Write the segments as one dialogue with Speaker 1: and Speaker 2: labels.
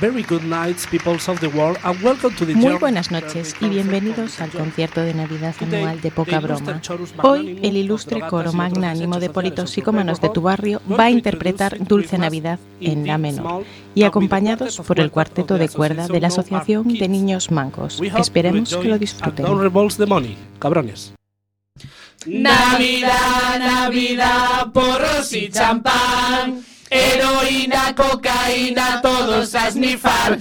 Speaker 1: Very good nights, peoples of the world, and welcome to the
Speaker 2: Muy buenas noches y bienvenidos al concierto de Navidad anual de Poca Broma. Hoy el ilustre coro magnánimo de politoxicómanos de tu barrio va a interpretar Dulce Navidad en la menor y acompañados por el cuarteto de cuerda de la Asociación de Niños Mancos. Esperemos que lo disfruten.
Speaker 1: Don't revolve the money, cabrones.
Speaker 3: Navidad, Navidad, porros y champán. Heroína, cocaína, todos a snifar.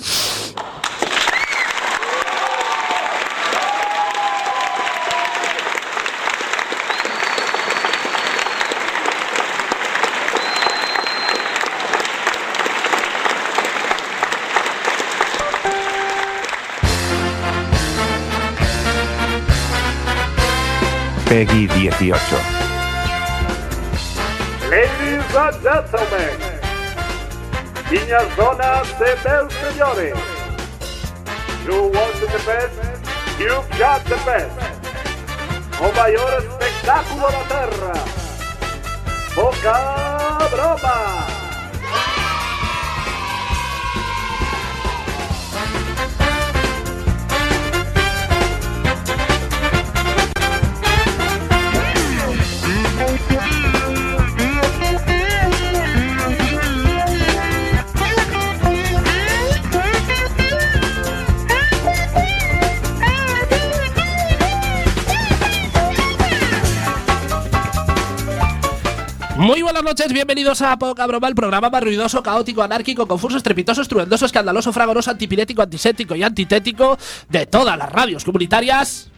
Speaker 4: Peggy 18.
Speaker 5: Ladies and gentlemen, niñas, donas y bel señores. You want the best, you've got the best. O mayor espectáculo da terra. Poca broma.
Speaker 1: Muy buenas noches, bienvenidos a Poca Broma, el programa más ruidoso, caótico, anárquico, confuso, estrepitoso, estruendoso, escandaloso, fragoroso, antipirético, antiséptico y antitético de todas las radios comunitarias.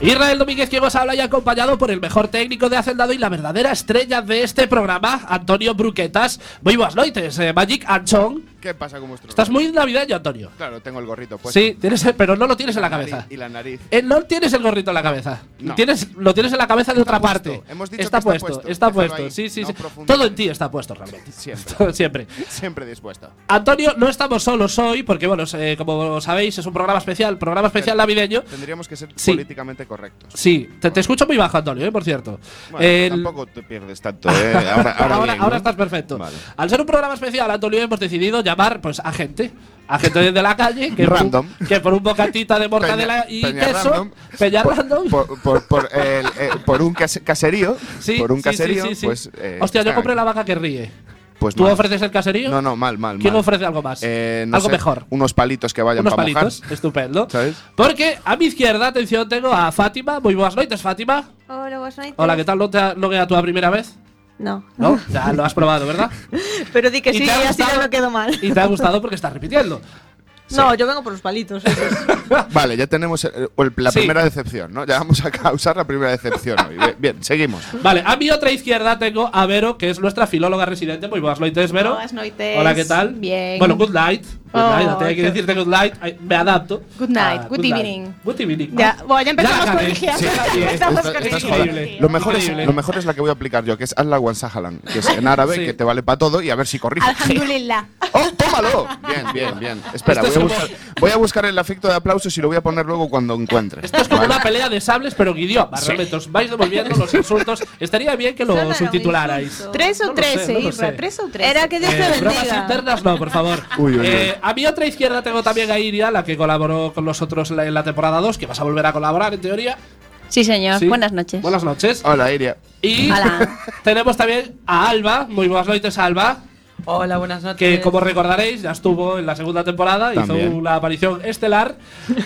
Speaker 1: Israel Domínguez, quien os habla y acompañado por el mejor técnico de Hacendado y la verdadera estrella de este programa, Antonio Bruquetas. Muy buenas noches, eh, Magic Anchong.
Speaker 6: ¿Qué pasa con vuestro
Speaker 1: Estás
Speaker 6: gorro?
Speaker 1: muy navideño, Antonio.
Speaker 6: Claro, tengo el gorrito puesto.
Speaker 1: Sí, tienes, pero no lo tienes en la
Speaker 6: nariz-
Speaker 1: cabeza.
Speaker 6: Y la nariz.
Speaker 1: Eh, no tienes el gorrito en la cabeza.
Speaker 6: No.
Speaker 1: Tienes, lo tienes en la cabeza de otra
Speaker 6: puesto.
Speaker 1: parte.
Speaker 6: Hemos dicho
Speaker 1: está,
Speaker 6: que está
Speaker 1: puesto,
Speaker 6: puesto.
Speaker 1: está
Speaker 6: Déjalo
Speaker 1: puesto.
Speaker 6: ahí,
Speaker 1: Sí, sí,
Speaker 6: no
Speaker 1: sí.
Speaker 6: profundices.
Speaker 1: Todo en ti está puesto realmente.
Speaker 6: Siempre.
Speaker 1: Todo- Siempre.
Speaker 6: Siempre dispuesto.
Speaker 1: Antonio, no estamos solos hoy, porque bueno, eh, como sabéis, es un programa especial, programa especial navideño.
Speaker 6: Tendríamos que ser
Speaker 1: Sí.
Speaker 6: políticamente correctos.
Speaker 1: Sí, te, te escucho muy bajo, Antonio, eh, por cierto.
Speaker 6: Bueno, pues
Speaker 1: El-
Speaker 6: tampoco te pierdes tanto, ¿eh? Ahora, ahora,
Speaker 1: ahora,
Speaker 6: bien,
Speaker 1: ahora
Speaker 6: ¿no?
Speaker 1: estás perfecto.
Speaker 6: Vale.
Speaker 1: Al ser un programa especial, Antonio, hemos decidido llamar pues, a gente. A gente de la calle que,
Speaker 6: Random.
Speaker 1: Por, que por un bocatita de mortadela
Speaker 6: Peña-
Speaker 1: y
Speaker 6: Peña
Speaker 1: queso,
Speaker 6: Random.
Speaker 1: Peña
Speaker 6: Por-
Speaker 1: Random.
Speaker 6: Por, por- por el- eh, por un cas- caserío.
Speaker 1: Sí,
Speaker 6: por un
Speaker 1: sí, sí,
Speaker 6: caserío,
Speaker 1: sí, sí.
Speaker 6: pues. eh,
Speaker 1: Hostia, yo
Speaker 6: están
Speaker 1: compré
Speaker 6: aquí.
Speaker 1: la vaca que ríe.
Speaker 6: Pues
Speaker 1: ¿Tú
Speaker 6: mal.
Speaker 1: ofreces el caserío?
Speaker 6: No, no, mal, mal.
Speaker 1: ¿Quién
Speaker 6: mal.
Speaker 1: ofrece algo más?
Speaker 6: Eh, no
Speaker 1: algo
Speaker 6: sé,
Speaker 1: mejor.
Speaker 6: Unos palitos que vayan
Speaker 1: Unos
Speaker 6: para mojar.
Speaker 1: palitos, estupendo.
Speaker 6: ¿Sabes?
Speaker 1: Porque a mi izquierda, atención, tengo a Fátima. Muy buenas noches, Fátima.
Speaker 7: Hola, vos noites.
Speaker 1: Hola, ¿qué tal? ¿No te ha- no queda tu primera vez?
Speaker 7: No.
Speaker 1: No, ya lo has probado, ¿verdad?
Speaker 7: Pero di que sí,
Speaker 1: te ha
Speaker 7: y así ya
Speaker 1: gustado-
Speaker 7: no quedo mal.
Speaker 1: Y te ha gustado porque estás repitiendo.
Speaker 7: No, yo vengo por los palitos.
Speaker 6: Vale, ya tenemos el- el- la
Speaker 1: Sí.
Speaker 6: primera decepción, ¿no? Ya vamos a causar la primera decepción hoy. Bien, bien, seguimos.
Speaker 1: Vale, a mi otra izquierda tengo a Vero, que es nuestra filóloga residente. Muy buenas noches, Vero.
Speaker 2: Buenas noites.
Speaker 1: Hola, ¿qué tal?
Speaker 2: Pues, Bien.
Speaker 1: Bueno,
Speaker 8: pues,
Speaker 1: good night. Good night,
Speaker 2: Oh,
Speaker 1: tenía que
Speaker 2: qué-
Speaker 1: decirte good night. Ay, Me adapto.
Speaker 2: Good night,
Speaker 1: Ah,
Speaker 2: good evening.
Speaker 1: Good evening.
Speaker 2: Ya, bueno, ya empezamos
Speaker 1: la
Speaker 2: con
Speaker 1: acabé.
Speaker 2: ligeras.
Speaker 1: Sí.
Speaker 2: Ya
Speaker 6: Sí,
Speaker 2: empezamos
Speaker 6: esta-
Speaker 2: con
Speaker 6: esta es
Speaker 2: ligeras.
Speaker 6: jodida.
Speaker 1: Increíble.
Speaker 6: Lo mejor, es,
Speaker 1: Increíble.
Speaker 6: lo mejor es la que voy a aplicar yo, que es Allahu Ansahalan, que es en árabe,
Speaker 1: Sí.
Speaker 6: que te vale para todo y a ver si corriges.
Speaker 2: Alhamdulillah.
Speaker 6: ¡Oh, tómalo! Bien, bien, bien. Espera,
Speaker 1: Esto
Speaker 6: voy a,
Speaker 1: es
Speaker 6: buscar, voy a buscar el afecto de aplausos y lo voy a poner luego cuando encuentre.
Speaker 1: Esto es como una pelea de sables, pero en idioma.
Speaker 6: Sí.
Speaker 1: Realmente os vais devolviendo los insultos. Estaría bien que lo subtitularais.
Speaker 2: ¿Tres
Speaker 1: No
Speaker 2: o
Speaker 1: lo sé,
Speaker 2: trece,
Speaker 1: no lo
Speaker 2: Irra?
Speaker 1: sé.
Speaker 2: ¿Tres o trece?
Speaker 7: Era que Dios
Speaker 1: Eh,
Speaker 7: te
Speaker 1: bromas
Speaker 7: bendiga.
Speaker 1: internas, no, por favor.
Speaker 6: Uy, uy, uy.
Speaker 1: Eh, a mi otra izquierda tengo también a Iria, la que colaboró con nosotros la- en la temporada 2, que vas a volver a colaborar en teoría.
Speaker 9: Sí, señor.
Speaker 1: Sí.
Speaker 9: Buenas noches.
Speaker 1: Buenas noches.
Speaker 6: Hola, Iria.
Speaker 1: Y
Speaker 9: Hola.
Speaker 1: tenemos también a Alba. Muy buenas noches, Alba.
Speaker 10: Hola, buenas noches.
Speaker 1: Que como recordaréis, ya estuvo en la segunda temporada,
Speaker 6: También.
Speaker 1: hizo una aparición estelar,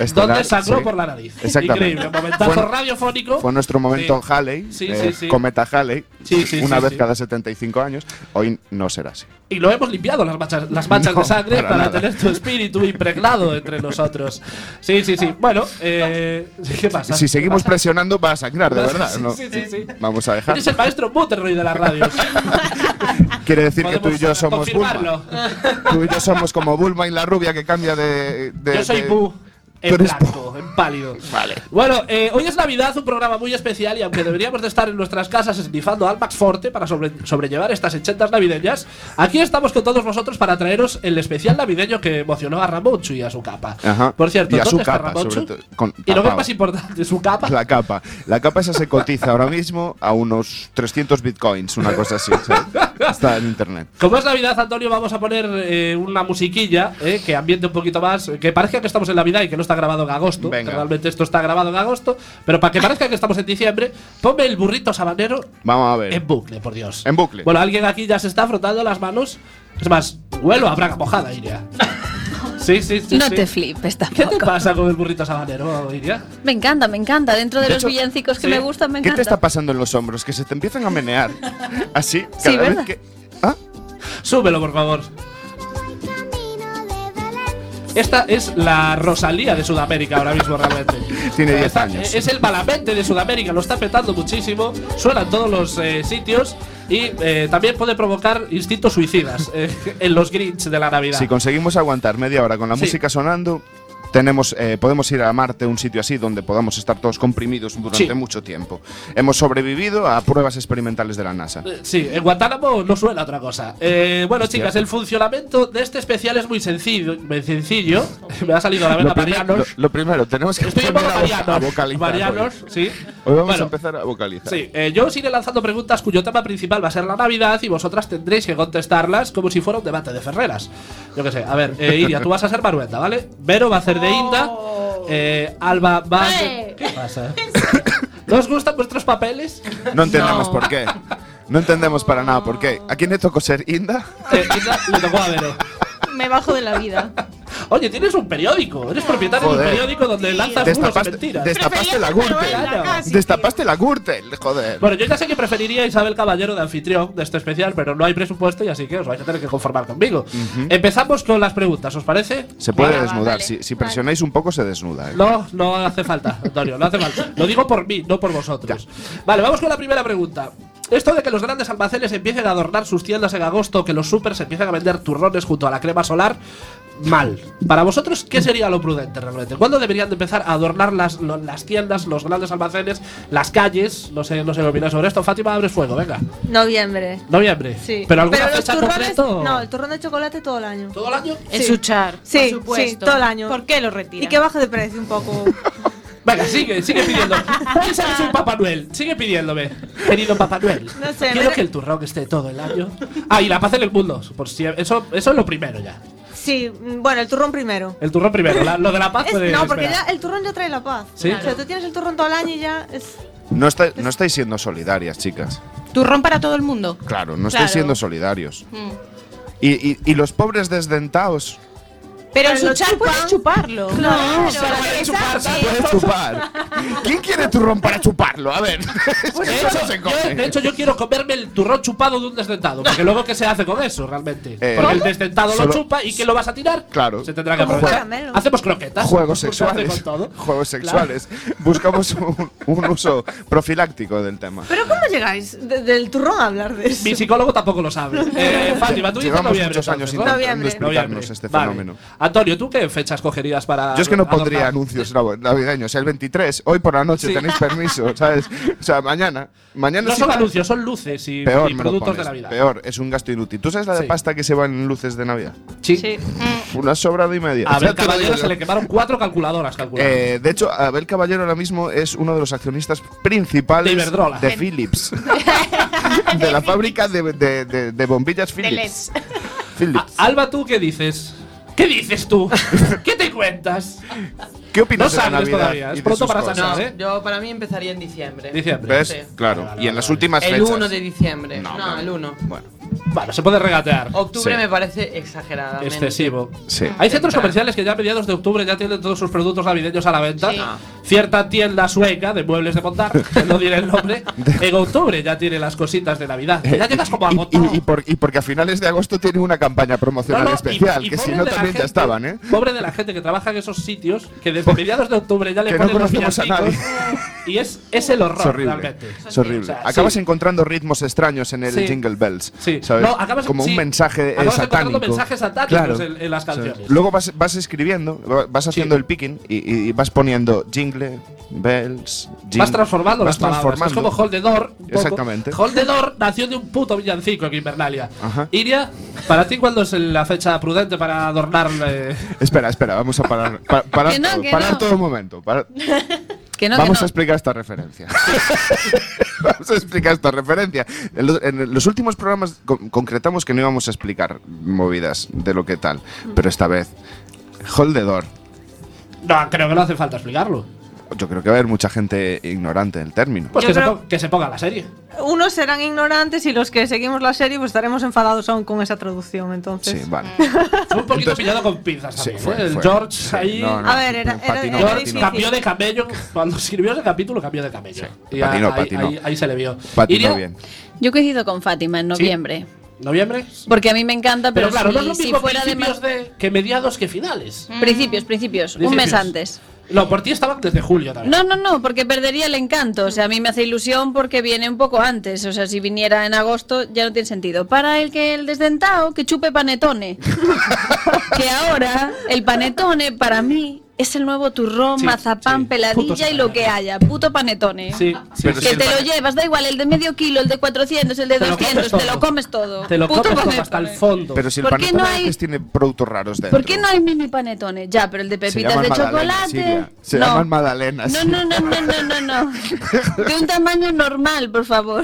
Speaker 6: Estelar,
Speaker 1: donde sacó
Speaker 6: sí.
Speaker 1: por la nariz.
Speaker 6: Exactamente.
Speaker 1: Increíble, momentazo
Speaker 6: Fue-
Speaker 1: radiofónico.
Speaker 6: Fue nuestro momento
Speaker 1: Sí.
Speaker 6: Halley,
Speaker 1: Sí,
Speaker 6: eh,
Speaker 1: sí, sí.
Speaker 6: cometa Halley,
Speaker 1: Sí, sí,
Speaker 6: una
Speaker 1: sí,
Speaker 6: vez
Speaker 1: sí.
Speaker 6: cada 75 años. Hoy no será así.
Speaker 1: Y lo hemos limpiado, las manchas, las manchas
Speaker 6: No,
Speaker 1: de sangre,
Speaker 6: para
Speaker 1: para
Speaker 6: nada.
Speaker 1: tener tu espíritu impregnado entre nosotros. Sí, sí, sí. Bueno, eh, ¿qué pasa?
Speaker 6: Si seguimos presionando, va a sangrar, de
Speaker 1: Sí,
Speaker 6: verdad.
Speaker 1: sí,
Speaker 6: ¿no?
Speaker 1: sí, sí, sí.
Speaker 6: Vamos a dejar.
Speaker 1: Eres el maestro Butterroy de las radios.
Speaker 6: Quiere decir que tú y
Speaker 1: Podemos
Speaker 6: yo somos
Speaker 1: confirmarlo.
Speaker 6: Bulma. Tú y yo somos como Bulma y la rubia que cambia de. de-
Speaker 1: Yo soy
Speaker 6: de-
Speaker 1: Bu. En
Speaker 6: Tú eres
Speaker 1: blanco, en pálido.
Speaker 6: Vale.
Speaker 1: Bueno, eh, hoy es Navidad, un programa muy especial y aunque deberíamos de estar en nuestras casas esnifando al Max Forte para sobre- sobrellevar estas enchetas navideñas, aquí estamos con todos vosotros para traeros el especial navideño que emocionó a Ramonchu y a su capa.
Speaker 6: Ajá.
Speaker 1: Por cierto,
Speaker 6: Y a su
Speaker 1: ¿dónde está
Speaker 6: capa,
Speaker 1: Ramonchu?
Speaker 6: sobre todo, con
Speaker 1: y lo que es
Speaker 6: tapado.
Speaker 1: más importante, su capa.
Speaker 6: La capa. La capa esa se cotiza ahora mismo a unos 300 bitcoins, una cosa así. ¿sabes? Está en internet.
Speaker 1: Como es Navidad, Antonio, vamos a poner eh, una musiquilla eh, que ambiente un poquito más, eh, que parezca que estamos en Navidad y que no está grabado en agosto.
Speaker 6: Venga.
Speaker 1: que realmente esto está grabado en agosto, pero para que parezca que estamos en diciembre, ponme el burrito sabanero
Speaker 6: Vamos a ver.
Speaker 1: en bucle, por Dios.
Speaker 6: En bucle.
Speaker 1: Bueno, alguien aquí ya se está frotando las manos. Es más, huelo a braga mojada, Iria. sí, sí, sí.
Speaker 9: No
Speaker 1: sí.
Speaker 9: te flipes
Speaker 1: ¿Qué te
Speaker 9: tampoco.
Speaker 1: pasa con el burrito sabanero, Iria?
Speaker 9: Me encanta, me encanta. Dentro de,
Speaker 6: De
Speaker 9: los
Speaker 6: hecho,
Speaker 9: villancicos que
Speaker 1: sí.
Speaker 9: me gustan, me
Speaker 6: ¿Qué
Speaker 9: encanta.
Speaker 6: te está pasando en los hombros? Que se te empiezan a menear. Así, cada
Speaker 9: Sí,
Speaker 6: vez
Speaker 9: ¿verdad?
Speaker 6: que. Ah,
Speaker 1: Súbelo, por favor. Esta es la Rosalía de Sudamérica ahora mismo, realmente.
Speaker 6: Tiene 10
Speaker 1: Está-
Speaker 6: años.
Speaker 1: Es el Malamente de Sudamérica, lo está petando muchísimo, suena en todos los eh, sitios y eh, también puede provocar instintos suicidas eh, en los Grinch de la Navidad.
Speaker 6: Si conseguimos aguantar media hora con la
Speaker 1: Sí.
Speaker 6: música sonando, tenemos, eh, podemos ir a Marte, un sitio así donde podamos estar todos comprimidos durante
Speaker 1: Sí.
Speaker 6: mucho tiempo. Hemos sobrevivido a pruebas experimentales de la NASA.
Speaker 1: Eh, Sí, en Guantánamo no suena otra cosa. Eh, bueno, chicas, el funcionamiento de este especial es muy sencillo. muy sencillo. Me ha salido la
Speaker 6: Lo,
Speaker 1: vena
Speaker 6: primero-
Speaker 1: Marianos.
Speaker 6: lo- lo primero, tenemos que
Speaker 1: Estoy un poco
Speaker 6: aprender a, vo- a
Speaker 1: Marianos.
Speaker 6: vocalizar.
Speaker 1: Marianos,
Speaker 6: hoy.
Speaker 1: sí.
Speaker 6: Hoy vamos
Speaker 1: Bueno,
Speaker 6: a empezar a vocalizar.
Speaker 1: Sí, eh, yo os iré lanzando preguntas cuyo tema principal va a ser la Navidad y vosotras tendréis que contestarlas como si fuera un debate de Ferreras. Yo qué sé, a ver, eh, Iria, tú vas a ser Maruenda, ¿vale? Vero va a ser de Inda. eh, Alba va a ser.
Speaker 9: ¡Eh!
Speaker 1: ¿Qué pasa? ¿No os gustan vuestros papeles?
Speaker 6: No entendemos
Speaker 9: No.
Speaker 6: por qué. No entendemos para nada por qué. ¿A quién le tocó ser Inda?
Speaker 1: Eh, Inda le tocó a Vero.
Speaker 7: Me bajo de la vida.
Speaker 1: Oye, tienes un periódico, eres propietario de
Speaker 6: Joder.
Speaker 1: un periódico donde lanzas bulos y
Speaker 6: Destapaste,
Speaker 1: mentiras.
Speaker 6: destapaste la
Speaker 1: Claro.
Speaker 6: Gürtel. Destapaste la Gürtel, joder.
Speaker 1: Bueno, yo ya sé que preferiría a Isabel Caballero de anfitrión de este especial, pero no hay presupuesto y así que os vais a tener que conformar conmigo. Empezamos con las preguntas, ¿os parece?
Speaker 6: Se puede
Speaker 9: Venga, va,
Speaker 6: desnudar.
Speaker 9: vale.
Speaker 6: Si, si presionáis un poco, se desnuda. ¿eh?
Speaker 1: No, no hace falta, Antonio, no hace falta. Lo digo por mí, no por vosotros. Vale, vamos con la primera pregunta. Esto de que los grandes almacenes empiecen a adornar sus tiendas en agosto, que los supers empiecen a vender turrones junto a la crema solar, mal. Para vosotros, ¿qué sería lo prudente realmente? ¿Cuándo deberían de empezar a adornar las, lo- las tiendas, los grandes almacenes, las calles? No sé, no sé qué opináis sobre esto. Fátima, abres fuego, venga.
Speaker 7: Noviembre.
Speaker 1: Noviembre.
Speaker 7: Sí.
Speaker 1: ¿Pero alguna
Speaker 7: los
Speaker 1: fecha en
Speaker 7: turrones-
Speaker 1: concreto?
Speaker 7: No, el turrón de chocolate todo el año.
Speaker 1: ¿Todo el año?
Speaker 7: Sí.
Speaker 2: Ensuchar,
Speaker 7: Sí, sí,
Speaker 2: por supuesto.
Speaker 7: todo el año.
Speaker 2: ¿Por qué lo retira?
Speaker 7: Y que baje de precio un poco.
Speaker 1: Venga, sigue, sigue pidiendo. Esa es un Papá Noel. Sigue pidiéndome. Querido Papá Noel.
Speaker 7: No sé,
Speaker 1: Quiero
Speaker 7: me-
Speaker 1: que el turrón esté todo el año. Ah, y la paz en el mundo. Por si eso, eso es lo primero ya.
Speaker 7: sí, mm, bueno, el turrón primero.
Speaker 1: El turrón primero. la- lo de la paz
Speaker 7: Es-
Speaker 1: puede
Speaker 7: no, porque
Speaker 1: esperar.
Speaker 7: ya el turrón ya trae la paz.
Speaker 1: Sí.
Speaker 7: O sea, tú tienes el turrón todo el año y ya es.
Speaker 6: No, está- no estáis siendo solidarias, chicas.
Speaker 2: Turrón para todo el mundo.
Speaker 6: Claro, no estáis
Speaker 2: Claro.
Speaker 6: siendo solidarios.
Speaker 1: Mm.
Speaker 6: Y, y- y los pobres desdentados.
Speaker 2: Pero
Speaker 7: Pero lo
Speaker 2: ensuchar puedes chuparlo.
Speaker 7: No,
Speaker 1: Se puede chupar, se puede
Speaker 6: Puedes chupar. ¿Quién quiere turrón para chuparlo? A ver.
Speaker 1: De
Speaker 6: eso
Speaker 1: hecho, yo,
Speaker 6: se
Speaker 1: de
Speaker 6: come.
Speaker 1: hecho, yo quiero comerme el turrón chupado de un desdentado. Porque luego, ¿qué se hace con eso realmente?
Speaker 6: Eh,
Speaker 1: porque el
Speaker 6: ¿Cómo?
Speaker 1: desdentado lo
Speaker 6: Solo-
Speaker 1: chupa y ¿qué lo vas a tirar?
Speaker 6: Claro.
Speaker 1: Se tendrá que
Speaker 7: Como
Speaker 1: aprovechar.
Speaker 7: caramelo.
Speaker 1: Hacemos croquetas.
Speaker 6: Juegos
Speaker 1: Se hace
Speaker 6: sexuales.
Speaker 1: con todo.
Speaker 6: Juegos sexuales. Buscamos un, un uso profiláctico del tema.
Speaker 7: Pero ¿cómo llegáis de- del turrón a hablar de eso?
Speaker 1: Mi psicólogo tampoco lo sabe. Eh, Fátima, tú dices
Speaker 6: Llevamos
Speaker 1: noviembre,
Speaker 6: muchos años
Speaker 1: entonces, ¿no?
Speaker 6: intentando
Speaker 7: Noviembre.
Speaker 6: explicarnos
Speaker 1: Noviembre.
Speaker 6: este
Speaker 1: Vale.
Speaker 6: fenómeno.
Speaker 1: Antonio, ¿tú qué fecha escogerías para.?
Speaker 6: Yo es que no pondría
Speaker 1: adornar?
Speaker 6: anuncios nav- navideños. El 23, hoy por la noche
Speaker 1: Sí.
Speaker 6: tenéis permiso, ¿sabes? O sea, mañana. Mañana
Speaker 1: No
Speaker 6: sí
Speaker 1: son
Speaker 6: va-
Speaker 1: anuncios, son luces y,
Speaker 6: Peor,
Speaker 1: y
Speaker 6: me lo
Speaker 1: productos de
Speaker 6: pones.
Speaker 1: Navidad.
Speaker 6: Peor, es un gasto inútil. ¿Tú sabes la de
Speaker 1: Sí.
Speaker 6: pasta que se va en luces de Navidad?
Speaker 1: Sí.
Speaker 6: Una sobrada y media.
Speaker 1: A
Speaker 6: Ya
Speaker 1: ver,
Speaker 6: te lo digo
Speaker 1: caballero,
Speaker 6: yo.
Speaker 1: se le quemaron cuatro calculadoras, calculando.
Speaker 6: Eh, de hecho, Abel Caballero ahora mismo es uno de los accionistas principales
Speaker 1: De Iberdrola.
Speaker 6: de Philips. de la fábrica de, de- de- de bombillas
Speaker 1: E
Speaker 6: Philips.
Speaker 1: A-
Speaker 6: Philips.
Speaker 1: Ah, Alba, ¿tú qué dices? ¿Qué dices tú? ¿Qué te cuentas?
Speaker 6: ¿Qué
Speaker 1: No
Speaker 6: opinas de la
Speaker 1: sabes
Speaker 6: Navidad?
Speaker 1: todavía,
Speaker 6: y
Speaker 1: es
Speaker 6: de
Speaker 1: pronto
Speaker 6: sus
Speaker 1: para
Speaker 6: cosas?
Speaker 1: sacar, ¿eh?
Speaker 10: Yo para mí empezaría en diciembre.
Speaker 1: Diciembre.
Speaker 6: ¿Ves?
Speaker 10: Sí.
Speaker 6: Claro.
Speaker 1: Vale,
Speaker 6: y
Speaker 1: vale,
Speaker 6: en las
Speaker 1: vale.
Speaker 6: últimas
Speaker 10: El
Speaker 6: fechas.
Speaker 10: 1 de diciembre.
Speaker 6: No,
Speaker 10: No,
Speaker 6: hombre.
Speaker 10: el 1.
Speaker 6: Bueno,
Speaker 1: Bueno, se puede regatear.
Speaker 10: Octubre
Speaker 6: Sí.
Speaker 10: me parece exagerado.
Speaker 1: Excesivo.
Speaker 6: sí.
Speaker 1: Hay centros
Speaker 10: Temprano.
Speaker 1: comerciales que ya a mediados de octubre ya tienen todos sus productos navideños a la venta. Cierta tienda sueca de muebles de montar, que no diré el nombre, en octubre ya tiene las cositas de Navidad. Que ya llegas como
Speaker 6: Eh, Y-
Speaker 1: agotado.
Speaker 6: Y, y por- y porque a finales de agosto tiene una campaña promocional
Speaker 1: No, no, y-
Speaker 6: especial,
Speaker 1: y
Speaker 6: que si
Speaker 1: pobre
Speaker 6: no
Speaker 1: de la
Speaker 6: también ya
Speaker 1: gente-
Speaker 6: estaban, ¿eh?
Speaker 1: Pobre de la gente que trabaja en esos sitios, que desde mediados de octubre ya le
Speaker 6: que no
Speaker 1: ponen los
Speaker 6: conocemos a nadie.
Speaker 1: villancicos, Y es, es el horror,
Speaker 6: Es horrible.
Speaker 1: realmente.
Speaker 6: Es horrible.
Speaker 1: O sea,
Speaker 6: Acabas
Speaker 1: sí.
Speaker 6: encontrando ritmos extraños en el
Speaker 1: Sí.
Speaker 6: Jingle Bells.
Speaker 1: Sí.
Speaker 6: ¿sabes?
Speaker 1: No, acabas-
Speaker 6: Como
Speaker 1: sí.
Speaker 6: un mensaje eh,
Speaker 1: Acabas encontrando
Speaker 6: satánico.
Speaker 1: mensajes satánicos en- en las canciones.
Speaker 6: ¿Sabes? Luego vas, vas escribiendo, va- vas haciendo el picking y, y- y vas poniendo Jingle Bells. jingle-
Speaker 1: Vas transformando
Speaker 6: vas
Speaker 1: las palabras.
Speaker 6: transformando.
Speaker 1: Es como Holdedor. un poco.
Speaker 6: Exactamente.
Speaker 1: Holdedor nació de un puto villancico aquí en Invernalia.
Speaker 6: Ajá.
Speaker 1: Iria, ¿para ti cuándo es la fecha prudente para adornar eh,
Speaker 6: Espera, espera, vamos a parar. pa- parar
Speaker 9: Que no,
Speaker 6: todo,
Speaker 9: que
Speaker 6: parar
Speaker 9: no.
Speaker 6: todo un momento. parar.
Speaker 9: Que no,
Speaker 6: vamos a
Speaker 9: que no.
Speaker 6: explicar esta referencia. Vamos a explicar esta referencia. En lo- en los últimos programas con- concretamos que no íbamos a explicar movidas de lo que tal, pero esta vez, Hold the Door.
Speaker 1: No, creo que no hace falta explicarlo.
Speaker 6: Yo creo que va a haber mucha gente ignorante del término.
Speaker 1: Pues
Speaker 7: Yo
Speaker 1: que se,
Speaker 7: creo-
Speaker 1: ponga, que se ponga la serie.
Speaker 7: Unos serán ignorantes y los que seguimos la serie pues estaremos enfadados aún con esa traducción, entonces.
Speaker 6: Sí, vale.
Speaker 1: Fue un poquito
Speaker 6: Entonces-
Speaker 1: pillado con pinzas también.
Speaker 6: Sí, fue-
Speaker 1: ¿eh? El
Speaker 6: fue.
Speaker 1: George
Speaker 6: Sí,
Speaker 1: ahí.
Speaker 6: no, no.
Speaker 7: A ver, era, era,
Speaker 6: Patinó,
Speaker 7: era
Speaker 6: patinó.
Speaker 1: George
Speaker 7: difícil.
Speaker 1: cambió de camello. Cuando escribió ese capítulo, cambió de camello. Y
Speaker 6: Patinó,
Speaker 1: ahí-
Speaker 6: patinó.
Speaker 1: Ahí, ahí se le vio.
Speaker 6: Patinó
Speaker 1: Iria,
Speaker 6: bien.
Speaker 9: Yo coincido con Fátima en
Speaker 1: Sí.
Speaker 9: noviembre.
Speaker 1: ¿Noviembre?
Speaker 9: Porque a mí me encanta, pero,
Speaker 1: Pero claro,
Speaker 9: si,
Speaker 1: no es lo
Speaker 9: si
Speaker 1: mismo
Speaker 9: fuera de
Speaker 1: principios
Speaker 9: más.
Speaker 1: de que mediados que finales.
Speaker 9: Principios, principios, un mes
Speaker 1: Principios.
Speaker 9: antes.
Speaker 1: No, por ti estaban desde julio también.
Speaker 9: No, no, no, porque perdería el encanto. O sea, a mí me hace ilusión porque viene un poco antes. O sea, si viniera en agosto ya no tiene sentido. Para el que el desdentado, que chupe panetone. que ahora el panetone para mí es el nuevo turrón,
Speaker 1: Sí,
Speaker 9: mazapán,
Speaker 1: sí. Puto
Speaker 9: peladilla y lo que haya. Puto panetone.
Speaker 1: Sí, sí,
Speaker 6: Pero
Speaker 1: sí.
Speaker 9: Que
Speaker 6: si el
Speaker 9: te lo
Speaker 6: pan-
Speaker 9: llevas, da igual, el de medio kilo, el de 400, el
Speaker 1: Te
Speaker 9: de
Speaker 1: lo comes
Speaker 9: 200, te
Speaker 1: todo.
Speaker 9: lo comes todo.
Speaker 1: Te lo
Speaker 9: Puto
Speaker 1: comes como hasta el
Speaker 9: panetone.
Speaker 1: fondo.
Speaker 6: Pero si el
Speaker 9: ¿Por qué
Speaker 6: panetón
Speaker 9: no
Speaker 6: a veces
Speaker 9: hay-
Speaker 6: tiene productos raros dentro.
Speaker 9: ¿Por qué no hay mini panetones? Ya, pero el de
Speaker 6: Se
Speaker 9: pepitas
Speaker 6: llaman
Speaker 9: de
Speaker 6: magdalenas,
Speaker 9: chocolate.
Speaker 6: Iria. Se
Speaker 9: no.
Speaker 6: llaman magdalenas.
Speaker 9: No, no, no, no, no, no, no. De un tamaño normal, por favor.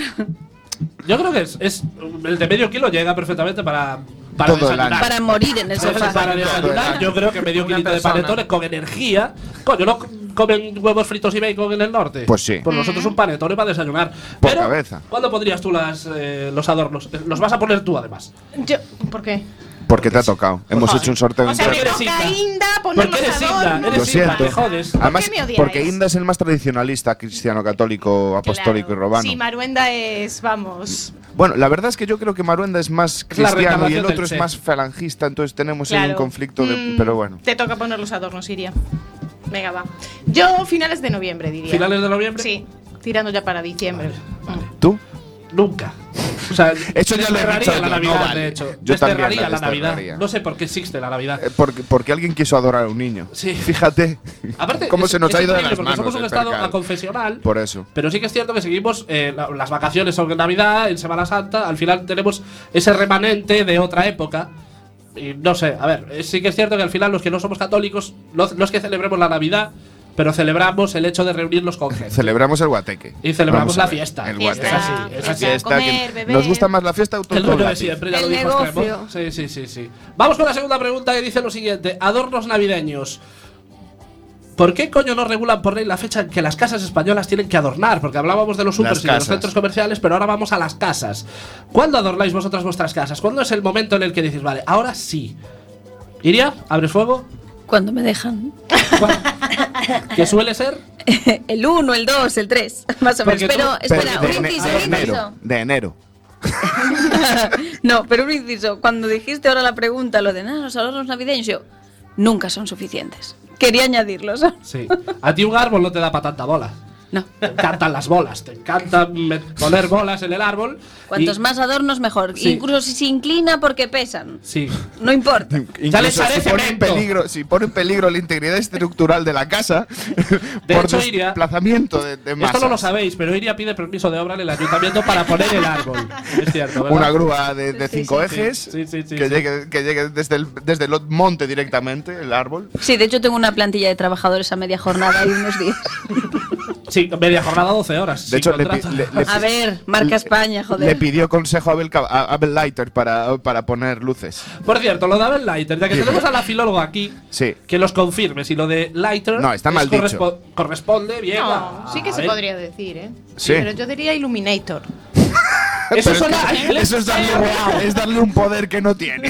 Speaker 1: Yo creo que es, es- el de medio kilo llega perfectamente para, para
Speaker 6: Todo el año.
Speaker 1: desayunar.
Speaker 9: Para morir en el
Speaker 1: Para-
Speaker 9: sofá.
Speaker 1: para
Speaker 6: Todo el
Speaker 1: desayunar,
Speaker 6: año.
Speaker 1: yo creo que medio
Speaker 10: Una
Speaker 1: kilito de
Speaker 10: persona.
Speaker 1: panetones con energía. Coño, ¿no comen huevos fritos y bacon en el norte?
Speaker 6: Pues sí.
Speaker 1: Pues nosotros
Speaker 9: Mm.
Speaker 1: un panetone para desayunar.
Speaker 6: Por
Speaker 1: Pero,
Speaker 6: cabeza.
Speaker 1: ¿Cuándo pondrías tú las, eh, los adornos? Eh, Los vas a poner tú, además.
Speaker 7: Yo, ¿Por qué?
Speaker 6: Porque te ha tocado. Hemos hecho un sorteo.
Speaker 7: O sea,
Speaker 1: Porque
Speaker 7: me
Speaker 6: entre-
Speaker 1: eres
Speaker 7: toca
Speaker 1: Inda.
Speaker 7: Inda poner
Speaker 1: Porque
Speaker 7: los
Speaker 1: eres Inda,
Speaker 7: adornos.
Speaker 6: Lo
Speaker 1: eres Inda,
Speaker 6: siento.
Speaker 1: te jodes.
Speaker 6: Además,
Speaker 8: me odiáis?
Speaker 6: porque Inda es el más tradicionalista cristiano, católico, apostólico y romano.
Speaker 8: Sí, Maruenda es, vamos.
Speaker 6: Bueno, la verdad es que yo creo que Maruenda es más
Speaker 1: Es la
Speaker 6: cristiano y
Speaker 1: reencarnación
Speaker 6: el otro
Speaker 1: del
Speaker 6: es
Speaker 1: Che.
Speaker 6: más falangista, entonces tenemos ahí Pues un
Speaker 8: Claro.
Speaker 6: conflicto de.
Speaker 8: Mm,
Speaker 6: Pero bueno.
Speaker 8: Te toca poner los adornos, Iria. Venga, va. Yo finales de noviembre, diría.
Speaker 1: ¿Finales de noviembre?
Speaker 8: Sí, tirando ya para diciembre.
Speaker 6: ¿Tú?
Speaker 1: Nunca. O sea,
Speaker 6: Eso ya lo he
Speaker 1: desterraría
Speaker 6: dicho
Speaker 1: la
Speaker 6: yo, no
Speaker 1: Navidad,
Speaker 6: vale.
Speaker 1: de hecho.
Speaker 6: Yo también la
Speaker 1: desterraría la, Navidad.
Speaker 6: desterraría.
Speaker 1: No sé por qué existe la Navidad.
Speaker 6: Eh, Porque, porque alguien quiso adorar a un niño.
Speaker 1: Sí.
Speaker 6: Fíjate
Speaker 1: Aparte,
Speaker 6: cómo
Speaker 1: es-
Speaker 6: se nos
Speaker 1: es
Speaker 6: ha ido de
Speaker 1: increíble
Speaker 6: las
Speaker 1: porque
Speaker 6: manos.
Speaker 1: Somos un
Speaker 6: el
Speaker 1: estado
Speaker 6: percal.
Speaker 1: a confesional.
Speaker 6: Por eso.
Speaker 1: Pero sí que es cierto que seguimos, eh, la- las vacaciones son en Navidad, en Semana Santa, al final tenemos ese remanente de otra época. Y no sé, a ver, eh, sí que es cierto que al final los que no somos católicos, no, no es que celebremos la Navidad, pero celebramos el hecho de reunirnos con gente.
Speaker 6: Celebramos el guateque.
Speaker 1: Y celebramos
Speaker 6: Vamos a
Speaker 1: la
Speaker 6: ver,
Speaker 1: fiesta.
Speaker 6: El
Speaker 1: Fiesta,
Speaker 6: guateque.
Speaker 1: sí, es así.
Speaker 6: La fiesta,
Speaker 8: Comer,
Speaker 6: que-
Speaker 8: beber.
Speaker 6: Nos gusta más la fiesta auto
Speaker 1: El rollo de siempre, ya lo
Speaker 9: El
Speaker 1: dijo
Speaker 9: negocio.
Speaker 1: Extremo. Sí, sí, sí, sí. Vamos con la segunda pregunta que dice lo siguiente: adornos navideños. ¿Por qué coño no regulan por ley la fecha en que las casas españolas tienen que adornar? Porque hablábamos de los
Speaker 6: Las
Speaker 1: supers y de los
Speaker 6: casas.
Speaker 1: centros comerciales, pero ahora vamos a las casas. ¿Cuándo adornáis vosotras vuestras casas? ¿Cuándo es el momento en el que decís, vale, ahora sí? ¿Iria? ¿Abres fuego?
Speaker 9: Cuando me dejan.
Speaker 1: ¿Cuál- ¿Qué suele ser?
Speaker 9: El 1, el 2, el 3. Más o menos.
Speaker 1: Porque tú-
Speaker 9: Pero, espera,
Speaker 6: de,
Speaker 9: un
Speaker 6: ene-
Speaker 9: inciso,
Speaker 6: de
Speaker 9: un
Speaker 6: enero.
Speaker 9: inciso.
Speaker 6: De enero.
Speaker 9: no, pero un inciso. Cuando dijiste ahora la pregunta, lo de nada, los adornos navideños, yo. Nunca son suficientes. Quería añadirlos.
Speaker 1: Sí. A ti un árbol no te da para tanta bola.
Speaker 9: No.
Speaker 1: Te encantan las bolas, te encanta me- poner bolas en el árbol. y-
Speaker 9: Cuantos más adornos, mejor.
Speaker 1: Sí.
Speaker 9: Incluso si se inclina porque pesan.
Speaker 1: Sí.
Speaker 9: No importa.
Speaker 1: Ya le echaré
Speaker 6: si pone, en
Speaker 1: cemento.
Speaker 6: peligro, si pone en peligro la integridad estructural de la casa por
Speaker 1: hecho, Iria,
Speaker 6: desplazamiento de, de masas.
Speaker 1: Esto no lo sabéis, pero Iria pide permiso de obra en el ayuntamiento para poner el árbol. Es cierto, ¿verdad?
Speaker 6: Una grúa de, de cinco
Speaker 1: sí.
Speaker 6: ejes
Speaker 1: Sí, sí, sí,
Speaker 6: que,
Speaker 1: sí.
Speaker 6: Llegue, que llegue desde el, desde el monte directamente, el árbol.
Speaker 9: Sí, de hecho tengo una plantilla de trabajadores a media jornada y unos días.
Speaker 1: Sí, media jornada, 12 horas.
Speaker 6: De
Speaker 1: sin
Speaker 6: hecho, le, pi-
Speaker 1: contrato.
Speaker 6: le- le-
Speaker 9: A ver, marca España,
Speaker 6: le
Speaker 9: joder.
Speaker 6: pidió consejo a Abel, Ca- a Abel Lighter para, para poner luces.
Speaker 1: Por cierto, lo de Abel Lighter, ya que tenemos a la filóloga aquí,
Speaker 6: Sí.
Speaker 1: que los confirme. Si lo de Lighter.
Speaker 6: No, está
Speaker 1: es
Speaker 6: mal dicho.
Speaker 1: Corresponde bien.
Speaker 8: No,
Speaker 1: a-
Speaker 8: sí que
Speaker 1: a
Speaker 8: se
Speaker 1: ver.
Speaker 8: podría decir, ¿eh?
Speaker 6: Sí.
Speaker 8: Pero yo diría Illuminator.
Speaker 1: Eso
Speaker 6: Pero
Speaker 1: suena a
Speaker 6: es que-
Speaker 1: inglés.
Speaker 6: eso es darle, es darle un poder que no tiene.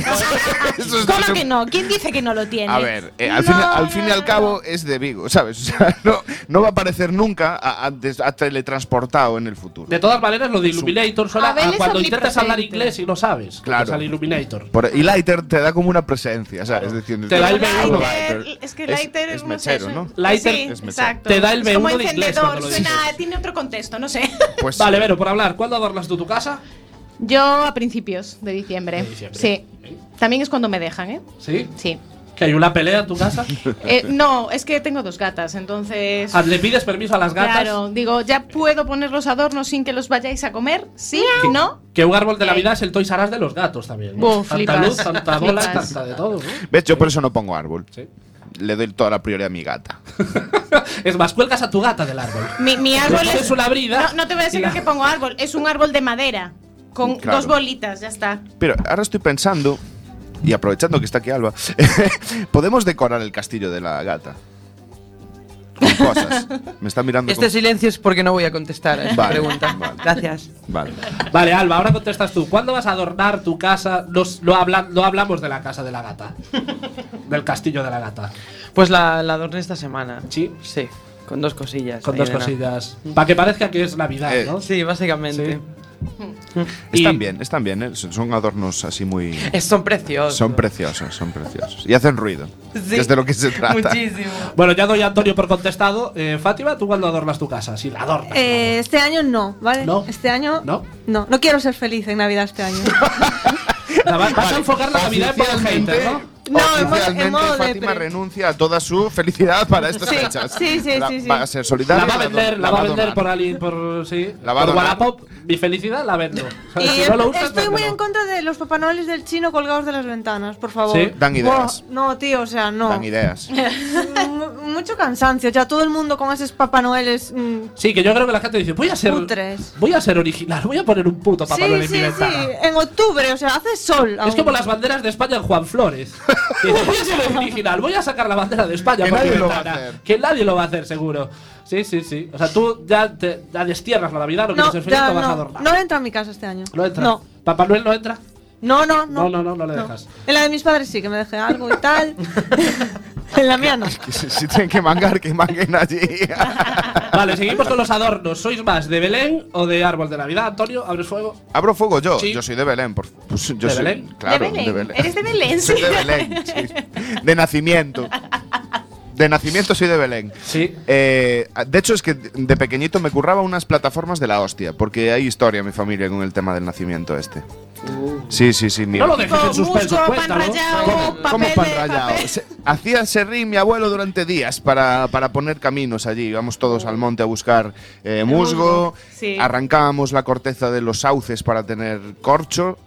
Speaker 6: Eso es darle
Speaker 8: ¿Cómo
Speaker 6: un-
Speaker 8: que no? ¿Quién dice que no lo tiene?
Speaker 6: A ver, eh, al, fin,
Speaker 8: No,
Speaker 6: al fin y al
Speaker 8: no,
Speaker 6: cabo es de Vigo, ¿sabes? O sea, no, no va a aparecer nunca a, a des- a teletransportado en el futuro.
Speaker 1: De todas maneras, lo de Illuminator suena
Speaker 8: Abel
Speaker 1: a
Speaker 8: es
Speaker 1: cuando intentas
Speaker 8: omnipresente.
Speaker 1: hablar inglés y no sabes.
Speaker 6: Claro.
Speaker 1: Es al Illuminator.
Speaker 6: Por- y Lighter te da como una presencia, ¿sabes? Es decir,
Speaker 1: Te da el
Speaker 6: Lighter,
Speaker 1: B1.
Speaker 8: Lighter, es que Lighter
Speaker 6: es,
Speaker 8: no sé,
Speaker 6: mechero,
Speaker 8: es-
Speaker 6: ¿no?
Speaker 1: Lighter
Speaker 8: sí,
Speaker 1: es
Speaker 6: mechero.
Speaker 8: exacto.
Speaker 1: Te da el
Speaker 8: Es como
Speaker 1: B1 de inglés
Speaker 8: encendedor,
Speaker 1: cuando lo
Speaker 8: suena,
Speaker 1: dices.
Speaker 8: tiene otro contexto, no sé.
Speaker 6: Pues
Speaker 1: Vale, Vero, por hablar, ¿cuándo adornas tú tu casa?
Speaker 8: Yo a principios de diciembre.
Speaker 1: De diciembre. ¿Eh?
Speaker 8: Sí.
Speaker 1: Ok.
Speaker 8: También es cuando me dejan, ¿eh?
Speaker 1: ¿Sí?
Speaker 8: Sí.
Speaker 1: ¿Que hay una pelea en tu casa?
Speaker 8: Eh, no, es que tengo dos gatas, entonces.
Speaker 1: Ah, ¿Le pides permiso a las gatas?
Speaker 8: Claro, digo, ya puedo poner los adornos sin que los vayáis a comer, ¿sí? ¿No?
Speaker 1: Que un árbol de Navidad es el Toys R Us de los gatos también. ¿no?
Speaker 8: Buh,
Speaker 1: tanta
Speaker 8: flipas,
Speaker 1: luz, tanta bola,
Speaker 8: flipas.
Speaker 1: tanta de todo. ¿no?
Speaker 6: ¿Ves? Yo por eso no pongo árbol.
Speaker 1: Sí.
Speaker 6: le doy toda la prioridad a mi gata.
Speaker 1: es más, cuelgas a tu gata del árbol.
Speaker 8: Mi, mi árbol
Speaker 1: Le
Speaker 8: es.
Speaker 1: pones una brida
Speaker 8: no, no te voy a decir
Speaker 1: y la-
Speaker 8: que pongo árbol, es un árbol de madera. Con
Speaker 6: Claro.
Speaker 8: dos bolitas, ya está.
Speaker 6: Pero ahora estoy pensando, y aprovechando que está aquí Alba, podemos decorar el castillo de la gata. Con cosas. Me está mirando.
Speaker 10: Este silencio es porque no voy a contestar ¿eh? a esa
Speaker 6: Vale,
Speaker 10: pregunta.
Speaker 6: vale.
Speaker 10: Gracias.
Speaker 6: con- Vale.
Speaker 1: Vale, Alba, ahora contestas tú. ¿Cuándo vas a adornar tu casa? Nos- no, habla- no hablamos de la casa de la gata. del castillo de la gata.
Speaker 10: Pues la, la adorné esta semana.
Speaker 1: Sí.
Speaker 10: Sí, con dos cosillas.
Speaker 1: Con
Speaker 10: ahí
Speaker 1: dos
Speaker 10: de nada.
Speaker 1: cosillas. Para que parezca que es Navidad,
Speaker 6: Eh,
Speaker 1: ¿no?
Speaker 10: Sí, básicamente.
Speaker 6: Están bien, están bien. ¿eh? Son- Son adornos así muy.
Speaker 10: Es- son preciosos.
Speaker 6: Son preciosos, son preciosos. Y hacen ruido.
Speaker 10: Sí.
Speaker 6: que Es de lo que se trata.
Speaker 10: Muchísimo.
Speaker 1: Bueno, ya doy a Antonio por contestado. Eh, Fátima, ¿tú cuándo adornas tu casa? Si la adornas.
Speaker 7: Eh, este año no, ¿vale?
Speaker 1: No.
Speaker 7: Este año
Speaker 1: ¿No?
Speaker 7: no. No quiero ser feliz en Navidad este año.
Speaker 1: La va- Vas a enfocar la Navidad en modo hater, ¿no?
Speaker 7: No, en modo- en
Speaker 6: oficialmente
Speaker 7: modo de
Speaker 6: Fátima
Speaker 7: pre-
Speaker 6: renuncia a toda su felicidad para estas
Speaker 7: Sí,
Speaker 6: fechas.
Speaker 7: sí, sí,
Speaker 6: La-
Speaker 7: sí, sí.
Speaker 6: Va a ser
Speaker 1: La
Speaker 6: solidaria.
Speaker 1: va a
Speaker 6: y
Speaker 1: vender,
Speaker 6: do-
Speaker 1: la va a vender
Speaker 6: donar.
Speaker 1: por alguien, por. Sí.
Speaker 6: La va a
Speaker 1: por
Speaker 6: donar.
Speaker 1: Wallapop. Mi felicidad la vendo.
Speaker 7: y
Speaker 1: si no lo usas,
Speaker 7: estoy muy
Speaker 1: véndelo.
Speaker 7: en contra de los Papá Noeles del chino colgados de las ventanas, por favor.
Speaker 1: Sí.
Speaker 6: Dan ideas.
Speaker 7: Buah, no, tío, o sea, no.
Speaker 6: Dan ideas.
Speaker 7: Mu- Mucho cansancio, ya todo el mundo con esos Papá Noeles. mm,
Speaker 1: Sí, que yo creo que la gente dice, voy a ser.
Speaker 7: Putres.
Speaker 1: Voy a ser original, voy a poner un puto papá Noel
Speaker 7: Sí,
Speaker 1: en mi
Speaker 7: sí, sí.
Speaker 1: ventana.
Speaker 7: En octubre, o sea, hace sol.
Speaker 1: Es
Speaker 7: aún.
Speaker 1: como las banderas de España en Juan Flores. Que dice, voy a ser original, voy a sacar la bandera de España
Speaker 6: Que
Speaker 1: por mi
Speaker 6: nadie lo va a
Speaker 1: ventana".
Speaker 6: hacer.
Speaker 1: Que nadie lo va a hacer, seguro. Sí, sí, sí. O sea, tú ya, te, ya destierras la Navidad, no,
Speaker 7: No,
Speaker 1: quieres ser feliz,
Speaker 7: ya,
Speaker 1: te vas a
Speaker 7: no,
Speaker 1: adornar.
Speaker 7: no entra a mi casa este año.
Speaker 1: No entra.
Speaker 7: No,
Speaker 1: Papá Noel no entra.
Speaker 7: no, no.
Speaker 1: No, no, no, no le dejas.
Speaker 7: En la de mis padres sí, que me dejé algo y tal. en la mía no.
Speaker 6: si, si tienen que mangar, que manguen allí.
Speaker 1: Vale, seguimos con los adornos. ¿Sois más de Belén o de árbol de Navidad, Antonio? ¿Abres fuego?
Speaker 6: Abro fuego yo.
Speaker 1: Sí.
Speaker 6: Yo soy de Belén. Por, pues, yo
Speaker 1: ¿De
Speaker 6: soy,
Speaker 1: Belén?
Speaker 6: Claro,
Speaker 8: de Belén.
Speaker 6: de Belén.
Speaker 8: Eres de Belén, sí.
Speaker 6: Soy de Belén. sí. De nacimiento. De nacimiento soy de Belén.
Speaker 1: Sí.
Speaker 6: Eh, de hecho, es que de pequeñito me curraba unas plataformas de la hostia, porque hay historia en mi familia con el tema del nacimiento este.
Speaker 8: Uh.
Speaker 6: Sí, sí, sí. mi-
Speaker 1: No lo dejes en
Speaker 8: Con
Speaker 1: suspenso,
Speaker 8: musgo, pan
Speaker 1: cuéntalo.
Speaker 8: rallado,
Speaker 6: ¿Cómo
Speaker 8: papel
Speaker 6: pan
Speaker 8: de
Speaker 6: rallado?
Speaker 8: papel.
Speaker 6: Se- Hacía ese ring mi abuelo durante días para, para poner caminos allí. Íbamos todos al monte a buscar eh, musgo,
Speaker 8: Oh. musgo, sí.
Speaker 6: arrancábamos la corteza de los sauces para tener corcho.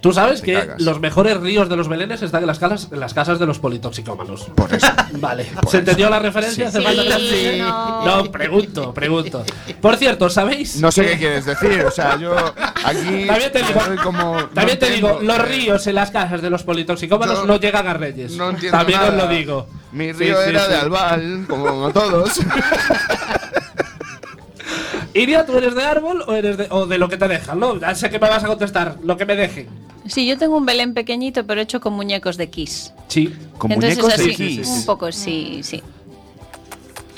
Speaker 1: Tú sabes
Speaker 6: Te
Speaker 1: que
Speaker 6: cagas.
Speaker 1: los mejores ríos de los belenes están en las casas, en las casas de los politoxicómanos.
Speaker 6: Por eso.
Speaker 1: Vale,
Speaker 6: pues.
Speaker 1: ¿se entendió la referencia?
Speaker 8: Sí,
Speaker 1: ¿Hace falta que-
Speaker 8: sí, no.
Speaker 1: No, pregunto, pregunto. Por cierto, ¿sabéis?
Speaker 6: No sé qué quieres decir, o sea, yo aquí
Speaker 1: También te digo,
Speaker 6: estoy como- no eh,
Speaker 1: también te digo,
Speaker 6: entiendo.
Speaker 1: los ríos en las casas de los politoxicómanos
Speaker 6: Yo
Speaker 1: no llegan a Reyes.
Speaker 6: No entiendo
Speaker 1: También os
Speaker 6: nada.
Speaker 1: lo digo.
Speaker 6: Mi
Speaker 1: Sí,
Speaker 6: río
Speaker 1: sí,
Speaker 6: era
Speaker 1: sí.
Speaker 6: de Albal, como todos.
Speaker 1: Iria, ¿tú eres de árbol o eres de, o de lo que te dejan? No, ya sé que me vas a contestar, lo que me dejen.
Speaker 9: Sí, yo tengo un Belén pequeñito, pero hecho con muñecos de Kiss.
Speaker 1: Sí.
Speaker 6: Con
Speaker 9: Entonces
Speaker 6: muñecos de
Speaker 9: es así,
Speaker 1: sí, sí.
Speaker 9: un
Speaker 6: Kiss.
Speaker 9: poco, sí, sí.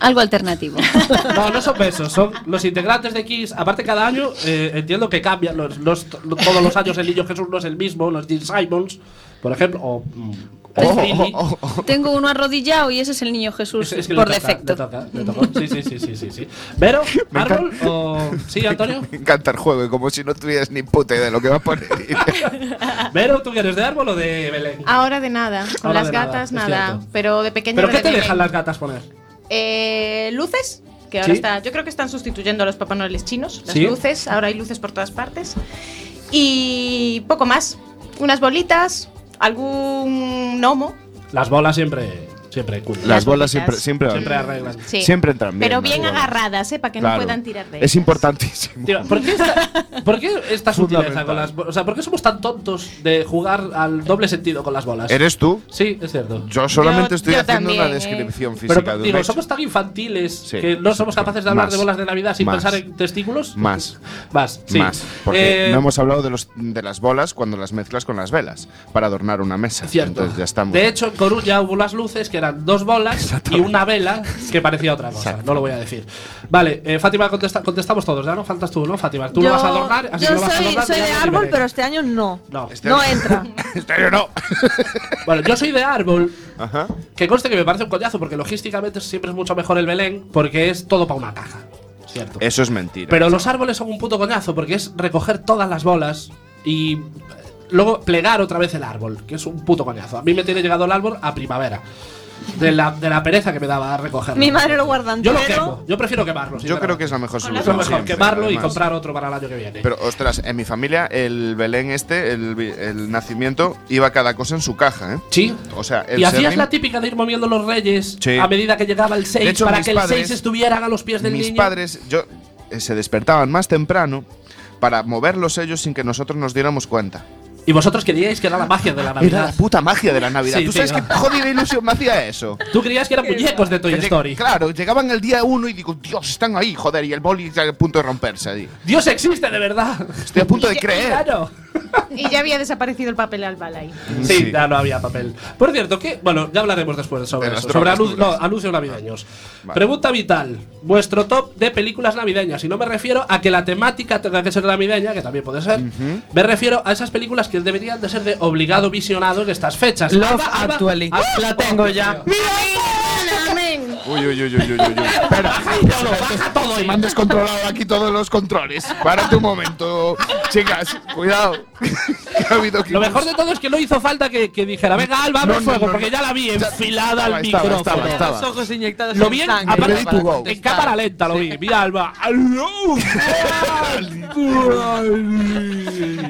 Speaker 9: Algo alternativo.
Speaker 1: No, no son besos, son los integrantes de Kiss. Aparte, cada año eh, entiendo que cambian. Los, los- todos los años el niño Jesús no es el mismo. Los Gene Simons, por ejemplo, o. mm, o
Speaker 6: Oh,
Speaker 1: Billy.
Speaker 6: oh, oh, oh.
Speaker 9: tengo uno arrodillado y ese es el niño
Speaker 1: Es-
Speaker 9: Jesús
Speaker 1: es que le
Speaker 9: por
Speaker 1: toca,
Speaker 9: defecto.
Speaker 1: le toca, le tocó. Sí, sí, sí, sí, sí, sí. Pero,
Speaker 6: Me encanta.
Speaker 1: árbol o. Sí, Antonio.
Speaker 6: Me encanta el juego y como si no tuvieras ni puta idea de lo que va a poner.
Speaker 1: Pero, ¿tú quieres de árbol o de Belén?
Speaker 9: Ah,
Speaker 8: Ahora de nada, con
Speaker 1: Ahora
Speaker 8: las
Speaker 1: de nada,
Speaker 8: gatas
Speaker 1: es
Speaker 8: nada,
Speaker 1: cierto.
Speaker 8: pero de pequeño
Speaker 1: ¿Pero
Speaker 8: era
Speaker 1: qué te
Speaker 8: de Belén.
Speaker 1: dejan las gatas poner?
Speaker 8: Eh, luces, que ahora
Speaker 1: Sí.
Speaker 8: está, yo creo que están sustituyendo a los Papá Noeles chinos, las
Speaker 1: Sí.
Speaker 8: luces, ahora hay luces por todas partes. Y poco más, unas bolitas, algún gnomo,
Speaker 1: Las bolas siempre. Siempre cool.
Speaker 6: Las bolas
Speaker 8: bolitas.
Speaker 6: siempre, siempre,
Speaker 1: Siempre arreglan.
Speaker 8: sí.
Speaker 6: Siempre entran bien.
Speaker 8: pero
Speaker 6: las
Speaker 8: bien
Speaker 6: bolas.
Speaker 8: agarradas, eh, para que
Speaker 6: Claro.
Speaker 8: no puedan tirar de
Speaker 6: Es
Speaker 8: ellas.
Speaker 6: importantísimo.
Speaker 1: Tío, ¿por qué esta, por qué esta sutileza
Speaker 6: Fundamental.
Speaker 1: con las bo- O sea, ¿por qué somos tan tontos de jugar al doble sentido con las bolas?
Speaker 6: ¿Eres tú?
Speaker 1: Sí, es cierto.
Speaker 6: Yo solamente
Speaker 8: Yo-
Speaker 6: estoy
Speaker 8: yo
Speaker 6: haciendo
Speaker 8: también,
Speaker 6: una
Speaker 8: eh.
Speaker 6: descripción física
Speaker 1: Pero
Speaker 6: de un
Speaker 1: digo,
Speaker 6: hecho.
Speaker 1: somos tan infantiles
Speaker 6: Sí.
Speaker 1: que no somos capaces de hablar
Speaker 6: Más.
Speaker 1: de bolas de Navidad sin
Speaker 6: Más.
Speaker 1: pensar en testículos.
Speaker 6: Más.
Speaker 1: Más, sí.
Speaker 6: Más, porque
Speaker 1: Eh,
Speaker 6: no hemos hablado de, los, de las bolas cuando las mezclas con las velas para adornar una mesa.
Speaker 1: Cierto.
Speaker 6: Entonces ya estamos.
Speaker 1: De hecho, en Coruña hubo las luces que eran dos bolas y una vela que parecía otra cosa. No lo voy a decir. Vale, eh, Fátima, contesta- contestamos todos. Ya no faltas tú, ¿no, Fátima? Tú
Speaker 7: yo,
Speaker 1: lo vas a adornar, así
Speaker 7: yo
Speaker 1: que lo vas a
Speaker 7: soy,
Speaker 1: adornar.
Speaker 7: soy
Speaker 1: ya
Speaker 7: de
Speaker 1: no
Speaker 7: árbol,
Speaker 1: liberé.
Speaker 7: pero este año no.
Speaker 1: No.
Speaker 7: No entra.
Speaker 6: Este año no.
Speaker 1: Bueno, yo soy de árbol,
Speaker 6: Ajá.
Speaker 1: que conste que me parece un coñazo, porque logísticamente siempre es mucho mejor el Belén, porque es todo para una caja. Cierto.
Speaker 6: Eso es mentira.
Speaker 1: Pero los árboles son un puto coñazo porque es recoger todas las bolas y eh, luego plegar otra vez el árbol, que es un puto coñazo. A mí me tiene llegado el árbol a primavera.
Speaker 10: de la, de la pereza que me daba a recogerlo.
Speaker 7: Mi madre lo guarda
Speaker 10: Yo lo
Speaker 7: entero.
Speaker 10: quemo, yo prefiero quemarlo.
Speaker 6: Yo creo que es la mejor
Speaker 10: Es
Speaker 6: solución
Speaker 10: mejor
Speaker 6: siempre,
Speaker 10: quemarlo y
Speaker 6: además.
Speaker 10: comprar otro para el año que viene.
Speaker 6: Pero ostras, en mi familia el Belén este, el, vi- el nacimiento, iba cada cosa en su caja, ¿eh?
Speaker 10: Sí.
Speaker 6: O sea, el
Speaker 10: Y hacías
Speaker 6: serrín-
Speaker 10: la típica de ir moviendo los reyes
Speaker 6: Sí.
Speaker 10: a medida que llegaba el 6
Speaker 6: De hecho,
Speaker 10: para
Speaker 6: mis
Speaker 10: que el
Speaker 6: padres-
Speaker 10: 6 estuvieran a los pies del
Speaker 6: mis
Speaker 10: niño.
Speaker 6: padres yo, eh, se despertaban más temprano para mover los sellos sin que nosotros nos diéramos cuenta.
Speaker 10: Y vosotros queríais que era la magia de la
Speaker 6: Era la
Speaker 10: Navidad.
Speaker 6: puta magia de la Navidad.
Speaker 10: Sí,
Speaker 6: ¿Tú sabes
Speaker 10: tío.
Speaker 6: qué jodida ilusión me hacía eso?
Speaker 10: Tú creías que eran muñecos de Toy
Speaker 6: Que lleg-
Speaker 10: Story.
Speaker 6: Claro, llegaban el día uno y digo, Dios, están ahí, joder, y el boli está a punto de romperse. ahí.
Speaker 10: Dios existe de verdad.
Speaker 6: Estoy a punto de
Speaker 8: Y-
Speaker 6: creer.
Speaker 10: Claro.
Speaker 8: Y ya había desaparecido el papel al bala ahí.
Speaker 10: Sí,
Speaker 6: Sí.
Speaker 10: ya no había papel. Por cierto, que bueno, ya hablaremos después sobre
Speaker 6: De las
Speaker 10: eso, sobre
Speaker 6: drogas
Speaker 10: anu-
Speaker 6: duras.
Speaker 10: no, anuncios navideños.
Speaker 6: Vale.
Speaker 10: Pregunta vital: vuestro top de películas navideñas. Y no me refiero a que la temática tenga que ser navideña, que también puede ser. Me refiero a esas películas que deberían de ser de obligado visionado en estas fechas.
Speaker 1: Love
Speaker 10: Alba, Alba,
Speaker 1: Actually.
Speaker 10: Alba,
Speaker 1: La
Speaker 10: oh,
Speaker 1: tengo
Speaker 10: Dios
Speaker 1: ya.
Speaker 10: mío.
Speaker 6: Uy, uy, uy, uy, uy, uy. uy. Pero,
Speaker 10: Ídolo, baja todo
Speaker 6: me han descontrolado aquí todos los controles. Párate un momento, chicas, cuidado. que ha habido aquí
Speaker 10: Lo mejor de todo es que no hizo falta que, que dijera, venga, Alba, abre
Speaker 6: No, no,
Speaker 10: fuego,
Speaker 6: no,
Speaker 10: porque
Speaker 6: no.
Speaker 10: ya la vi
Speaker 6: Ya-
Speaker 10: enfilada al
Speaker 6: estaba,
Speaker 10: micrófono.
Speaker 6: estaba, estaba.
Speaker 1: Los ojos inyectados
Speaker 10: Lo
Speaker 1: en
Speaker 10: vi en,
Speaker 1: sangre.
Speaker 10: aparte,
Speaker 6: Ready to go.
Speaker 10: en cámara lenta, lo vi. Mira, Alba.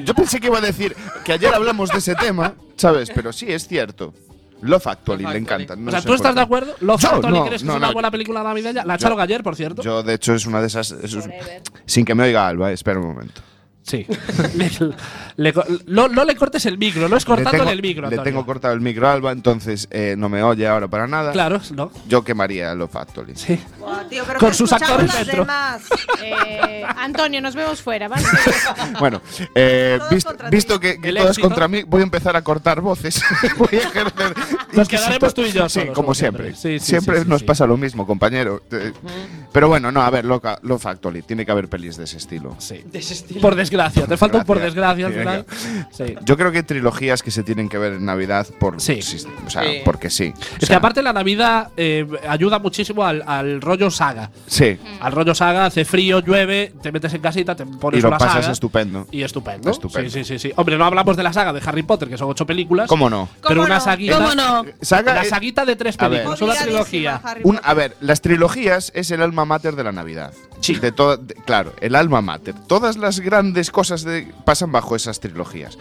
Speaker 6: Yo pensé que iba a decir que ayer hablamos de ese tema, ¿sabes? Pero sí, es cierto. Love Actually,
Speaker 1: Love
Speaker 6: le
Speaker 1: Actually.
Speaker 6: encanta. no
Speaker 10: o sea,
Speaker 6: sé
Speaker 10: ¿tú estás
Speaker 6: por
Speaker 10: de
Speaker 6: qué.
Speaker 10: acuerdo? ¿Lo
Speaker 6: Yo,
Speaker 10: Tony,
Speaker 6: no,
Speaker 10: crees que
Speaker 6: no,
Speaker 10: es una
Speaker 6: no,
Speaker 10: buena película navideña? La
Speaker 6: yo-
Speaker 10: echaron ayer, por cierto.
Speaker 6: Yo, de hecho, es una de esas. es un- sin que me oiga Alba, eh, espera un momento.
Speaker 10: sí. Le- le- no, no le cortes el micro, no es cortándole el micro.
Speaker 6: le
Speaker 10: Antonio.
Speaker 6: tengo cortado el micro a Alba, entonces eh, no me oye ahora para nada.
Speaker 10: Claro, no.
Speaker 6: Yo quemaría Love Actually.
Speaker 10: Sí.
Speaker 7: Buah, tío, creo
Speaker 10: Con
Speaker 7: que
Speaker 10: sus
Speaker 7: escuchamos
Speaker 10: actores
Speaker 7: las
Speaker 10: dentro.
Speaker 7: demás.
Speaker 8: Eh, Antonio, nos vemos fuera, ¿vale?
Speaker 6: Bueno, eh,
Speaker 7: Todos
Speaker 6: visto,
Speaker 7: contra ti.
Speaker 6: visto que, que
Speaker 10: El
Speaker 6: todo es
Speaker 10: éxito.
Speaker 6: contra mí, voy a empezar a cortar voces. voy a ejercer.
Speaker 10: Nos
Speaker 6: inquisitor.
Speaker 10: quedaremos tú y yo
Speaker 6: Sí,
Speaker 10: solos,
Speaker 6: como
Speaker 10: como
Speaker 6: siempre.
Speaker 10: siempre. Sí, sí,
Speaker 6: siempre
Speaker 10: sí, sí,
Speaker 6: nos
Speaker 10: sí.
Speaker 6: pasa lo mismo, compañero. Eh, Pero bueno, no, a ver, Love, Love Actually. Tiene que haber pelis de ese estilo.
Speaker 10: Sí.
Speaker 1: De ese estilo.
Speaker 10: Por desgracia, te falta un por desgracia al final.
Speaker 6: Venga.
Speaker 10: Sí.
Speaker 6: Yo creo que hay trilogías que se tienen que ver en Navidad por,
Speaker 10: Sí.
Speaker 6: si- o sea,
Speaker 1: Sí.
Speaker 6: porque sí. O
Speaker 10: Es que
Speaker 6: sea,
Speaker 10: aparte la Navidad eh, ayuda muchísimo al, al rollo saga.
Speaker 6: Sí,
Speaker 10: Mm. Al rollo saga, hace frío, llueve, te metes en casita, te pones
Speaker 6: y lo
Speaker 10: una
Speaker 6: pasas
Speaker 10: saga
Speaker 6: estupendo.
Speaker 10: y estupendo.
Speaker 6: Estupendo.
Speaker 10: Sí, sí, sí, sí. Hombre, no hablamos de la saga de Harry Potter, que son ocho películas.
Speaker 6: ¿Cómo no?
Speaker 10: Pero
Speaker 7: ¿Cómo
Speaker 10: una
Speaker 7: no?
Speaker 10: saguita.
Speaker 9: ¿Cómo no?
Speaker 6: Saga
Speaker 10: Una
Speaker 6: es-
Speaker 10: saguita de tres
Speaker 6: A ver.
Speaker 10: películas, una
Speaker 7: Obligadísima,
Speaker 10: trilogía.
Speaker 7: Harry
Speaker 6: un-
Speaker 7: Potter.
Speaker 6: a ver, las trilogías es el alma mater de la Navidad.
Speaker 10: Sí.
Speaker 6: De toda- de- claro, el alma mater. Todas las grandes cosas de- pasan bajo esas trilogías.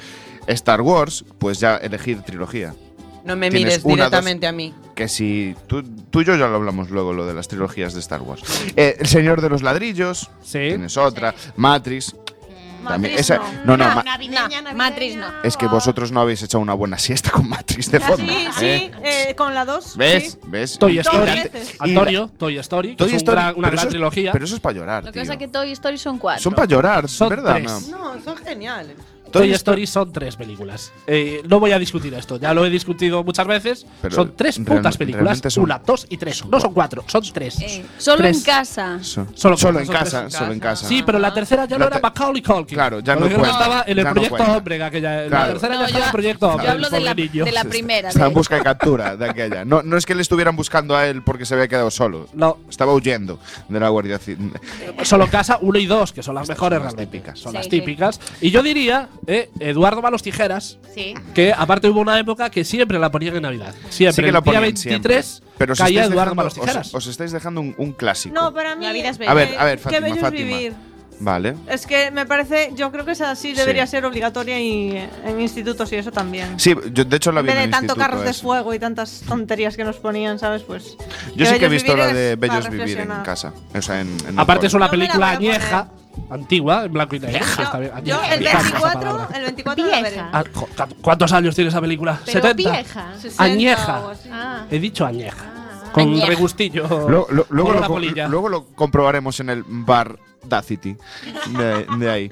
Speaker 6: Star Wars, pues ya elegir trilogía.
Speaker 1: No me
Speaker 6: Tienes
Speaker 1: mires
Speaker 6: una,
Speaker 1: directamente a mí.
Speaker 6: Que si tú, tú y yo ya lo hablamos luego, lo de las trilogías de Star Wars. Eh, el Señor de los Ladrillos,
Speaker 10: Sí.
Speaker 6: tienes otra. Matrix. también-
Speaker 7: Matrix
Speaker 6: esa-
Speaker 7: no.
Speaker 6: no, no, ma-
Speaker 8: navideña, navideña.
Speaker 9: Matrix no.
Speaker 6: es que vosotros no habéis hecho una buena siesta con Matrix de
Speaker 7: Ah,
Speaker 6: fondo.
Speaker 7: Sí,
Speaker 6: ¿eh?
Speaker 7: sí, eh, con la 2.
Speaker 6: ¿Ves? ¿Ves?
Speaker 10: Toy
Speaker 6: Y-
Speaker 10: Story.
Speaker 6: y-
Speaker 7: veces.
Speaker 10: Antonio, Toy Story, que
Speaker 6: Toy
Speaker 10: es un
Speaker 6: Story,
Speaker 10: gran- una
Speaker 6: pero
Speaker 10: gran
Speaker 6: eso es-
Speaker 10: trilogía.
Speaker 6: Pero eso es para llorar.
Speaker 9: Lo que
Speaker 6: tío.
Speaker 9: pasa es que Toy Story son cuatro.
Speaker 6: Son para llorar,
Speaker 10: Son
Speaker 6: ¿verdad?
Speaker 10: tres.
Speaker 6: no?
Speaker 1: No, son geniales.
Speaker 10: Toy Story son tres películas. Eh, no voy a discutir esto, ya lo he discutido muchas veces.
Speaker 6: Pero
Speaker 10: son tres
Speaker 6: real-
Speaker 10: putas películas.
Speaker 6: realmente son-
Speaker 10: una, dos y tres. No son cuatro, son tres.
Speaker 9: Eh, solo
Speaker 10: Tres.
Speaker 9: en casa.
Speaker 6: So-
Speaker 10: Solo
Speaker 6: Solo,
Speaker 10: con-
Speaker 6: en
Speaker 10: son tres
Speaker 6: casa,
Speaker 1: en
Speaker 6: solo en
Speaker 1: casa.
Speaker 6: casa.
Speaker 10: Sí, pero la tercera ya no
Speaker 6: La
Speaker 10: era
Speaker 6: te-
Speaker 10: Macaulay Culkin.
Speaker 6: Claro, ya no
Speaker 10: Porque
Speaker 6: cuenta.
Speaker 10: estaba en el
Speaker 6: Ya no
Speaker 10: proyecto
Speaker 6: cuenta.
Speaker 10: Hombre en aquella. La
Speaker 6: Claro.
Speaker 10: tercera
Speaker 9: No,
Speaker 10: ya estaba
Speaker 9: yo-
Speaker 10: en proyecto
Speaker 9: yo
Speaker 10: Hombre.
Speaker 9: hablo
Speaker 10: el
Speaker 9: de
Speaker 10: pobre
Speaker 9: la-
Speaker 10: niño.
Speaker 9: de la primera.
Speaker 6: Estaba
Speaker 9: de-
Speaker 6: en busca y captura de aquella. No, no es que le estuvieran buscando a él porque se había quedado solo.
Speaker 10: No,
Speaker 6: Estaba huyendo de la Guardia Civil.
Speaker 10: solo en casa 1 y 2, que son las mejores
Speaker 6: son las
Speaker 10: realmente.
Speaker 6: típicas.
Speaker 10: Son
Speaker 9: Sí,
Speaker 10: las
Speaker 9: sí.
Speaker 10: típicas. Y yo diría, eh, Eduardo Manos Tijeras,
Speaker 8: Sí.
Speaker 10: que aparte hubo una época que siempre la ponían en Navidad. Siempre.
Speaker 6: Sí que
Speaker 10: el
Speaker 6: la
Speaker 10: día
Speaker 6: ponían
Speaker 10: 23
Speaker 6: siempre. Pero os
Speaker 10: caía
Speaker 6: estáis
Speaker 10: Eduardo
Speaker 6: dejando-
Speaker 10: Manos
Speaker 6: os-
Speaker 10: Tijeras.
Speaker 6: Os, estáis dejando un, un clásico.
Speaker 7: No, para mí. eh,
Speaker 8: La vida es
Speaker 6: a ver, a ver,
Speaker 7: qué
Speaker 6: Fátima,
Speaker 7: bello es
Speaker 6: Fátima.
Speaker 7: vivir.
Speaker 6: Vale.
Speaker 7: Es que me parece, yo creo que esa sí debería
Speaker 6: Sí.
Speaker 7: ser obligatoria y eh, en institutos y eso también.
Speaker 6: Sí, yo de hecho la
Speaker 7: en
Speaker 6: vi
Speaker 7: vez
Speaker 6: en
Speaker 7: de
Speaker 6: el
Speaker 7: tanto
Speaker 6: instituto
Speaker 7: carros de
Speaker 6: ese.
Speaker 7: fuego y tantas tonterías que nos ponían, ¿sabes? Pues.
Speaker 6: Yo sí que he
Speaker 7: Bellos
Speaker 6: visto la
Speaker 7: Vivir
Speaker 6: de
Speaker 7: es para
Speaker 6: Bellos Vivir en
Speaker 7: reflexionar.
Speaker 6: casa. O sea, en, en
Speaker 10: Aparte es una
Speaker 6: Oporto.
Speaker 7: Yo me la
Speaker 10: película
Speaker 7: voy a poner.
Speaker 10: añeja, antigua, en blanco y negro. que está bien,
Speaker 7: Yo,
Speaker 10: añeja,
Speaker 7: el
Speaker 10: me encanta esa
Speaker 7: 24,
Speaker 10: palabra.
Speaker 7: el 24 de
Speaker 8: Vieja.
Speaker 7: febrero.
Speaker 10: Ah, jo, ¿Cuántos años tiene esa película?
Speaker 8: Pero
Speaker 10: 70.
Speaker 8: vieja.
Speaker 7: 60
Speaker 10: Añeja.
Speaker 7: o así.
Speaker 8: Ah.
Speaker 10: He dicho añeja. Con
Speaker 9: Añeja.
Speaker 10: regustillo.
Speaker 6: Lo- lo- luego,
Speaker 10: con
Speaker 6: lo,
Speaker 10: la
Speaker 6: com-
Speaker 10: polilla.
Speaker 6: luego lo comprobaremos en el bar Dacity. De, de ahí.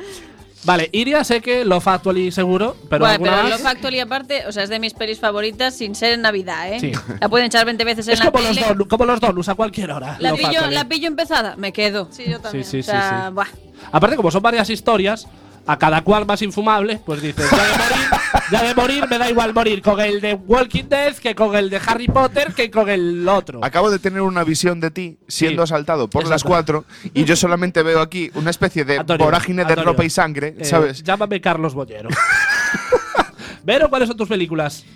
Speaker 10: Vale, Iria sé que lo Actually seguro, pero
Speaker 9: Bueno,
Speaker 10: alguna
Speaker 9: pero
Speaker 10: más.
Speaker 9: Love Actually aparte, o sea, es de mis pelis favoritas sin ser en Navidad, ¿eh?
Speaker 10: Sí.
Speaker 9: La pueden echar 20 veces en
Speaker 10: es
Speaker 9: la
Speaker 10: como los,
Speaker 9: tele.
Speaker 10: donuts, como los donuts a cualquier hora. ¿eh?
Speaker 9: La
Speaker 10: Love
Speaker 9: pillo,
Speaker 10: Actually.
Speaker 9: la pillo empezada, me quedo.
Speaker 7: Sí, yo
Speaker 10: sí,
Speaker 7: también.
Speaker 10: sí,
Speaker 9: o
Speaker 10: sí,
Speaker 9: sea,
Speaker 10: sí.
Speaker 9: buah.
Speaker 10: Aparte, como son varias historias, a cada cual más infumable, pues dices, ya de morir, ya de morir me da igual morir con el de Walking Dead que con el de Harry Potter que con el otro.
Speaker 6: Acabo de tener una visión de ti siendo
Speaker 10: Sí.
Speaker 6: asaltado por las
Speaker 10: Exacto.
Speaker 6: cuatro y yo solamente veo aquí una especie de
Speaker 10: Antonio,
Speaker 6: vorágine de
Speaker 10: Antonio,
Speaker 6: ropa y sangre,
Speaker 10: eh,
Speaker 6: ¿sabes?
Speaker 10: Llámame Carlos Bollero. Vero, ¿cuáles son tus películas?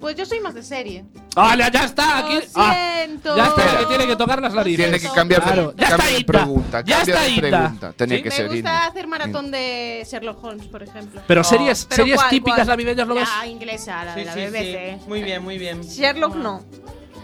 Speaker 8: Pues yo soy más de serie.
Speaker 1: Vale, ya está. Ah,
Speaker 9: Oh,
Speaker 1: Aquí,
Speaker 8: Lo
Speaker 10: ah,
Speaker 8: siento.
Speaker 1: ya está, que tiene que tocar las narices.
Speaker 6: Tiene que cambiar de-
Speaker 1: Claro, ya
Speaker 6: cambia
Speaker 1: está
Speaker 6: de
Speaker 1: Ita.
Speaker 6: pregunta,
Speaker 1: Ya
Speaker 6: cambia
Speaker 1: está
Speaker 6: de
Speaker 1: Ita.
Speaker 6: pregunta. Tenía que Mm.
Speaker 8: Me
Speaker 6: ser
Speaker 8: gusta
Speaker 6: Ina.
Speaker 8: hacer maratón de Sherlock Holmes, por ejemplo.
Speaker 1: Pero
Speaker 9: Oh,
Speaker 1: series,
Speaker 10: pero
Speaker 1: series
Speaker 10: ¿cuál,
Speaker 1: típicas
Speaker 10: cuál?
Speaker 1: navideñas no ves.
Speaker 8: La inglesa, la de
Speaker 10: Sí,
Speaker 8: la
Speaker 10: sí,
Speaker 8: BBC.
Speaker 10: sí. Muy bien, muy bien.
Speaker 7: Sherlock no.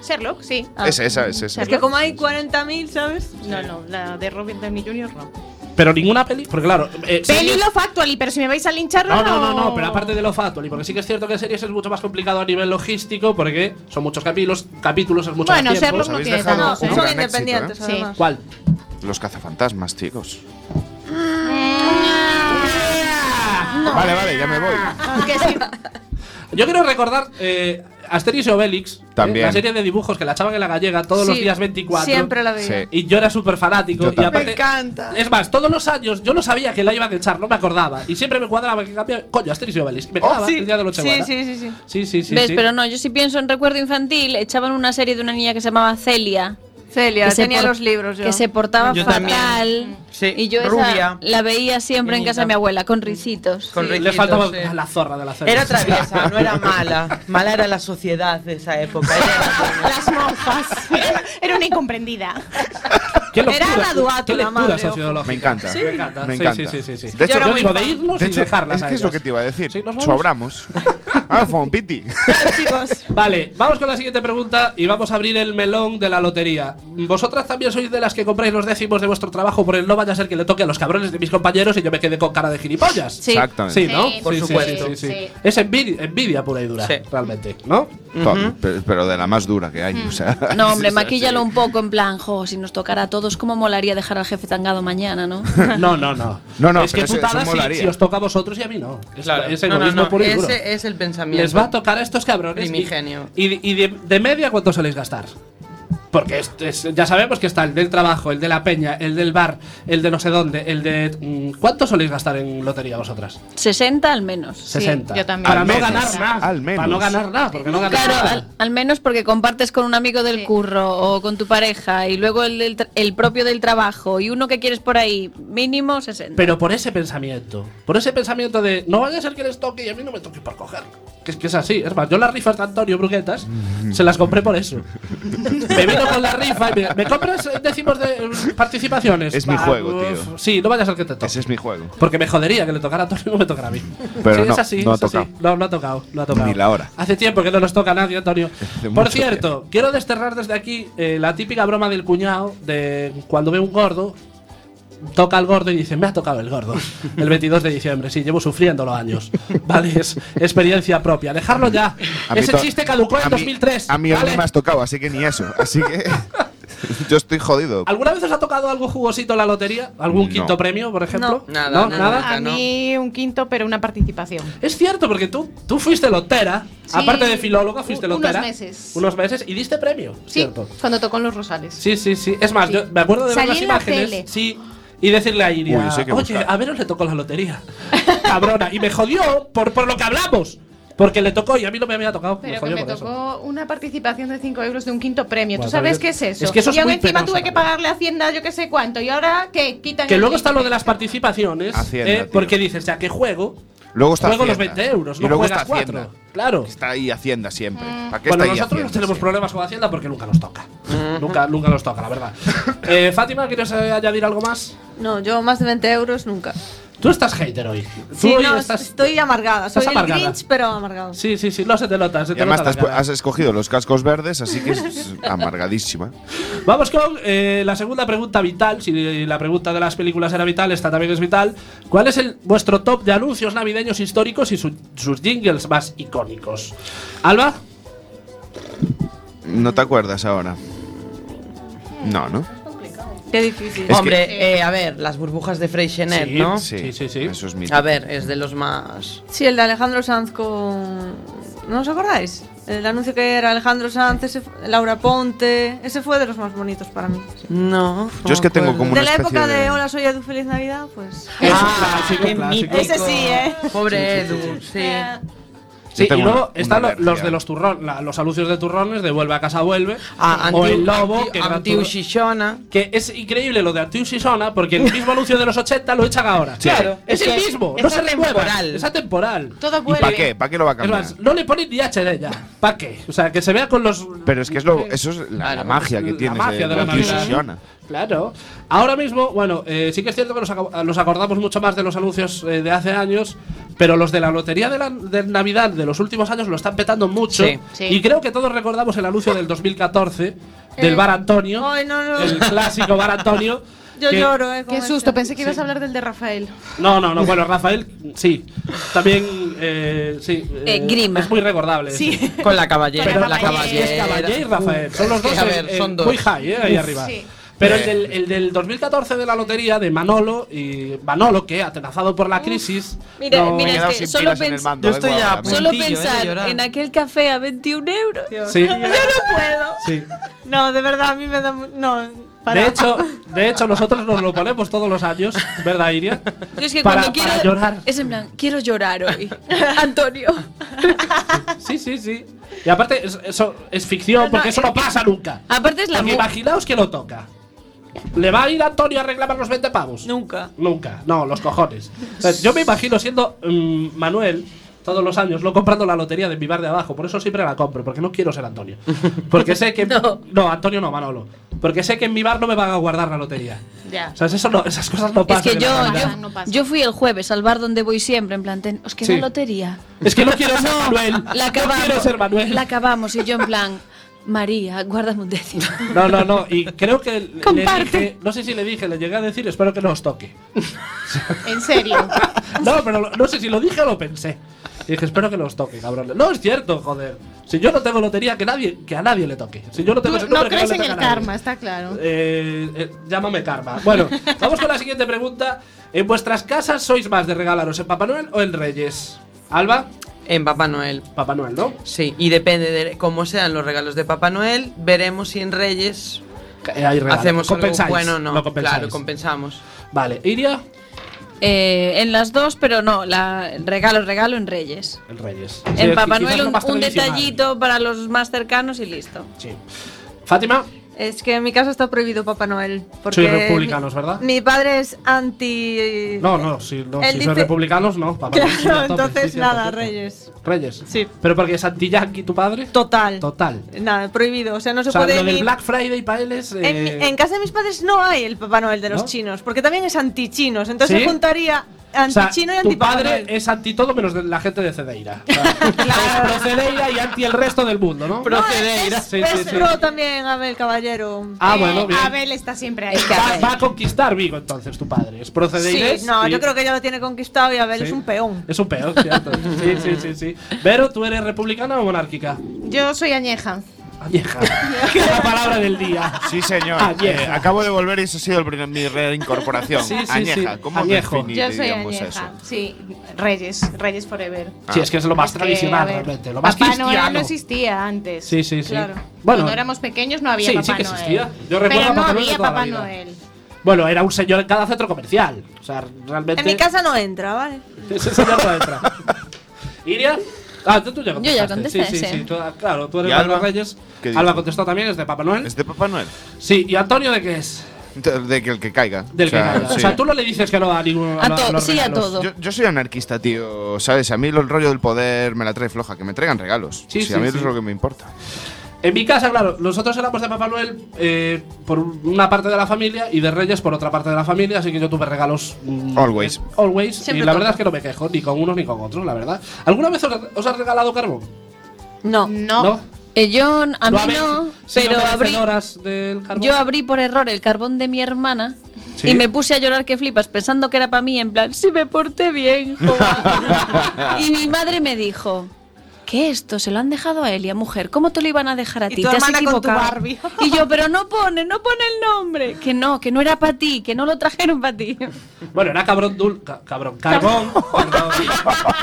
Speaker 8: Sherlock, sí.
Speaker 6: Es esa, es esa.
Speaker 7: Es que como hay 40.000, ¿sabes?
Speaker 8: No, no, la de Robin Downey Jr. no.
Speaker 1: Pero ninguna peli. Porque claro. eh,
Speaker 8: Peli
Speaker 1: series-
Speaker 8: lo factual, pero si me vais a linchar,
Speaker 1: No, no, no, no, pero aparte de lo factual, y porque sí que es cierto que series es mucho más complicado a nivel logístico, porque son muchos capítulos, capítulos es mucho
Speaker 8: Bueno,
Speaker 1: más tiempo.
Speaker 8: Sherlock no
Speaker 6: habéis
Speaker 8: tiene
Speaker 6: dejado
Speaker 8: tantos,
Speaker 6: un
Speaker 8: ¿eh?
Speaker 7: Son
Speaker 6: gran éxito,
Speaker 7: independientes,
Speaker 8: Sí.
Speaker 7: además.
Speaker 1: ¿Cuál?
Speaker 6: Los cazafantasmas, chicos. Vale, vale, ya me voy.
Speaker 8: Aunque sí.
Speaker 1: Yo quiero recordar eh, Asterix y Obelix,
Speaker 6: También.
Speaker 1: eh, la serie de dibujos que la echaban en la gallega todos los
Speaker 7: Sí,
Speaker 1: días 24.
Speaker 7: Siempre la veía.
Speaker 6: Sí.
Speaker 1: Y yo era súper fanático.
Speaker 6: Yo
Speaker 1: y
Speaker 6: también.
Speaker 1: aparte,
Speaker 10: Me encanta.
Speaker 1: Es más, todos los años yo no sabía que la iban a echar, no me acordaba. Y siempre me cuadraba que cambiaba. Coño, Asterix y Obelix. y
Speaker 6: Oh,
Speaker 1: Me quedaba el día de
Speaker 7: sí, sí, sí, sí.
Speaker 1: sí, sí, sí,
Speaker 9: ¿Ves?
Speaker 1: sí.
Speaker 9: Pero no, yo si pienso en recuerdo infantil, echaban una serie de una niña que se llamaba Celia.
Speaker 7: Celia,
Speaker 9: Que se
Speaker 7: tenía
Speaker 9: por-
Speaker 7: los libros yo.
Speaker 9: Que se portaba
Speaker 10: Yo también.
Speaker 9: fatal.
Speaker 10: Sí,
Speaker 9: Y yo esa
Speaker 10: rubia.
Speaker 9: la veía siempre en
Speaker 10: Llenita.
Speaker 9: casa de mi abuela, con ricitos.
Speaker 10: Con
Speaker 1: Le
Speaker 10: riquitos,
Speaker 1: faltaba
Speaker 10: sí.
Speaker 1: la zorra de la serie.
Speaker 10: Era traviesa, no era mala. Mala era la sociedad de esa época.
Speaker 8: Las monjas. Era- Era una incomprendida.
Speaker 1: Qué
Speaker 7: Era
Speaker 1: locura,
Speaker 7: Ana Duato,
Speaker 1: qué
Speaker 7: la
Speaker 1: lectura
Speaker 7: madre, ojo.
Speaker 1: sociológica.
Speaker 6: Me encanta.
Speaker 1: Me encanta.
Speaker 6: Me
Speaker 1: sí,
Speaker 6: encanta.
Speaker 1: Sí, sí, sí, sí.
Speaker 6: De hecho,
Speaker 1: yo
Speaker 6: yo
Speaker 1: digo
Speaker 6: era
Speaker 1: de
Speaker 6: muy
Speaker 1: irnos
Speaker 6: De
Speaker 1: y
Speaker 6: hecho,
Speaker 1: dejarlas.
Speaker 6: es
Speaker 1: a
Speaker 6: que es lo
Speaker 1: ellas.
Speaker 6: que te iba a decir.
Speaker 1: Sí, nos vamos.
Speaker 6: Sobramos. Ah, fue un piti.
Speaker 7: Chicos,
Speaker 1: Vale, vamos con la siguiente pregunta y vamos a abrir el melón de la lotería. ¿Vosotras también sois de las que compráis los décimos de vuestro trabajo por el no vaya a ser que le toque a los cabrones de mis compañeros y yo me quede con cara de gilipollas?
Speaker 9: Sí.
Speaker 6: Exactamente.
Speaker 1: Sí, ¿no?
Speaker 8: Sí,
Speaker 10: Por supuesto.
Speaker 1: sí, sí, sí. Es envidia, envidia pura y dura,
Speaker 10: Sí.
Speaker 1: realmente, ¿no?
Speaker 6: To- pero- Pero de la más dura que hay. o sea.
Speaker 9: No, hombre, maquíllalo un poco en plan, jo, si nos tocara a todos, ¿cómo molaría dejar al jefe tangado mañana, no?
Speaker 1: No, no, no.
Speaker 6: No, no,
Speaker 1: es que
Speaker 6: pero eso- eso
Speaker 1: putada si-
Speaker 6: molaría.
Speaker 1: si, os toca a vosotros y a mí no. Es- Es
Speaker 10: no,
Speaker 1: egoísmo
Speaker 10: no, no.
Speaker 1: puro y duro.
Speaker 10: Ese es el pensamiento.
Speaker 1: Les va a tocar a estos cabrones. y-
Speaker 10: Primigenio.
Speaker 1: Y, de- y de, de media, ¿cuánto soléis gastar? Porque es- es- ya sabemos que está el del trabajo, el de la peña, el del bar, el de no sé dónde, el de. mm, ¿Cuánto soléis gastar en lotería vosotras?
Speaker 9: 60 al menos.
Speaker 1: 60.
Speaker 8: yo también.
Speaker 1: Para
Speaker 8: Al
Speaker 1: no
Speaker 6: menos,
Speaker 1: ganar nada.
Speaker 6: al menos.
Speaker 1: Para no ganar nada, porque no ganas
Speaker 9: Claro,
Speaker 1: nada.
Speaker 9: al, al menos porque compartes con un amigo del
Speaker 8: Sí.
Speaker 9: curro o con tu pareja y luego el, del tra- el propio del trabajo y uno que quieres por ahí, mínimo 60.
Speaker 1: Pero por ese pensamiento, por ese pensamiento de no vaya a ser que les toque y a mí no me toque por coger. Que es que es así, es más, yo las rifas de Antonio Bruguetas
Speaker 6: Mm.
Speaker 1: se las compré por eso. me vino con la rifa y me, ¿me compras eh, décimos de eh, participaciones.
Speaker 6: Es mi juego,
Speaker 1: uf,
Speaker 6: tío.
Speaker 1: Sí, no vaya a ser que te toque.
Speaker 6: Ese es mi juego.
Speaker 1: Porque me jodería que le tocara a Antonio y no me tocara a mí.
Speaker 6: Pero
Speaker 1: Sí,
Speaker 6: no,
Speaker 1: es así,
Speaker 6: no ha
Speaker 1: es así.
Speaker 6: tocado.
Speaker 1: No, no ha tocado, no ha tocado.
Speaker 6: Ni la hora.
Speaker 1: Hace tiempo que no nos toca a nadie, Antonio.
Speaker 6: Hace
Speaker 1: Por
Speaker 6: mucho
Speaker 1: cierto, quiero desterrar desde aquí eh, la típica broma del cuñado de cuando ve un gordo, toca al gordo y dice, me ha tocado el gordo. El 22 de diciembre, sí, llevo sufriendo los años. Vale, es experiencia propia. Dejarlo ya.
Speaker 6: A mí
Speaker 1: Ese
Speaker 6: to-
Speaker 1: chiste caducó
Speaker 6: a
Speaker 1: en
Speaker 6: mí-
Speaker 1: 2003.
Speaker 6: A mí
Speaker 1: ¿vale?
Speaker 6: no me has tocado, así que ni eso. Así que yo estoy jodido.
Speaker 1: ¿Alguna vez os ha tocado algo jugosito en la lotería? ¿Algún
Speaker 6: No.
Speaker 1: quinto premio, por ejemplo?
Speaker 10: No. Nada,
Speaker 1: ¿No?
Speaker 10: nada.
Speaker 1: ¿Nada?
Speaker 8: A
Speaker 10: ¿no?
Speaker 8: mí un quinto, pero una participación.
Speaker 1: Es cierto, porque tú, tú fuiste lotera.
Speaker 8: Sí,
Speaker 1: aparte de filóloga, fuiste
Speaker 8: u- unos
Speaker 1: lotera.
Speaker 8: meses.
Speaker 1: Unos meses y diste premio. es
Speaker 8: Sí,
Speaker 1: Cierto.
Speaker 8: cuando tocó en los Rosales.
Speaker 1: Sí, sí, sí. Es más,
Speaker 8: Sí.
Speaker 1: yo me acuerdo de
Speaker 8: Salí
Speaker 1: ver las
Speaker 8: en la
Speaker 1: imágenes.
Speaker 8: tele.
Speaker 1: Sí. Y decirle a Iria,
Speaker 6: Uy, eso hay que
Speaker 1: oye,
Speaker 6: buscar".
Speaker 1: a veros le tocó la lotería. Cabrona. Y me jodió por, por lo que hablamos. Porque le tocó y a mí no me había tocado. me
Speaker 8: Pero que
Speaker 1: jodió
Speaker 8: me
Speaker 1: por eso.
Speaker 8: tocó una participación de 5 euros de un quinto premio.
Speaker 1: Bueno,
Speaker 8: ¿Tú sabes
Speaker 1: pero
Speaker 8: qué
Speaker 1: yo-
Speaker 8: es eso?
Speaker 1: es que eso es
Speaker 8: y aún
Speaker 1: muy
Speaker 8: encima
Speaker 1: penoso,
Speaker 8: tuve que
Speaker 1: además.
Speaker 8: pagarle a Hacienda yo qué sé cuánto. ¿Y ahora qué? Quitan
Speaker 1: Que
Speaker 8: el
Speaker 1: luego
Speaker 8: quinto.
Speaker 1: está lo de las participaciones.
Speaker 6: Hacienda,
Speaker 1: eh,
Speaker 6: tío.
Speaker 1: porque dices, ya que juego,
Speaker 6: Luego está
Speaker 1: juego los
Speaker 6: Hacienda.
Speaker 1: 20 euros,
Speaker 6: Y
Speaker 1: no
Speaker 6: luego
Speaker 1: juegas
Speaker 6: está Hacienda.
Speaker 1: 4. Claro.
Speaker 6: Está ahí Hacienda siempre.
Speaker 9: Mm.
Speaker 6: ¿Para qué
Speaker 1: Bueno,
Speaker 6: está
Speaker 1: nosotros
Speaker 6: ahí
Speaker 1: no
Speaker 6: Hacienda
Speaker 1: tenemos
Speaker 6: siempre?
Speaker 1: problemas con Hacienda porque nunca nos toca. nunca, nunca nos toca, la verdad. Eh, Fátima, ¿quieres eh, añadir algo más?
Speaker 7: no, yo más de 20 euros nunca.
Speaker 1: Tú estás hater hoy. Tú
Speaker 7: Sí,
Speaker 1: hoy
Speaker 7: no,
Speaker 1: estás-
Speaker 7: estoy amargada.
Speaker 1: estás
Speaker 7: Soy el
Speaker 1: amargada.
Speaker 7: Grinch, pero amargado.
Speaker 1: Sí, sí, sí, no se te nota. Se
Speaker 6: Y
Speaker 1: te
Speaker 6: además te
Speaker 1: nota
Speaker 6: has,
Speaker 1: la cara.
Speaker 6: has escogido los cascos verdes, así que es amargadísima.
Speaker 1: Vamos con eh, la segunda pregunta vital. Si la pregunta de las películas era vital, esta también es vital. ¿Cuál es el, vuestro top de anuncios navideños históricos y su- sus jingles más icónicos? Alba,
Speaker 6: ¿No te acuerdas ahora? No, ¿no?
Speaker 7: Qué difícil.
Speaker 6: Es
Speaker 10: Hombre, eh, a ver, las burbujas de Freixenet,
Speaker 1: Sí,
Speaker 10: ¿no?
Speaker 1: sí. sí.
Speaker 6: Eso es mi.
Speaker 10: A ver, es de los más.
Speaker 7: Sí, el de Alejandro Sanz con. ¿No os acordáis? El anuncio que era Alejandro Sanz, ese fu- Laura Ponte. Ese fue de los más bonitos para mí. sí.
Speaker 10: No.
Speaker 6: Yo es que
Speaker 10: me
Speaker 6: tengo
Speaker 10: acuerdo.
Speaker 6: como
Speaker 7: De
Speaker 6: una
Speaker 7: la
Speaker 6: especie
Speaker 7: época de
Speaker 6: de-
Speaker 7: Hola, soy Edu, feliz Navidad, pues.
Speaker 1: Es un
Speaker 10: Ah,
Speaker 1: clásico,
Speaker 10: qué
Speaker 1: clásico.
Speaker 10: mítico.
Speaker 7: Ese sí, ¿eh?
Speaker 10: Pobre Edu, sí.
Speaker 7: Eh,
Speaker 1: Sí,
Speaker 6: Yo
Speaker 1: y
Speaker 6: tengo una-
Speaker 1: luego
Speaker 6: una
Speaker 1: están lo- los
Speaker 6: alergia.
Speaker 1: de los turrones, los alucios de turrones de Vuelve a casa, vuelve.
Speaker 10: Ah,
Speaker 1: o
Speaker 10: Antiu-
Speaker 1: el lobo,
Speaker 10: Antiu-
Speaker 1: que, era
Speaker 10: Antiu
Speaker 1: turro-
Speaker 10: Shishona.
Speaker 1: que es increíble lo de Antiu Shishona, porque el mismo anuncio de los 80 lo echan ahora.
Speaker 6: Sí. Claro,
Speaker 1: es,
Speaker 10: es
Speaker 1: el
Speaker 10: que
Speaker 1: mismo,
Speaker 10: es
Speaker 1: no se renueva.
Speaker 10: atemporal.
Speaker 1: Es atemporal.
Speaker 8: Todo
Speaker 6: ¿Y
Speaker 8: vuelve.
Speaker 6: para qué? ¿Para qué lo va a
Speaker 1: Es
Speaker 6: cambiar?
Speaker 1: más, no le ponen ni HD ya. ¿Para qué? O sea, que se vea con los.
Speaker 6: Pero es que es lo, eso es la, la
Speaker 1: Claro,
Speaker 6: magia que
Speaker 1: la
Speaker 6: tiene.
Speaker 1: magia de la Navidad. Claro. Ahora mismo, bueno, eh, sí que es cierto que nos, aco- nos acordamos mucho más de los anuncios eh, de hace años, pero los de la lotería de, la- de Navidad de los últimos años lo están petando mucho.
Speaker 10: Sí.
Speaker 8: Sí.
Speaker 1: Y creo que todos recordamos el anuncio del 2014 del Bar Antonio,
Speaker 7: Ay, no, no.
Speaker 1: el clásico Bar Antonio.
Speaker 7: Yo
Speaker 1: que-
Speaker 7: lloro, eh. con
Speaker 8: Qué
Speaker 7: este.
Speaker 8: susto, pensé que ibas a hablar del de Rafael.
Speaker 1: No, no, no. Bueno, Rafael, sí. También, eh, sí.
Speaker 9: Eh, Grima.
Speaker 1: Es muy recordable. ese.
Speaker 10: Con la caballera.
Speaker 1: Pero
Speaker 10: la caballera.
Speaker 1: Es Caballé y Rafael. Son los
Speaker 10: Es que,
Speaker 1: dos,
Speaker 10: a
Speaker 1: en-
Speaker 10: ver,
Speaker 1: en
Speaker 10: son dos.
Speaker 1: muy high, ¿eh? ahí arriba.
Speaker 8: Sí.
Speaker 1: Pero el del, el del 2014 de la lotería de Manolo y Manolo, que atenazado por la crisis.
Speaker 9: mira,
Speaker 1: no-
Speaker 9: mira,
Speaker 6: Me he quedado
Speaker 9: Es que
Speaker 6: sin
Speaker 9: solo
Speaker 6: pilas en el
Speaker 9: pens-
Speaker 6: mando.
Speaker 10: Yo
Speaker 6: eh,
Speaker 10: estoy
Speaker 6: guau,
Speaker 10: ya-
Speaker 6: ahora mismo.
Speaker 9: Solo
Speaker 10: Puntillo, eh, de
Speaker 9: pensar
Speaker 10: llorar.
Speaker 9: en aquel café a 21 euros.
Speaker 1: Sí,
Speaker 9: No puedo.
Speaker 1: sí.
Speaker 7: No, de verdad, a mí me da. mu- No, para.
Speaker 1: De hecho, de hecho, nosotros nos lo ponemos todos los años, ¿verdad, Iria?
Speaker 9: Yo es que
Speaker 1: para,
Speaker 9: cuando quiero.
Speaker 1: para llorar.
Speaker 9: Es en plan, quiero llorar hoy. Antonio.
Speaker 1: Sí, sí, sí. Y aparte, es- eso es ficción porque eso no pasa nunca.
Speaker 9: Aparte es la
Speaker 1: Porque
Speaker 9: mu-
Speaker 1: imaginaos que lo toca. ¿Le va a ir Antonio a reclamar los 20 pavos?
Speaker 7: Nunca.
Speaker 1: Nunca, no, los cojones. O sea, yo me imagino siendo mm, Manuel todos los años, no comprando la lotería de mi bar de abajo, por eso siempre la compro, porque no quiero ser Antonio. Porque sé que. no. Antonio no, Manolo. Porque sé que en mi bar no me van a guardar la lotería.
Speaker 8: Ya.
Speaker 1: O sea, eso no- esas cosas no
Speaker 9: Es
Speaker 1: pasan.
Speaker 9: que
Speaker 1: en
Speaker 9: yo,
Speaker 1: la
Speaker 9: yo,
Speaker 1: realidad.
Speaker 8: no pasa.
Speaker 9: yo fui el jueves al bar donde voy siempre, en plan, ten- os queda
Speaker 1: Sí.
Speaker 9: lotería.
Speaker 1: Es que no quiero ser Manuel.
Speaker 9: La
Speaker 1: no
Speaker 9: acabamos.
Speaker 1: quiero ser Manuel.
Speaker 9: La acabamos y yo en plan, María, guárdame un décimo.
Speaker 1: No, no, no. Y creo que. le
Speaker 9: Comparte.
Speaker 1: dije- no sé si le dije, le llegué a decir, espero que no os toque.
Speaker 8: En serio.
Speaker 1: No, pero lo- no sé si lo dije o lo pensé. Y dije, espero que los toque, cabrón. No es cierto, joder. Si yo no tengo lotería, que nadie, que a nadie le toque. Si yo no tengo
Speaker 8: Tú
Speaker 1: ese
Speaker 8: no
Speaker 1: número, que
Speaker 8: crees
Speaker 1: le
Speaker 8: en el
Speaker 1: toque a nadie.
Speaker 8: karma, está claro.
Speaker 1: Eh, eh, llámame karma. Bueno, vamos con la siguiente pregunta. ¿En vuestras casas sois más de regalaros en Papá Noel o en Reyes? Alba,
Speaker 10: En Papá Noel.
Speaker 1: Papá Noel, ¿no?
Speaker 10: Sí, y depende de cómo sean los regalos de Papá Noel, veremos si en Reyes
Speaker 1: Eh, hay regalos.
Speaker 10: hacemos algo
Speaker 1: ¿Compensáis?
Speaker 10: bueno o no.
Speaker 1: Lo compensáis.
Speaker 10: Claro, compensamos.
Speaker 1: Vale, Iria,
Speaker 9: Eh, en las dos, pero no, la regalo, regalo en Reyes.
Speaker 1: en Reyes. Sí,
Speaker 9: en
Speaker 1: es
Speaker 9: Papá
Speaker 1: quizás
Speaker 9: Noel
Speaker 1: lo
Speaker 9: un,
Speaker 1: más
Speaker 9: un
Speaker 1: tradicional.
Speaker 9: detallito para los más cercanos y listo.
Speaker 1: Sí. Fátima,
Speaker 7: Es que en mi casa está prohibido Papá Noel. Porque
Speaker 1: Sois republicanos, ¿verdad?
Speaker 7: Mi, mi padre es anti.
Speaker 1: no, no, si, no,
Speaker 7: Él
Speaker 1: si sois
Speaker 7: dice-
Speaker 1: republicanos, no. Papá Noel, sí, a
Speaker 7: Claro,
Speaker 1: tope,
Speaker 7: entonces
Speaker 1: sí, cierto,
Speaker 7: nada,
Speaker 1: cierto.
Speaker 7: Reyes.
Speaker 1: Reyes.
Speaker 7: Sí.
Speaker 1: Pero porque es anti-yankee tu padre.
Speaker 7: Total.
Speaker 1: Total.
Speaker 7: Nada, prohibido. O sea, no se
Speaker 1: o sea,
Speaker 7: puede.
Speaker 1: lo del
Speaker 7: ni-
Speaker 1: Black Friday para él es.
Speaker 7: en, mi-
Speaker 1: eh,
Speaker 7: en casa de mis padres no hay el Papá Noel de los
Speaker 1: ¿No?
Speaker 7: chinos, porque también es anti-chinos. Entonces
Speaker 1: ¿Sí?
Speaker 7: se juntaría
Speaker 1: o sea,
Speaker 7: anti-chino y
Speaker 1: tu
Speaker 7: anti-Papá
Speaker 1: padre
Speaker 7: Noel.
Speaker 1: es anti todo menos de la gente de Cedeira. O sea, Es pro Cedeira y anti el resto del mundo, ¿no?
Speaker 10: Pro Cedeira.
Speaker 1: Sí, sí,
Speaker 7: Ah, Es
Speaker 1: sí.
Speaker 7: pro también, Abel Caballero.
Speaker 1: Ah,
Speaker 8: Eh,
Speaker 1: bueno, bien.
Speaker 8: Abel está siempre ahí.
Speaker 1: Va, va a conquistar Vigo entonces tu padre. Es pro Cedeires
Speaker 7: Sí, no,
Speaker 1: y-
Speaker 7: yo creo que ya lo tiene conquistado y Abel
Speaker 1: sí.
Speaker 7: es un peón.
Speaker 1: Es un peón, cierto. sí, sí, sí, sí. Vero, ¿tú eres republicana o monárquica?
Speaker 8: Yo soy añeja.
Speaker 1: Añeja. es la palabra del día.
Speaker 6: Sí, señor.
Speaker 1: Añeja.
Speaker 6: Eh, acabo de volver y eso ha sido el pri- mi reincorporación.
Speaker 1: Sí, sí, sí.
Speaker 6: añeja. ¿Cómo
Speaker 1: Añejo.
Speaker 8: Yo
Speaker 6: definiríamos
Speaker 8: soy
Speaker 6: eso?
Speaker 8: añeja. Sí, Reyes, Reyes Forever.
Speaker 6: Ah.
Speaker 1: Sí, es que es lo más
Speaker 8: Es que, Eh, a
Speaker 1: tradicional
Speaker 8: ver,
Speaker 1: realmente, lo más
Speaker 8: Papá
Speaker 1: cristiano.
Speaker 8: Noel no existía antes.
Speaker 1: Sí, sí, sí.
Speaker 8: Claro.
Speaker 1: Bueno,
Speaker 8: Cuando éramos pequeños no había
Speaker 1: sí,
Speaker 8: Papá
Speaker 1: sí que
Speaker 8: Noel.
Speaker 1: existía. Yo recuerdo
Speaker 8: Pero
Speaker 1: a
Speaker 8: no
Speaker 1: Papá Noel de
Speaker 8: había
Speaker 1: toda la
Speaker 8: Papá
Speaker 1: vida.
Speaker 8: Noel.
Speaker 1: bueno, era un señor en cada centro comercial. O sea, realmente.
Speaker 7: En mi casa no entra, ¿vale?
Speaker 1: Ese señor no entra. Iria. Ah, tú, tú ya
Speaker 9: Yo ya
Speaker 1: contestaste.
Speaker 9: contesté,
Speaker 1: sí, sí,
Speaker 9: sí.
Speaker 1: sí. tú- ah, claro, tú eres
Speaker 6: ¿Y
Speaker 1: de los
Speaker 6: Alba?
Speaker 1: Reyes.
Speaker 6: ¿Qué dice?
Speaker 1: Alba contestó también, es de Papá Noel.
Speaker 6: ¿Es de Papá Noel?
Speaker 1: Sí, ¿y Antonio de qué es?
Speaker 6: De, de que el que caiga.
Speaker 1: Del
Speaker 6: O sea,
Speaker 1: que gana. O
Speaker 6: sí.
Speaker 1: sea, tú no le dices que no a ninguno.
Speaker 9: A
Speaker 1: lo-
Speaker 9: todo,
Speaker 1: los
Speaker 9: sí, a
Speaker 1: regalos.
Speaker 9: todo.
Speaker 6: Yo, yo soy anarquista, tío. ¿Sabes? A mí el rollo del poder me la trae floja. Que me traigan regalos.
Speaker 1: Sí, sí,
Speaker 6: a mí
Speaker 1: sí.
Speaker 6: eso es lo que me importa.
Speaker 1: En mi casa, claro, nosotros éramos pues, de Papá Noel eh, por una parte de la familia y de Reyes por otra parte de la familia, así que yo tuve regalos. mm,
Speaker 6: Always.
Speaker 1: eh, always.
Speaker 7: Siempre
Speaker 1: y la
Speaker 7: toca.
Speaker 1: verdad es que no me quejo, ni con unos ni con otros, la verdad. ¿Alguna vez os, os has regalado carbón?
Speaker 7: No.
Speaker 8: No.
Speaker 9: Eh, yo, a
Speaker 1: ¿Lo
Speaker 9: mí
Speaker 1: habéis-
Speaker 9: no,
Speaker 1: sido
Speaker 9: pero abrí,
Speaker 1: merecedoras del carbón?
Speaker 9: yo abrí por error el carbón de mi hermana
Speaker 1: Sí.
Speaker 9: y me puse a llorar que flipas pensando que era para mí, en plan, si me porté bien. joa". y mi madre me dijo, qué esto? Se lo han dejado a Elia, mujer. ¿Cómo te lo iban a dejar a
Speaker 8: Y
Speaker 9: ti?
Speaker 8: tu
Speaker 9: te has
Speaker 8: hermana con tu
Speaker 9: equivocado.
Speaker 8: Barbie.
Speaker 9: Y yo, pero no pone, no pone el nombre. Que no, que no era para ti, que no lo trajeron para ti.
Speaker 1: Bueno, era cabrón dul... ca- cabrón. Carbón. Perdón.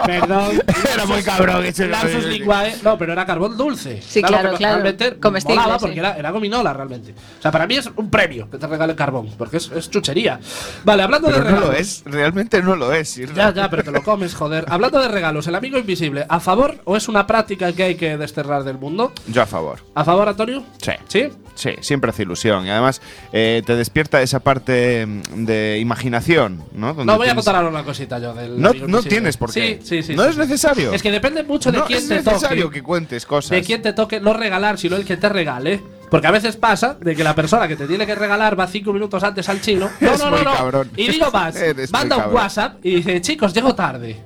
Speaker 1: Perdón.
Speaker 6: Era muy cabrón, que se lo-
Speaker 1: Lapsus linguae. No, pero era carbón dulce.
Speaker 9: Sí,
Speaker 1: Era lo
Speaker 9: claro,
Speaker 1: que
Speaker 9: claro.
Speaker 1: Realmente
Speaker 9: Comestible,
Speaker 1: molaba
Speaker 9: sí.
Speaker 1: porque era, era gominola realmente. O sea, para mí es un premio que te regalen carbón, porque es, es chuchería. Vale, hablando
Speaker 6: Pero
Speaker 1: de
Speaker 6: no
Speaker 1: regalos.
Speaker 6: lo es, realmente no lo es.
Speaker 1: Ya, ya, pero te lo comes, joder. Hablando de regalos, el amigo invisible, ¿a favor o es una práctica que hay que desterrar del mundo?
Speaker 6: Yo a favor.
Speaker 1: ¿A favor, Antonio?
Speaker 6: Sí.
Speaker 1: ¿Sí?
Speaker 6: Sí, siempre hace ilusión. Y además eh, te despierta esa parte mm, de imaginación, ¿no? Donde
Speaker 1: No voy a
Speaker 6: tienes-
Speaker 1: contar ahora una cosita yo del.
Speaker 6: No,
Speaker 1: amigo
Speaker 6: no
Speaker 1: invisible.
Speaker 6: tienes por qué.
Speaker 1: Sí, sí, sí.
Speaker 6: No
Speaker 1: sí,
Speaker 6: es
Speaker 1: sí.
Speaker 6: necesario.
Speaker 1: Es que depende mucho de
Speaker 6: no
Speaker 1: quién
Speaker 6: es
Speaker 1: te
Speaker 6: necesario
Speaker 1: toque.
Speaker 6: que cuentes cosas.
Speaker 1: De quién te toque, no regalar, sino el que te regale. Porque a veces pasa de que la persona que te tiene que regalar va cinco minutos antes al chino. No,
Speaker 6: Eres
Speaker 1: no, no,
Speaker 6: muy
Speaker 1: no.
Speaker 6: cabrón.
Speaker 1: Y digo más,
Speaker 6: Eres muy
Speaker 1: manda un
Speaker 6: cabrón.
Speaker 1: WhatsApp y dice, chicos, llego tarde.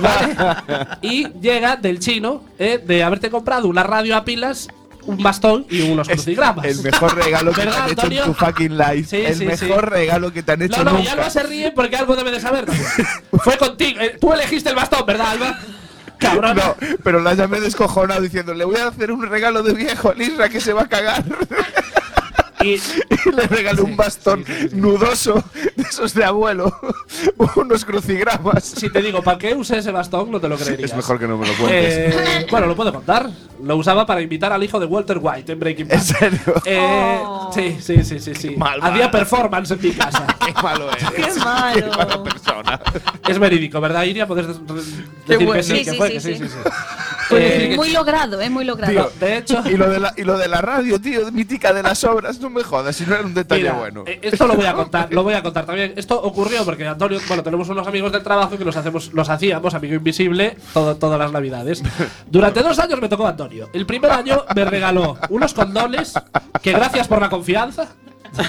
Speaker 1: ¿Vale? Y llega del chino eh, de haberte comprado una radio a pilas, un bastón y unos
Speaker 6: Es
Speaker 1: crucigramas.
Speaker 6: el mejor regalo que te
Speaker 1: ¿Verdad,
Speaker 6: han hecho
Speaker 1: Antonio?
Speaker 6: en tu fucking life.
Speaker 1: Sí,
Speaker 6: el
Speaker 1: sí, sí.
Speaker 6: mejor regalo que te han hecho
Speaker 1: No, no, y
Speaker 6: nunca.
Speaker 1: Alba se ríe porque algo debe de saber. también. Fue contigo. eh, tú elegiste el bastón, ¿verdad, Alba? Cabrón.
Speaker 6: No, pero la llamé descojonado diciendo, le voy a hacer un regalo de viejo al Isra que se va a cagar.
Speaker 1: Y
Speaker 6: Y le regalé un bastón nudoso de esos de abuelo, unos crucigramas.
Speaker 1: si te digo, ¿para qué usé ese bastón? No te lo creerías.
Speaker 6: Es mejor que no me lo cuentes.
Speaker 1: Eh, bueno, lo puedo contar. Lo usaba para invitar al hijo de Walter White en Breaking Bad.
Speaker 6: ¿En serio?
Speaker 1: Eh,
Speaker 9: Oh.
Speaker 1: Sí, sí, sí, sí. sí.
Speaker 6: mal,
Speaker 1: Hacía
Speaker 6: mal.
Speaker 1: performance en mi casa.
Speaker 6: Qué malo eres.
Speaker 7: Qué malo.
Speaker 6: Qué mala persona.
Speaker 1: es verídico, ¿verdad, Iria? Podés des- re- decir que
Speaker 10: bueno.
Speaker 1: sí,
Speaker 9: Sí,
Speaker 1: que
Speaker 9: sí,
Speaker 1: fue,
Speaker 9: sí,
Speaker 1: que sí,
Speaker 9: sí.
Speaker 1: sí, sí. Eh,
Speaker 9: muy logrado, eh, muy logrado.
Speaker 6: Tío,
Speaker 1: de hecho-
Speaker 6: Y lo de, la, y lo de la radio, tío, mítica de las obras, no me jodas, si no era un detalle
Speaker 1: Mira,
Speaker 6: bueno.
Speaker 1: eh, Esto lo voy a contar, lo voy a contar también. Esto ocurrió porque Antonio, bueno, tenemos unos amigos del trabajo que los hacemos, los hacíamos, amigo invisible, todo- todas las navidades. Durante dos años me tocó Antonio. El primer año me regaló unos condones, que gracias por la confianza,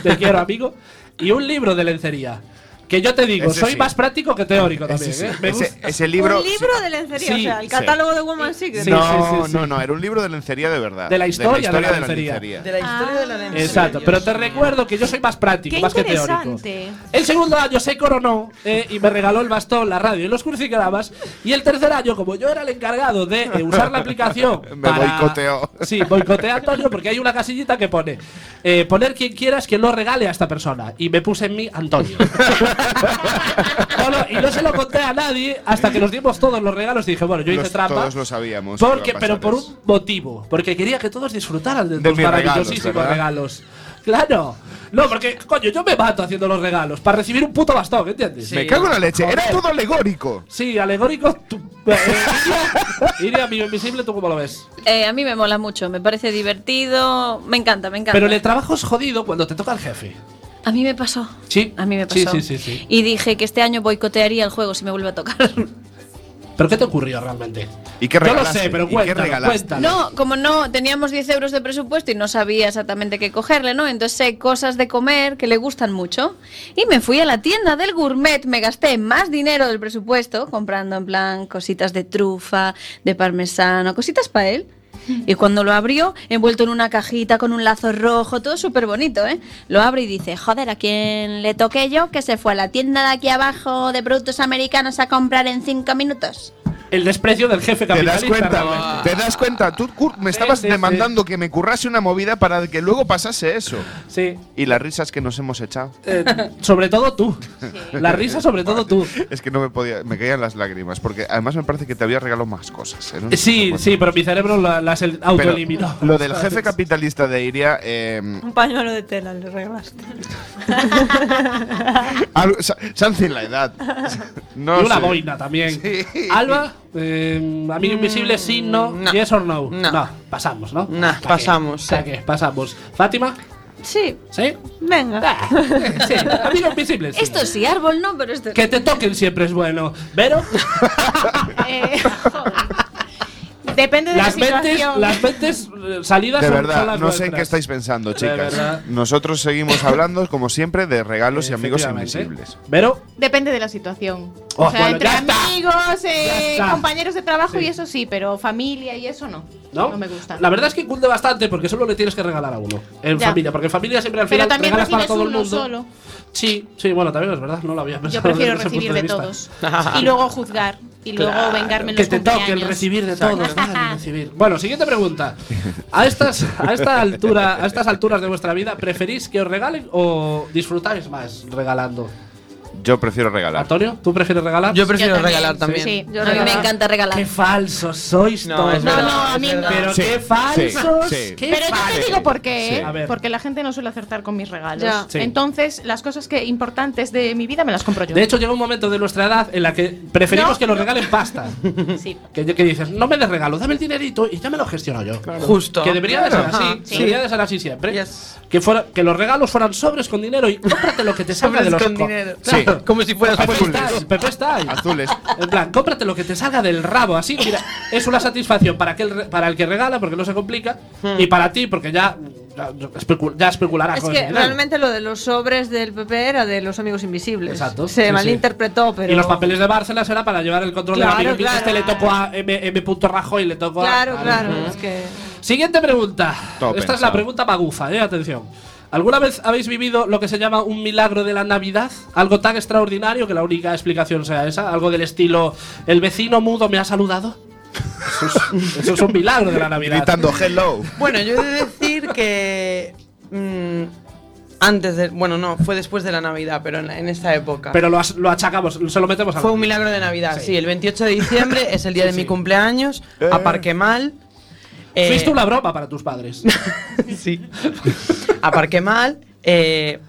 Speaker 1: te quiero amigo, y un libro de lencería. Que yo te digo,
Speaker 6: Ese
Speaker 1: soy
Speaker 6: sí.
Speaker 1: más práctico que teórico
Speaker 6: Ese,
Speaker 1: también.
Speaker 6: sí,
Speaker 1: ¿eh? Me
Speaker 6: ese,
Speaker 1: gusta.
Speaker 6: ese libro.
Speaker 7: un libro de lencería,
Speaker 1: Sí,
Speaker 7: o sea, el
Speaker 6: sí.
Speaker 7: catálogo de Woman's Secret.
Speaker 1: Sí,
Speaker 6: no,
Speaker 1: sí, sí, sí.
Speaker 6: no, no, era un libro de lencería de verdad.
Speaker 1: De la historia de la
Speaker 6: de la
Speaker 1: lencería.
Speaker 6: lencería.
Speaker 8: Ah.
Speaker 10: De la historia de la lencería.
Speaker 1: Exacto, pero te recuerdo que yo soy más práctico,
Speaker 8: Qué
Speaker 1: más que teórico.
Speaker 8: interesante.
Speaker 1: El segundo año se coronó eh, y me regaló el bastón, la radio y los crucigramas. Y el tercer año, como yo era el encargado de eh, usar la aplicación.
Speaker 6: Me boicoteó.
Speaker 1: Sí, boicoteé a Antonio porque hay una casillita que pone: eh, poner quien quieras que lo regale a esta persona. Y me puse en mí Antonio. No, no, y no se lo conté a nadie hasta que nos dimos todos los regalos y dije: bueno, yo hice
Speaker 6: Los-
Speaker 1: trampa.
Speaker 6: todos lo sabíamos que
Speaker 1: Porque,
Speaker 6: iba a
Speaker 1: pero
Speaker 6: pasar
Speaker 1: por
Speaker 6: eso.
Speaker 1: un motivo. Porque quería que todos disfrutaran de,
Speaker 6: De
Speaker 1: tus
Speaker 6: mis regalos,
Speaker 1: maravillosísimos
Speaker 6: ¿verdad?
Speaker 1: regalos. Claro. No, porque, coño, yo me mato haciendo los regalos para recibir un puto bastón, ¿entiendes?
Speaker 6: Me cago en la leche, era todo alegórico.
Speaker 1: Sí, alegórico. tú- eh, Iria- Iria, amigo invisible, ¿tú cómo lo ves?
Speaker 9: Eh, a mí me mola mucho, me parece divertido, me encanta, me encanta.
Speaker 1: Pero en el trabajo es jodido cuando te toca el jefe.
Speaker 9: A mí me pasó.
Speaker 1: Sí.
Speaker 9: A mí me
Speaker 1: Sí,
Speaker 9: pasó.
Speaker 1: sí, sí, sí.
Speaker 9: Y dije que este año boicotearía el juego si me vuelve a tocar.
Speaker 1: ¿Pero qué te ocurrió realmente?
Speaker 6: ¿Y qué
Speaker 1: Yo lo
Speaker 6: regalaste?
Speaker 1: sé,
Speaker 6: ¿Y
Speaker 1: pero
Speaker 6: qué
Speaker 1: cuéntalo,
Speaker 6: regalaste?
Speaker 1: cuéntalo.
Speaker 9: No, como no teníamos 10 euros de presupuesto y no sabía exactamente qué cogerle, ¿no? Entonces sé cosas de comer que le gustan mucho. Y me fui a la tienda del gourmet, me gasté más dinero del presupuesto comprando en plan cositas de trufa, de parmesano, cositas para él.
Speaker 1: Mm.
Speaker 9: Y cuando lo abrió, envuelto en una cajita con un lazo rojo, todo súper bonito, ¿eh? Lo abre y dice, joder, a quien le toqué yo, que se fue a la tienda de aquí abajo de productos americanos a comprar en 5 minutos.
Speaker 1: El desprecio del jefe
Speaker 6: ¿Te das
Speaker 1: capitalista.
Speaker 6: cuenta?
Speaker 1: realmente.
Speaker 6: ¿Te das cuenta? Tú, Kurt, me
Speaker 1: Sí,
Speaker 6: estabas
Speaker 1: sí,
Speaker 6: demandando que me currase una movida para que luego pasase eso.
Speaker 1: Sí.
Speaker 6: Y las risas que nos hemos echado.
Speaker 1: Eh, sobre todo tú. La risa, sobre todo tú.
Speaker 6: Es que no me podía, me caían las lágrimas, porque además me parece que te había regalado más cosas. ¿eh? era una
Speaker 1: Sí,
Speaker 6: cosa
Speaker 1: sí, pero mi cerebro la- las el-
Speaker 6: Pero
Speaker 1: autoeliminó.
Speaker 6: lo del jefe capitalista de Iria, eh,
Speaker 7: Un pañuelo de tela le regalaste.
Speaker 6: algo- sa- Sanz en la edad. No
Speaker 10: Ah,
Speaker 1: y una
Speaker 6: sé.
Speaker 1: boina también.
Speaker 6: Sí.
Speaker 1: Alba, eh, amigo invisible, sí, no,
Speaker 10: no.
Speaker 1: yes or no.
Speaker 10: No.
Speaker 1: pasamos, ¿no?
Speaker 10: Nah,
Speaker 1: ¿Pa' qué?
Speaker 10: pasamos, sí.
Speaker 1: ¿Pa' qué? Pasamos. Fátima,
Speaker 7: Sí,
Speaker 1: ¿sí?
Speaker 7: venga.
Speaker 1: Ah, sí, amigo invisible. sí.
Speaker 9: Esto sí, árbol no, pero esto...
Speaker 1: Que te toquen siempre es bueno. Vero,
Speaker 8: Eh, joder. Depende de
Speaker 1: las
Speaker 8: la
Speaker 1: mentes,
Speaker 8: situación.
Speaker 1: las mentes eh, salidas
Speaker 6: De
Speaker 1: son- son
Speaker 6: verdad,
Speaker 1: las
Speaker 6: no sé en
Speaker 1: vuestras.
Speaker 6: qué estáis pensando,
Speaker 1: De
Speaker 6: chicas.
Speaker 1: verdad. Eh,
Speaker 6: Nosotros seguimos hablando, como siempre, de regalos y amigos
Speaker 1: Efectivamente.
Speaker 6: invisibles.
Speaker 1: Vero,
Speaker 8: Depende de la situación.
Speaker 1: Oh,
Speaker 8: o sea,
Speaker 1: bueno,
Speaker 8: entre
Speaker 1: ya está.
Speaker 8: amigos, eh,
Speaker 1: está.
Speaker 8: compañeros de trabajo
Speaker 1: Sí.
Speaker 8: y eso sí, pero familia y eso no.
Speaker 1: ¿no?
Speaker 8: me gusta.
Speaker 1: La verdad es que cunde bastante porque solo le tienes que regalar a uno. En
Speaker 8: Ya.
Speaker 1: familia, porque en familia siempre al
Speaker 8: Pero
Speaker 1: final
Speaker 8: también
Speaker 1: regalas para
Speaker 8: recibes
Speaker 1: todo el
Speaker 8: uno
Speaker 1: mundo.
Speaker 8: solo.
Speaker 1: Sí, sí, bueno, también es verdad, no lo había
Speaker 8: Yo
Speaker 1: pensado.
Speaker 8: prefiero
Speaker 1: desde ese
Speaker 8: recibir
Speaker 1: punto
Speaker 8: de
Speaker 1: vista.
Speaker 8: todos. y luego juzgar. y luego
Speaker 1: Claro,
Speaker 8: vengarme en
Speaker 1: que
Speaker 8: los
Speaker 1: te
Speaker 8: cumpleaños.
Speaker 1: toque el recibir de todo. vale, recibir. Bueno, siguiente pregunta. A estas, a esta altura, a estas alturas de vuestra vida, ¿preferís que os regalen o disfrutáis más regalando?
Speaker 6: Yo prefiero regalar.
Speaker 1: Antonio, ¿tú prefieres regalar?
Speaker 10: Yo prefiero Yo también, regalar también.
Speaker 9: Sí, a mí me encanta regalar.
Speaker 1: Qué falsos sois
Speaker 10: No,
Speaker 1: todos.
Speaker 10: es verdad, No, no,
Speaker 8: a mí no.
Speaker 1: Pero
Speaker 6: Sí,
Speaker 1: qué
Speaker 6: sí,
Speaker 1: falsos.
Speaker 6: sí.
Speaker 1: qué
Speaker 8: Pero yo
Speaker 1: falsos.
Speaker 8: te digo por qué,
Speaker 6: Sí.
Speaker 8: ¿eh?
Speaker 1: A ver.
Speaker 8: porque la gente no suele acertar con mis regalos.
Speaker 7: Ya.
Speaker 1: Sí.
Speaker 8: Entonces, las cosas que importantes de mi vida me las compro yo.
Speaker 1: De hecho, llega un momento de nuestra edad en la que preferimos
Speaker 8: No.
Speaker 1: que nos regalen pasta.
Speaker 8: sí.
Speaker 1: Que, que dices, no me des regalo, dame el dinerito y ya me lo gestiono yo.
Speaker 10: Justo.
Speaker 1: Que debería de ser
Speaker 10: Claro.
Speaker 1: así.
Speaker 8: Ajá, sí.
Speaker 1: Debería de ser así siempre.
Speaker 10: Yes.
Speaker 1: Que, fuera, que los regalos fueran sobres con dinero y cómprate lo que te salga
Speaker 10: Sobres
Speaker 1: de los
Speaker 10: con
Speaker 1: co-
Speaker 10: dinero.
Speaker 1: Claro.
Speaker 10: Sí, como si fueras
Speaker 1: Pepe
Speaker 10: azules.
Speaker 1: Style, Pepe Style.
Speaker 6: Azules.
Speaker 1: En plan, cómprate lo que te salga del rabo. Así, mira, es una satisfacción para, aquel, re- para el que regala porque no se complica y para ti porque ya, ya, especu- ya especularás
Speaker 7: Es
Speaker 1: con
Speaker 7: que
Speaker 1: el dinero.
Speaker 7: realmente lo de los sobres del PP era de los amigos invisibles.
Speaker 1: Exacto,
Speaker 7: Se
Speaker 1: sí, sí.
Speaker 7: malinterpretó, pero.
Speaker 1: Y los papeles de Bárcenas era para llevar el control
Speaker 7: Claro,
Speaker 1: de la
Speaker 7: claro.
Speaker 1: Este le tocó a M. M. Rajoy, le tocó
Speaker 7: Claro,
Speaker 1: a.
Speaker 7: claro.
Speaker 1: Ujú.
Speaker 7: Es que.
Speaker 1: Siguiente pregunta.
Speaker 6: Todo
Speaker 1: Esta es
Speaker 6: pensado.
Speaker 1: la pregunta magufa, eh, atención. ¿Alguna vez habéis vivido lo que se llama un milagro de la Navidad? Algo tan extraordinario que la única explicación sea esa. Algo del estilo, el vecino mudo me ha saludado. Eso es, eso es un milagro de la Navidad.
Speaker 6: Gritando hello.
Speaker 10: Bueno, yo he de decir que. mm, antes de. Bueno, no, fue después de la Navidad, pero en, en esta época.
Speaker 1: Pero lo, as- lo achacamos, se lo metemos a
Speaker 10: fue un milagro de Navidad, sí. El 28 de diciembre es el día
Speaker 1: Sí,
Speaker 10: de mi
Speaker 1: sí.
Speaker 10: cumpleaños. Aparqué mal. eh,
Speaker 1: Fuiste una broma para tus padres.
Speaker 10: sí. Aparqué mal. eh,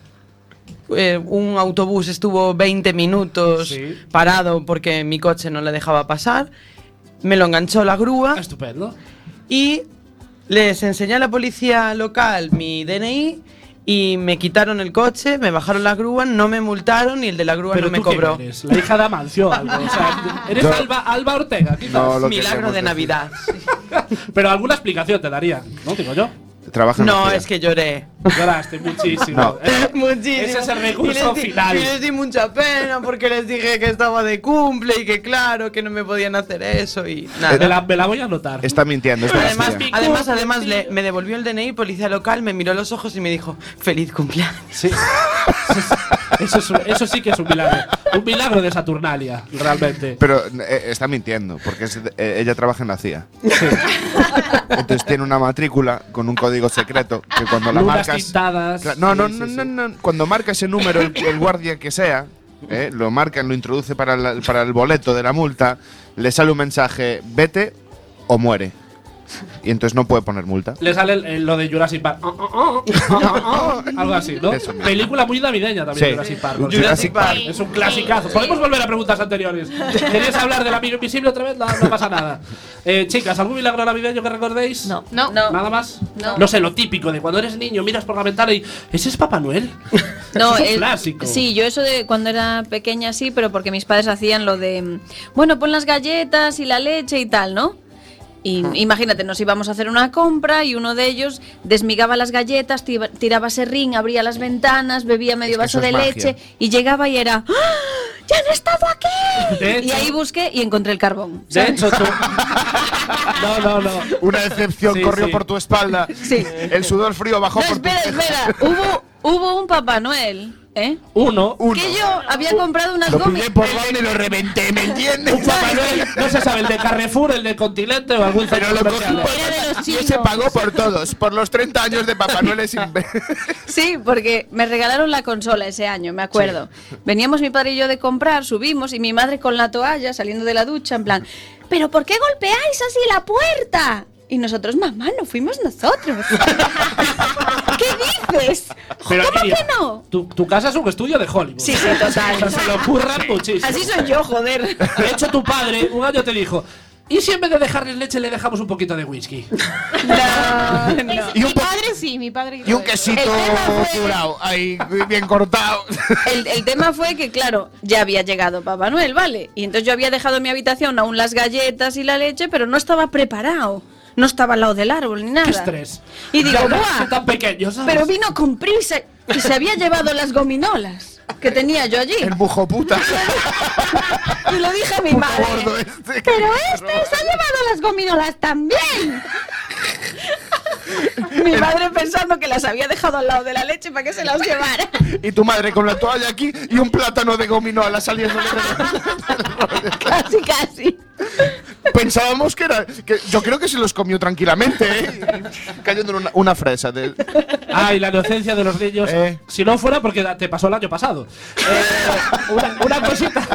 Speaker 10: eh, un autobús estuvo 20 minutos
Speaker 1: Sí.
Speaker 10: parado porque mi coche no le dejaba pasar. Me lo enganchó la grúa
Speaker 1: Estupendo.
Speaker 10: y les enseñé a la policía local mi DNI y me quitaron el coche, me bajaron la grúa, no me multaron y el de la grúa no me
Speaker 1: tú quién
Speaker 10: cobró.
Speaker 1: eres? La hija de Amancio. algo. O sea, eres
Speaker 6: Yo-
Speaker 1: Alba, Alba Ortega, quizás.
Speaker 6: No, lo
Speaker 10: Milagro
Speaker 6: queremos
Speaker 10: de
Speaker 6: decir.
Speaker 10: Navidad.
Speaker 1: Pero alguna explicación te daría, ¿no? Digo yo.
Speaker 6: Trabaja en la
Speaker 10: No,
Speaker 6: fila.
Speaker 10: es que lloré.
Speaker 1: Lloraste muchísimo.
Speaker 6: No.
Speaker 1: Eh,
Speaker 10: Muchísimo.
Speaker 1: Ese es el
Speaker 10: Y les
Speaker 1: recurso
Speaker 10: di-
Speaker 1: final.
Speaker 10: y les di mucha pena porque les dije que estaba de cumple y que claro, que no me podían hacer eso y nada.
Speaker 1: Me la, Ah, me la voy a anotar.
Speaker 6: Está mintiendo. Está
Speaker 10: Además,
Speaker 6: mintiendo.
Speaker 10: además, además le- me devolvió el DNI, policía local, me miró a los ojos y me dijo, feliz cumpleaños.
Speaker 1: Sí. Eso, es- eso es un- eso sí que es un milagro. Un milagro de Saturnalia, realmente.
Speaker 6: Pero eh, está mintiendo, porque es- eh, ella trabaja en la CIA. Entonces tiene una matrícula con un código secreto que cuando la
Speaker 1: Lunas
Speaker 6: marcas.
Speaker 1: tintadas.
Speaker 6: Cla- No, no,
Speaker 1: Sí, sí,
Speaker 6: no,
Speaker 1: sí.
Speaker 6: no, no. Cuando marca ese número el, el guardia que sea, eh, lo marcan, lo introduce para, la- para el boleto de la multa, le sale un mensaje: vete o muere. Y entonces no puede poner multa.
Speaker 1: Le sale el- el- lo de Jurassic Park. Oh, oh, oh, oh, oh, oh. Algo así, ¿no?
Speaker 6: Eso mismo.
Speaker 1: Película muy navideña también,
Speaker 6: Sí.
Speaker 1: Jurassic Park.
Speaker 6: Jurassic Jurassic Park.
Speaker 8: Park.
Speaker 1: Es un clasicazo. Podemos volver a preguntas anteriores. ¿Querías hablar del amigo invisible otra vez? No, no pasa nada. Eh, chicas, ¿algún milagro navideño que recordéis?
Speaker 7: No.
Speaker 8: No.
Speaker 9: No.
Speaker 1: ¿Nada más?
Speaker 9: No.
Speaker 1: sé, lo típico de cuando eres niño, miras por la ventana y. ¿Ese es Papá Noel? Eso es un
Speaker 9: el-
Speaker 1: clásico.
Speaker 9: Sí, yo eso de cuando era pequeña sí, pero porque mis padres hacían lo de, mm, bueno, pon las galletas y la leche y tal, ¿no? Y, Imagínate, nos íbamos a hacer una compra y uno de ellos desmigaba las galletas, tiba- tiraba serrín, abría las ventanas, bebía medio
Speaker 6: Es que
Speaker 9: vaso
Speaker 6: eso
Speaker 9: de
Speaker 6: es magia.
Speaker 9: leche y llegaba y era ¡Ah! ¡Ya han estado aquí!
Speaker 1: De
Speaker 9: y
Speaker 1: hecho-
Speaker 9: ahí busqué y encontré el carbón.
Speaker 1: De hecho, tú. No, no, no.
Speaker 6: Una decepción
Speaker 1: Sí,
Speaker 6: corrió
Speaker 1: sí.
Speaker 6: por tu espalda.
Speaker 9: Sí.
Speaker 6: El sudor frío bajó
Speaker 9: No,
Speaker 6: por tu
Speaker 9: espera, espera. Hubo, hubo un Papá Noel, ¿eh?
Speaker 1: Uno.
Speaker 6: Uno.
Speaker 9: Que yo había comprado unas
Speaker 6: Lo
Speaker 9: gomis.
Speaker 6: pillé por donde y lo reventé, ¿me entiendes?
Speaker 1: Papá Noel, no se sabe, el de Carrefour, el de Continente o algún
Speaker 6: Pero
Speaker 1: centro
Speaker 6: lo cogí
Speaker 1: comercial.
Speaker 6: por
Speaker 9: Era de los
Speaker 6: y
Speaker 9: chinos.
Speaker 6: ese pagó por todos, por los 30 años de Papá Noel es inve-
Speaker 9: Sí, porque me regalaron la consola ese año, me acuerdo. Veníamos mi padre y yo de comprar, subimos y mi madre con la toalla saliendo de la ducha, en plan, ¿pero por qué golpeáis así la puerta? Y nosotros, mamá, no fuimos nosotros. ¿Qué dices?
Speaker 1: Pero,
Speaker 9: ¿Cómo
Speaker 1: Iria,
Speaker 9: que no?
Speaker 1: Tu, tu casa es un estudio de Hollywood.
Speaker 9: Sí, sí,
Speaker 1: O sea,
Speaker 9: total.
Speaker 1: se lo curran muchísimo.
Speaker 9: Así soy yo, joder.
Speaker 1: De hecho, tu padre un año te dijo. ¿Y si en vez de dejarles leche le dejamos un poquito de whisky?
Speaker 9: No, no.
Speaker 8: Es-
Speaker 6: Y un
Speaker 8: mi
Speaker 6: po-
Speaker 8: padre sí, mi padre.
Speaker 6: Y un quesito
Speaker 9: El tema fue-
Speaker 6: curado, ahí, bien cortado.
Speaker 9: El, el tema fue que, claro, ya había llegado Papá Noel, ¿vale? Y entonces yo había dejado en mi habitación aún las galletas y la leche, pero no estaba preparado. No estaba al lado del árbol ni nada.
Speaker 1: ¡Qué estrés!
Speaker 9: Y digo,
Speaker 1: Ya,
Speaker 9: ¡buah!
Speaker 1: Son tan pequeños, ¿sabes?
Speaker 9: Pero vino con prisa y se había llevado las gominolas que tenía yo allí.
Speaker 6: El bujo puta.
Speaker 9: Y lo dije a mi
Speaker 6: gordo
Speaker 9: madre.
Speaker 6: este.
Speaker 9: Pero este se ha llevado las gominolas también. Mi madre pensando que las había dejado al lado de la leche para que se las llevara.
Speaker 6: Y tu madre con la toalla aquí y un plátano de gominola saliendo
Speaker 9: casi, casi.
Speaker 6: Pensábamos que era. Que yo creo que se los comió tranquilamente, ¿eh? Cayendo en una, una fresa. De...
Speaker 10: Ay, Ah, la inocencia de los niños.
Speaker 6: Eh.
Speaker 10: Si no fuera porque te pasó el año pasado. Eh, una, una cosita.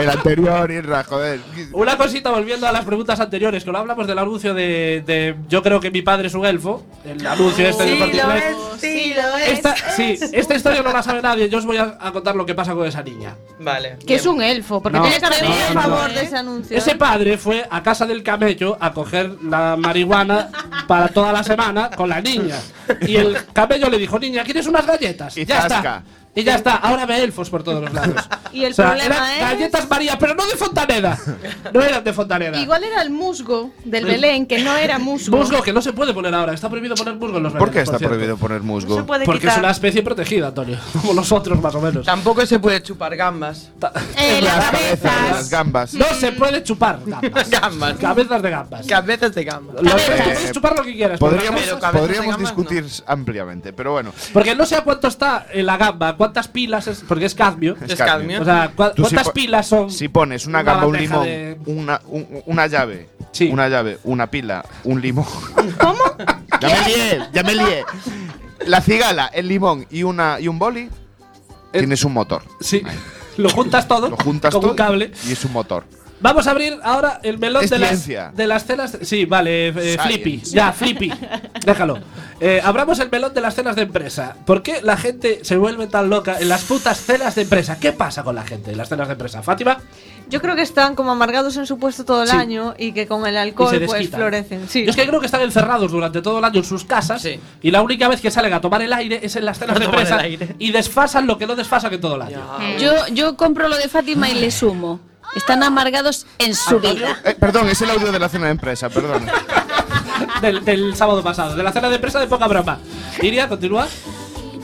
Speaker 6: El anterior, Irra, joder.
Speaker 10: Una cosita volviendo a las preguntas anteriores, que lo hablamos del anuncio de, de Yo creo que mi padre es un elfo. El anuncio este de Martin Rees.
Speaker 8: sí, lo
Speaker 10: Esta, sí, esta historia no la sabe nadie. Yo os voy a, a contar lo que pasa con esa niña.
Speaker 1: Vale.
Speaker 8: Que es un elfo, porque
Speaker 10: No,
Speaker 8: tiene cara de
Speaker 10: no,
Speaker 8: elfo.
Speaker 10: no,
Speaker 7: Por
Speaker 10: no.
Speaker 7: favor, de ese anuncio.
Speaker 10: Ese padre fue a casa del camello a coger la marihuana para toda la semana con la niña. Y el camello le dijo, niña, ¿quieres unas galletas?
Speaker 6: Y
Speaker 10: ya
Speaker 6: zasca.
Speaker 10: está. Y ya está, ahora ve elfos por todos los lados.
Speaker 7: Y el
Speaker 10: O sea,
Speaker 7: problema
Speaker 10: eran
Speaker 7: es-
Speaker 10: galletas María, pero no de Fontaneda. No eran de Fontaneda.
Speaker 8: Igual era el musgo del Belén, que no era musgo.
Speaker 10: Musgo que no se puede poner ahora, está prohibido poner musgo en los
Speaker 6: ¿Por qué
Speaker 10: belenes,
Speaker 6: está
Speaker 10: cierto.
Speaker 6: prohibido poner musgo?
Speaker 7: No se puede
Speaker 10: Porque
Speaker 7: quitar.
Speaker 10: es una especie protegida, Antonio, como nosotros más o menos.
Speaker 1: Tampoco se puede chupar gambas.
Speaker 8: Eh,
Speaker 6: Las
Speaker 8: las
Speaker 6: cabezas, las
Speaker 8: cabezas.
Speaker 6: gambas.
Speaker 10: No se puede chupar gambas.
Speaker 1: Gambas.
Speaker 10: Cabezas de gambas.
Speaker 1: Cabezas de gambas.
Speaker 10: Lo-
Speaker 6: ver,
Speaker 10: puedes chupar lo que quieras. pero
Speaker 6: eh, Podríamos,
Speaker 10: las
Speaker 1: Pero
Speaker 10: cabezas-
Speaker 1: cabezas
Speaker 6: podríamos
Speaker 1: de gambas,
Speaker 6: discutir ampliamente, pero bueno.
Speaker 10: Porque no sé a cuánto está eh, la gamba, cuántas pilas es, porque es cadmio.
Speaker 1: Es
Speaker 6: cadmio.
Speaker 1: cadmio.
Speaker 10: O sea, cua-
Speaker 6: Tú si
Speaker 10: ¿cuántas
Speaker 6: po-
Speaker 10: pilas son?
Speaker 6: Si pones una
Speaker 10: Una
Speaker 6: gamba, un
Speaker 10: bandeja
Speaker 6: limón,
Speaker 10: de-
Speaker 6: una, un- una llave,
Speaker 10: Sí.
Speaker 6: una llave, una pila, un limón. ¿Cómo? ya me lié, ya me lié. La cigala, el limón y, una, y un boli, tienes un motor.
Speaker 10: Sí. Lo juntas todo
Speaker 6: Lo juntas
Speaker 10: Eh, con
Speaker 6: todo
Speaker 10: un cable.
Speaker 6: y es un motor.
Speaker 10: Vamos a abrir ahora el melón
Speaker 6: Es
Speaker 10: de las,
Speaker 6: ciencia.
Speaker 10: de las cenas. Sí, vale, eh, eh,
Speaker 6: Science.
Speaker 10: Flippy. Ya, Flippy. Déjalo. Eh, abramos el melón de las cenas de empresa. ¿Por qué la gente se vuelve tan loca en las putas cenas de empresa? ¿Qué pasa con la gente en las cenas de empresa? Fátima,
Speaker 7: Yo creo que están como amargados en su puesto todo el
Speaker 10: Sí.
Speaker 7: año y que con
Speaker 10: y
Speaker 7: el
Speaker 10: se
Speaker 7: alcohol pues
Speaker 10: desquitan.
Speaker 7: florecen. Sí.
Speaker 10: Yo es que creo que están encerrados durante todo el año en sus casas
Speaker 1: Sí.
Speaker 10: y la única vez que salen a tomar el aire es en las cenas
Speaker 1: A
Speaker 10: de
Speaker 1: tomar el
Speaker 10: empresa
Speaker 1: aire.
Speaker 10: y desfasan lo que no desfasan en todo el año.
Speaker 9: Yo, yo compro lo de Fátima y le sumo. Están amargados en su vida.
Speaker 6: Eh, perdón, es el audio de la cena de empresa, perdón.
Speaker 10: del, del sábado pasado, de la cena de empresa de poca broma. Iria, continúa.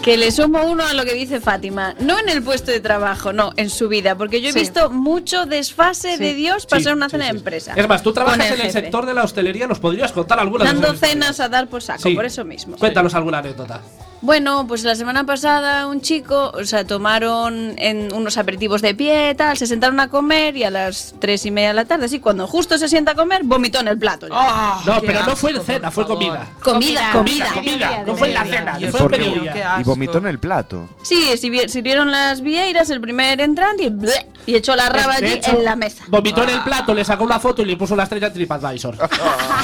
Speaker 9: Que le sumo uno a lo que dice Fátima. No en el puesto de trabajo, no, en su vida. Porque yo he
Speaker 8: Sí.
Speaker 9: visto mucho desfase de Dios para
Speaker 10: Sí,
Speaker 9: ser Pues una
Speaker 10: sí,
Speaker 9: cena
Speaker 10: sí,
Speaker 9: de
Speaker 10: sí.
Speaker 9: empresa.
Speaker 10: Es más, tú trabajas
Speaker 9: Con
Speaker 10: en el
Speaker 9: jefe.
Speaker 10: sector de la hostelería, nos podrías contar algunas de
Speaker 9: Dando
Speaker 10: esas historias?
Speaker 9: cenas a dar por saco,
Speaker 10: Sí.
Speaker 9: por eso mismo.
Speaker 10: Cuéntanos alguna anécdota.
Speaker 9: Bueno, pues la semana pasada un chico, o sea, tomaron en unos aperitivos de pie, tal, se sentaron a comer y a las tres y media de la tarde, así, cuando justo se sienta a comer, vomitó en el plato. ya.
Speaker 1: Ah,
Speaker 10: No,
Speaker 1: qué
Speaker 10: pero no
Speaker 1: asco,
Speaker 10: fue en
Speaker 1: por
Speaker 10: cena, fue
Speaker 1: favor.
Speaker 10: Oh, comida.
Speaker 9: Comida, comida.
Speaker 10: Comida, no fue en la
Speaker 1: Comida.
Speaker 10: cena,
Speaker 1: Dios
Speaker 10: fue en
Speaker 6: mío,
Speaker 10: mediodía.
Speaker 1: qué
Speaker 6: Y
Speaker 1: asco.
Speaker 6: vomitó en el plato.
Speaker 9: Sí, sirvi- sirvieron las vieiras, el primer entrante y, ¡bleh! y echó la raba
Speaker 10: De
Speaker 9: allí
Speaker 10: hecho,
Speaker 9: en la mesa.
Speaker 10: Vomitó en el plato, le sacó una foto y le puso la estrella en TripAdvisor.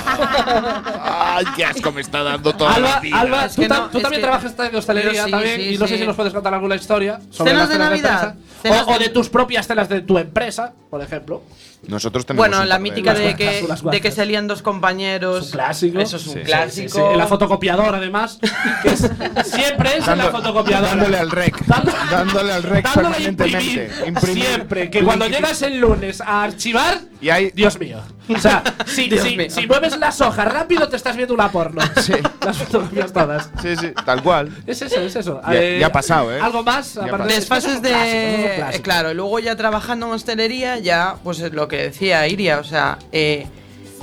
Speaker 1: Ah.
Speaker 6: Ay, qué asco me está dando todo.
Speaker 10: Alba, Alba,
Speaker 1: Es
Speaker 10: tú,
Speaker 1: que
Speaker 10: tam-
Speaker 1: no,
Speaker 10: tú
Speaker 1: es
Speaker 10: también
Speaker 1: que-
Speaker 10: trabajas en hostelería
Speaker 1: Yo sí,
Speaker 10: también
Speaker 1: sí,
Speaker 10: y no sé
Speaker 1: sí.
Speaker 10: si nos puedes contar alguna historia sobre
Speaker 1: Cenas
Speaker 10: las
Speaker 1: de
Speaker 10: cenas de,
Speaker 1: Navidad,
Speaker 10: empresa.
Speaker 1: cenas
Speaker 10: o, o
Speaker 1: de-
Speaker 10: de tus propias cenas de tu empresa, por ejemplo.
Speaker 6: Nosotros tenemos
Speaker 1: Bueno,
Speaker 6: un
Speaker 1: la
Speaker 6: par
Speaker 1: mítica
Speaker 10: Las
Speaker 1: de
Speaker 10: guardas,
Speaker 1: que,
Speaker 10: las
Speaker 1: de
Speaker 10: guardas.
Speaker 1: que salían dos compañeros.
Speaker 10: Es un clásico.
Speaker 1: Eso es un
Speaker 6: Sí, sí,
Speaker 10: Sí,
Speaker 1: clásico.
Speaker 10: sí, en la fotocopiadora, además. que es- siempre es en la
Speaker 6: Dando-
Speaker 10: fotocopiadora.
Speaker 6: Dándole al rec.
Speaker 10: Dando-
Speaker 6: dándole al rec
Speaker 10: dándole a
Speaker 6: permanentemente.
Speaker 10: imprimir.
Speaker 6: Imprimir.
Speaker 10: Siempre. Que cuando llegas el lunes a archivar.
Speaker 6: Y hay-
Speaker 10: Dios mío. O sea, si,
Speaker 1: Dios
Speaker 10: si-
Speaker 1: mío.
Speaker 10: si mueves las hojas rápido, te estás viendo una porno.
Speaker 6: Sí.
Speaker 10: Las fotocopias todas.
Speaker 6: Sí, sí, tal cual.
Speaker 10: Es eso, es eso.
Speaker 6: Ya- ya ha pasado, ¿eh?
Speaker 10: Algo más.
Speaker 6: Ya
Speaker 10: aparte
Speaker 6: pasó.
Speaker 10: de-
Speaker 1: Desfases
Speaker 10: Estos son clásicos, estos son
Speaker 1: de.
Speaker 10: clásicos.
Speaker 1: eh, claro, luego ya trabajando en hostelería, ya, pues es lo que decía Iria, o sea, eh,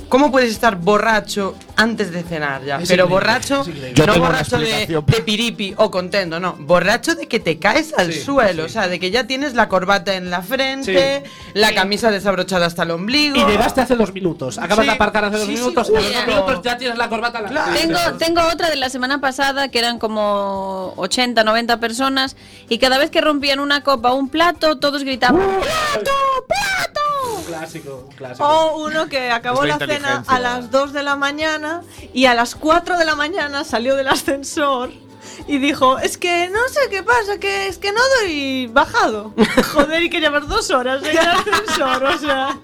Speaker 1: ¿cómo puedes estar borracho antes de cenar ya?
Speaker 10: Es
Speaker 1: Pero
Speaker 10: increíble,
Speaker 1: borracho,
Speaker 10: es increíble.
Speaker 6: Yo
Speaker 1: no
Speaker 6: tengo una
Speaker 1: borracho de,
Speaker 6: explicación.
Speaker 1: de piripi o contento, no, borracho de que te caes al
Speaker 10: Sí,
Speaker 1: suelo, o sea, de que ya tienes la corbata en la frente, la camisa desabrochada hasta el ombligo.
Speaker 10: Y llegaste hace dos minutos. Acabas
Speaker 1: Sí.
Speaker 10: de aparcar hace dos
Speaker 1: Sí, sí,
Speaker 10: minutos. y a los dos
Speaker 9: justo.
Speaker 10: minutos ya tienes la corbata. en la-
Speaker 1: Claro.
Speaker 9: Tengo, tengo otra de la semana pasada que eran como 80, 90 personas y cada vez que rompían una copa o un plato, todos gritaban ¡Plato! ¡Plato!
Speaker 10: Un clásico, un clásico.
Speaker 7: O uno que acabó
Speaker 6: Es la
Speaker 7: la, cena
Speaker 6: inteligencia.
Speaker 7: a las 2 de la mañana y a las 4 de la mañana salió del ascensor y dijo, es que no sé qué pasa, que es que no doy bajado. Joder, y quería ver dos horas en el ascensor, o sea...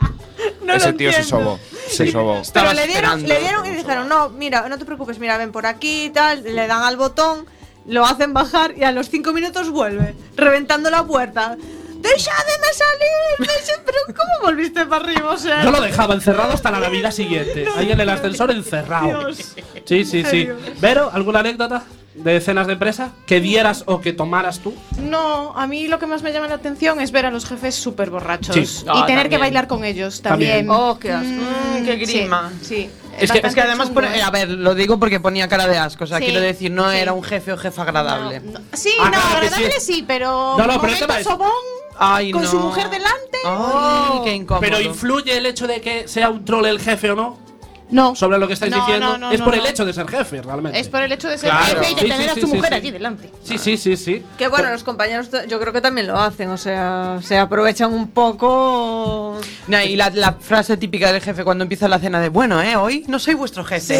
Speaker 7: No
Speaker 6: Ese
Speaker 7: lo
Speaker 6: tío se
Speaker 7: entiendo.
Speaker 6: sobó. Se sobó.
Speaker 7: Pero
Speaker 1: Estabas
Speaker 7: le dieron,
Speaker 1: esperando.
Speaker 7: le dieron y dijeron, no, mira, no te preocupes, mira, ven por aquí y tal, le dan al botón, lo hacen bajar y a los cinco minutos vuelve, reventando la puerta. ¡Dejadme salir! dejad-". ¿Pero cómo volviste para arriba? O sea,
Speaker 10: Yo lo dejaba encerrado hasta la Navidad siguiente. Ahí en el ascensor encerrado.
Speaker 7: Dios.
Speaker 10: Sí, sí, sí.
Speaker 7: serio.
Speaker 10: ¿Vero, alguna anécdota? de cenas de empresa que dieras o que tomaras tú?
Speaker 8: No, a mí lo que más me llama la atención es ver a los jefes súper borrachos.
Speaker 10: Sí.
Speaker 8: y
Speaker 10: Ah,
Speaker 8: tener que
Speaker 10: también.
Speaker 8: bailar con ellos
Speaker 10: También.
Speaker 8: también.
Speaker 10: Oh,
Speaker 8: qué asco.
Speaker 1: qué grima.
Speaker 8: Sí.
Speaker 1: Es que, es que además, pone- a ver, lo digo porque ponía cara de asco. O sea,
Speaker 8: Sí,
Speaker 1: quiero decir, no
Speaker 8: sí.
Speaker 1: era un jefe o jefa agradable.
Speaker 8: Sí,
Speaker 1: Ah,
Speaker 8: no,
Speaker 1: claro que
Speaker 8: agradable
Speaker 1: sí.
Speaker 8: sí. pero. este Ah,
Speaker 1: No, no, pero el
Speaker 8: momento
Speaker 1: tema es-
Speaker 8: sobón
Speaker 1: Ay,
Speaker 8: con
Speaker 1: no.
Speaker 8: su mujer delante.
Speaker 1: Ay, qué incómodo.
Speaker 10: Pero influye el hecho de que sea un troll el jefe o no.
Speaker 8: No.
Speaker 10: Sobre lo que estáis
Speaker 8: No,
Speaker 10: diciendo.
Speaker 8: no, no,
Speaker 10: es
Speaker 8: no,
Speaker 10: por
Speaker 8: no.
Speaker 10: el hecho de ser jefe, realmente.
Speaker 8: Es por el hecho de ser
Speaker 10: Claro.
Speaker 8: jefe y de
Speaker 10: Sí,
Speaker 8: tener
Speaker 10: sí,
Speaker 8: a
Speaker 10: sí,
Speaker 8: tu
Speaker 10: sí,
Speaker 8: mujer
Speaker 10: sí.
Speaker 8: allí delante.
Speaker 10: Sí, sí, sí, sí.
Speaker 7: Que bueno, los compañeros t- yo creo que también lo hacen, o sea, se aprovechan un poco.
Speaker 1: No, y la, la frase típica del jefe cuando empieza la cena de bueno, eh, hoy no soy vuestro jefe.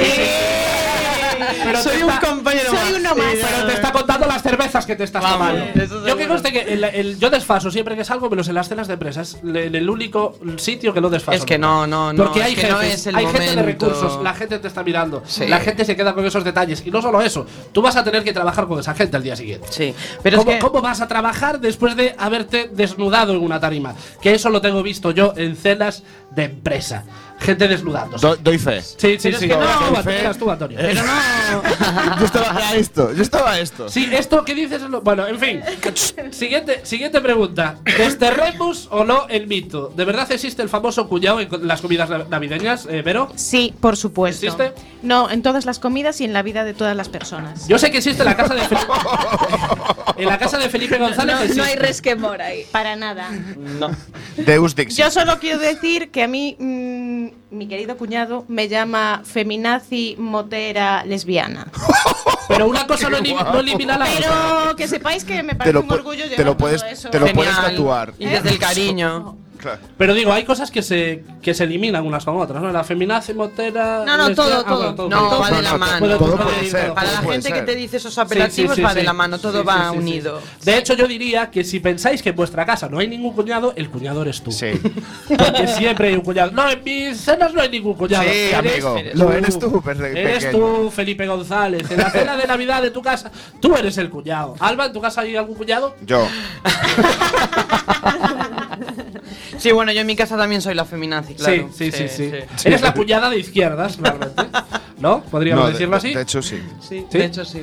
Speaker 10: Pero
Speaker 1: soy
Speaker 10: te
Speaker 1: un
Speaker 10: está-
Speaker 1: compañero más. Sí,
Speaker 10: Pero te está contando las cervezas que te estás tomando. Yo que conste que el- el- yo desfaso siempre que salgo, pero en las cenas de empresas. Es le- el, único sitio que no desfaso.
Speaker 1: Es que no, no, no,
Speaker 10: Porque
Speaker 1: es
Speaker 10: hay,
Speaker 1: que no
Speaker 10: jefes,
Speaker 1: es el
Speaker 10: hay gente de
Speaker 1: momento.
Speaker 10: recursos, la gente te está mirando,
Speaker 1: Sí.
Speaker 10: la gente se queda con esos detalles. Y no solo eso, tú vas a tener que trabajar con esa gente al día siguiente.
Speaker 1: Sí, pero es
Speaker 10: ¿Cómo,
Speaker 1: que-
Speaker 10: cómo vas a trabajar después de haberte desnudado en una tarima? Que eso lo tengo visto yo en cenas de empresa. Gente desnudándose.
Speaker 6: Do- doy fe.
Speaker 10: sí, sí,
Speaker 6: Pero es
Speaker 10: sí.
Speaker 6: que no,
Speaker 10: Tú,
Speaker 6: doy
Speaker 10: Antonio,
Speaker 6: fe.
Speaker 10: eras tú, Antonio.
Speaker 6: yo estaba a esto, yo estaba a esto.
Speaker 10: Sí, esto que dices es lo- Bueno, en fin. siguiente, siguiente pregunta. ¿Desterremos o no el mito? ¿De verdad existe el famoso cuñado en co- las comidas nav- navideñas, eh, Vero?
Speaker 8: Sí, por supuesto.
Speaker 10: ¿Existe?
Speaker 8: No, en todas las comidas y en la vida de todas las personas.
Speaker 10: Yo sé que existe en la casa de Felipe. en la casa de Felipe González
Speaker 9: No, no
Speaker 10: existe.
Speaker 9: hay resquemor ahí.
Speaker 8: Para nada.
Speaker 6: Deus Dixit.
Speaker 8: Yo solo quiero decir que a mí, mm, mi querido cuñado, me llama feminazi, motera, lesbiana.
Speaker 10: Pero una cosa no, elim- no elimina la otra.
Speaker 8: Pero que sepáis que me
Speaker 6: Te
Speaker 8: parece
Speaker 6: lo,
Speaker 8: un
Speaker 6: pu-
Speaker 8: orgullo
Speaker 6: te lo
Speaker 8: llevar
Speaker 6: puedes,
Speaker 8: todo eso.
Speaker 6: te lo puedes
Speaker 1: Genial.
Speaker 6: tatuar.
Speaker 1: Y desde el cariño.
Speaker 6: Claro.
Speaker 10: Pero digo, hay cosas que se, que se eliminan unas con otras, ¿no? La feminazi, motera.
Speaker 9: No, no,
Speaker 10: lesbiana-
Speaker 9: todo,
Speaker 10: Ah, bueno,
Speaker 9: todo.
Speaker 1: No, va de la
Speaker 6: to-
Speaker 1: mano.
Speaker 6: Todo
Speaker 10: Todo
Speaker 6: puede
Speaker 10: puede
Speaker 6: ser.
Speaker 10: ir,
Speaker 1: Para
Speaker 6: todo
Speaker 1: la
Speaker 6: puede
Speaker 1: gente que
Speaker 6: ser.
Speaker 1: te dice esos
Speaker 10: Sí, sí,
Speaker 1: apelativos
Speaker 10: sí,
Speaker 1: va
Speaker 10: sí.
Speaker 1: de la mano, todo
Speaker 10: Sí,
Speaker 1: va
Speaker 10: sí, sí, sí.
Speaker 1: unido.
Speaker 10: De hecho, yo diría que si pensáis que en vuestra casa no hay ningún cuñado, el cuñado eres tú.
Speaker 6: Sí,
Speaker 10: Porque siempre hay un cuñado. No, en mis cenas no hay ningún cuñado.
Speaker 6: Sí, amigo. Lo eres tú, pe-
Speaker 10: Eres
Speaker 6: pequeño.
Speaker 10: tú, Felipe González. En la cena de Navidad de tu casa, tú eres el cuñado. Alba, ¿en tu casa hay algún cuñado?
Speaker 6: yo.
Speaker 1: Sí, bueno, yo en mi casa también soy la feminazi, claro.
Speaker 10: sí, sí, sí, sí, Eres la cuñada de izquierdas, realmente. ¿No? Podríamos
Speaker 6: No, de-
Speaker 10: decirlo
Speaker 6: de-
Speaker 10: así.
Speaker 6: De hecho, sí.
Speaker 1: Sí,
Speaker 10: ¿Sí?
Speaker 1: De hecho, sí.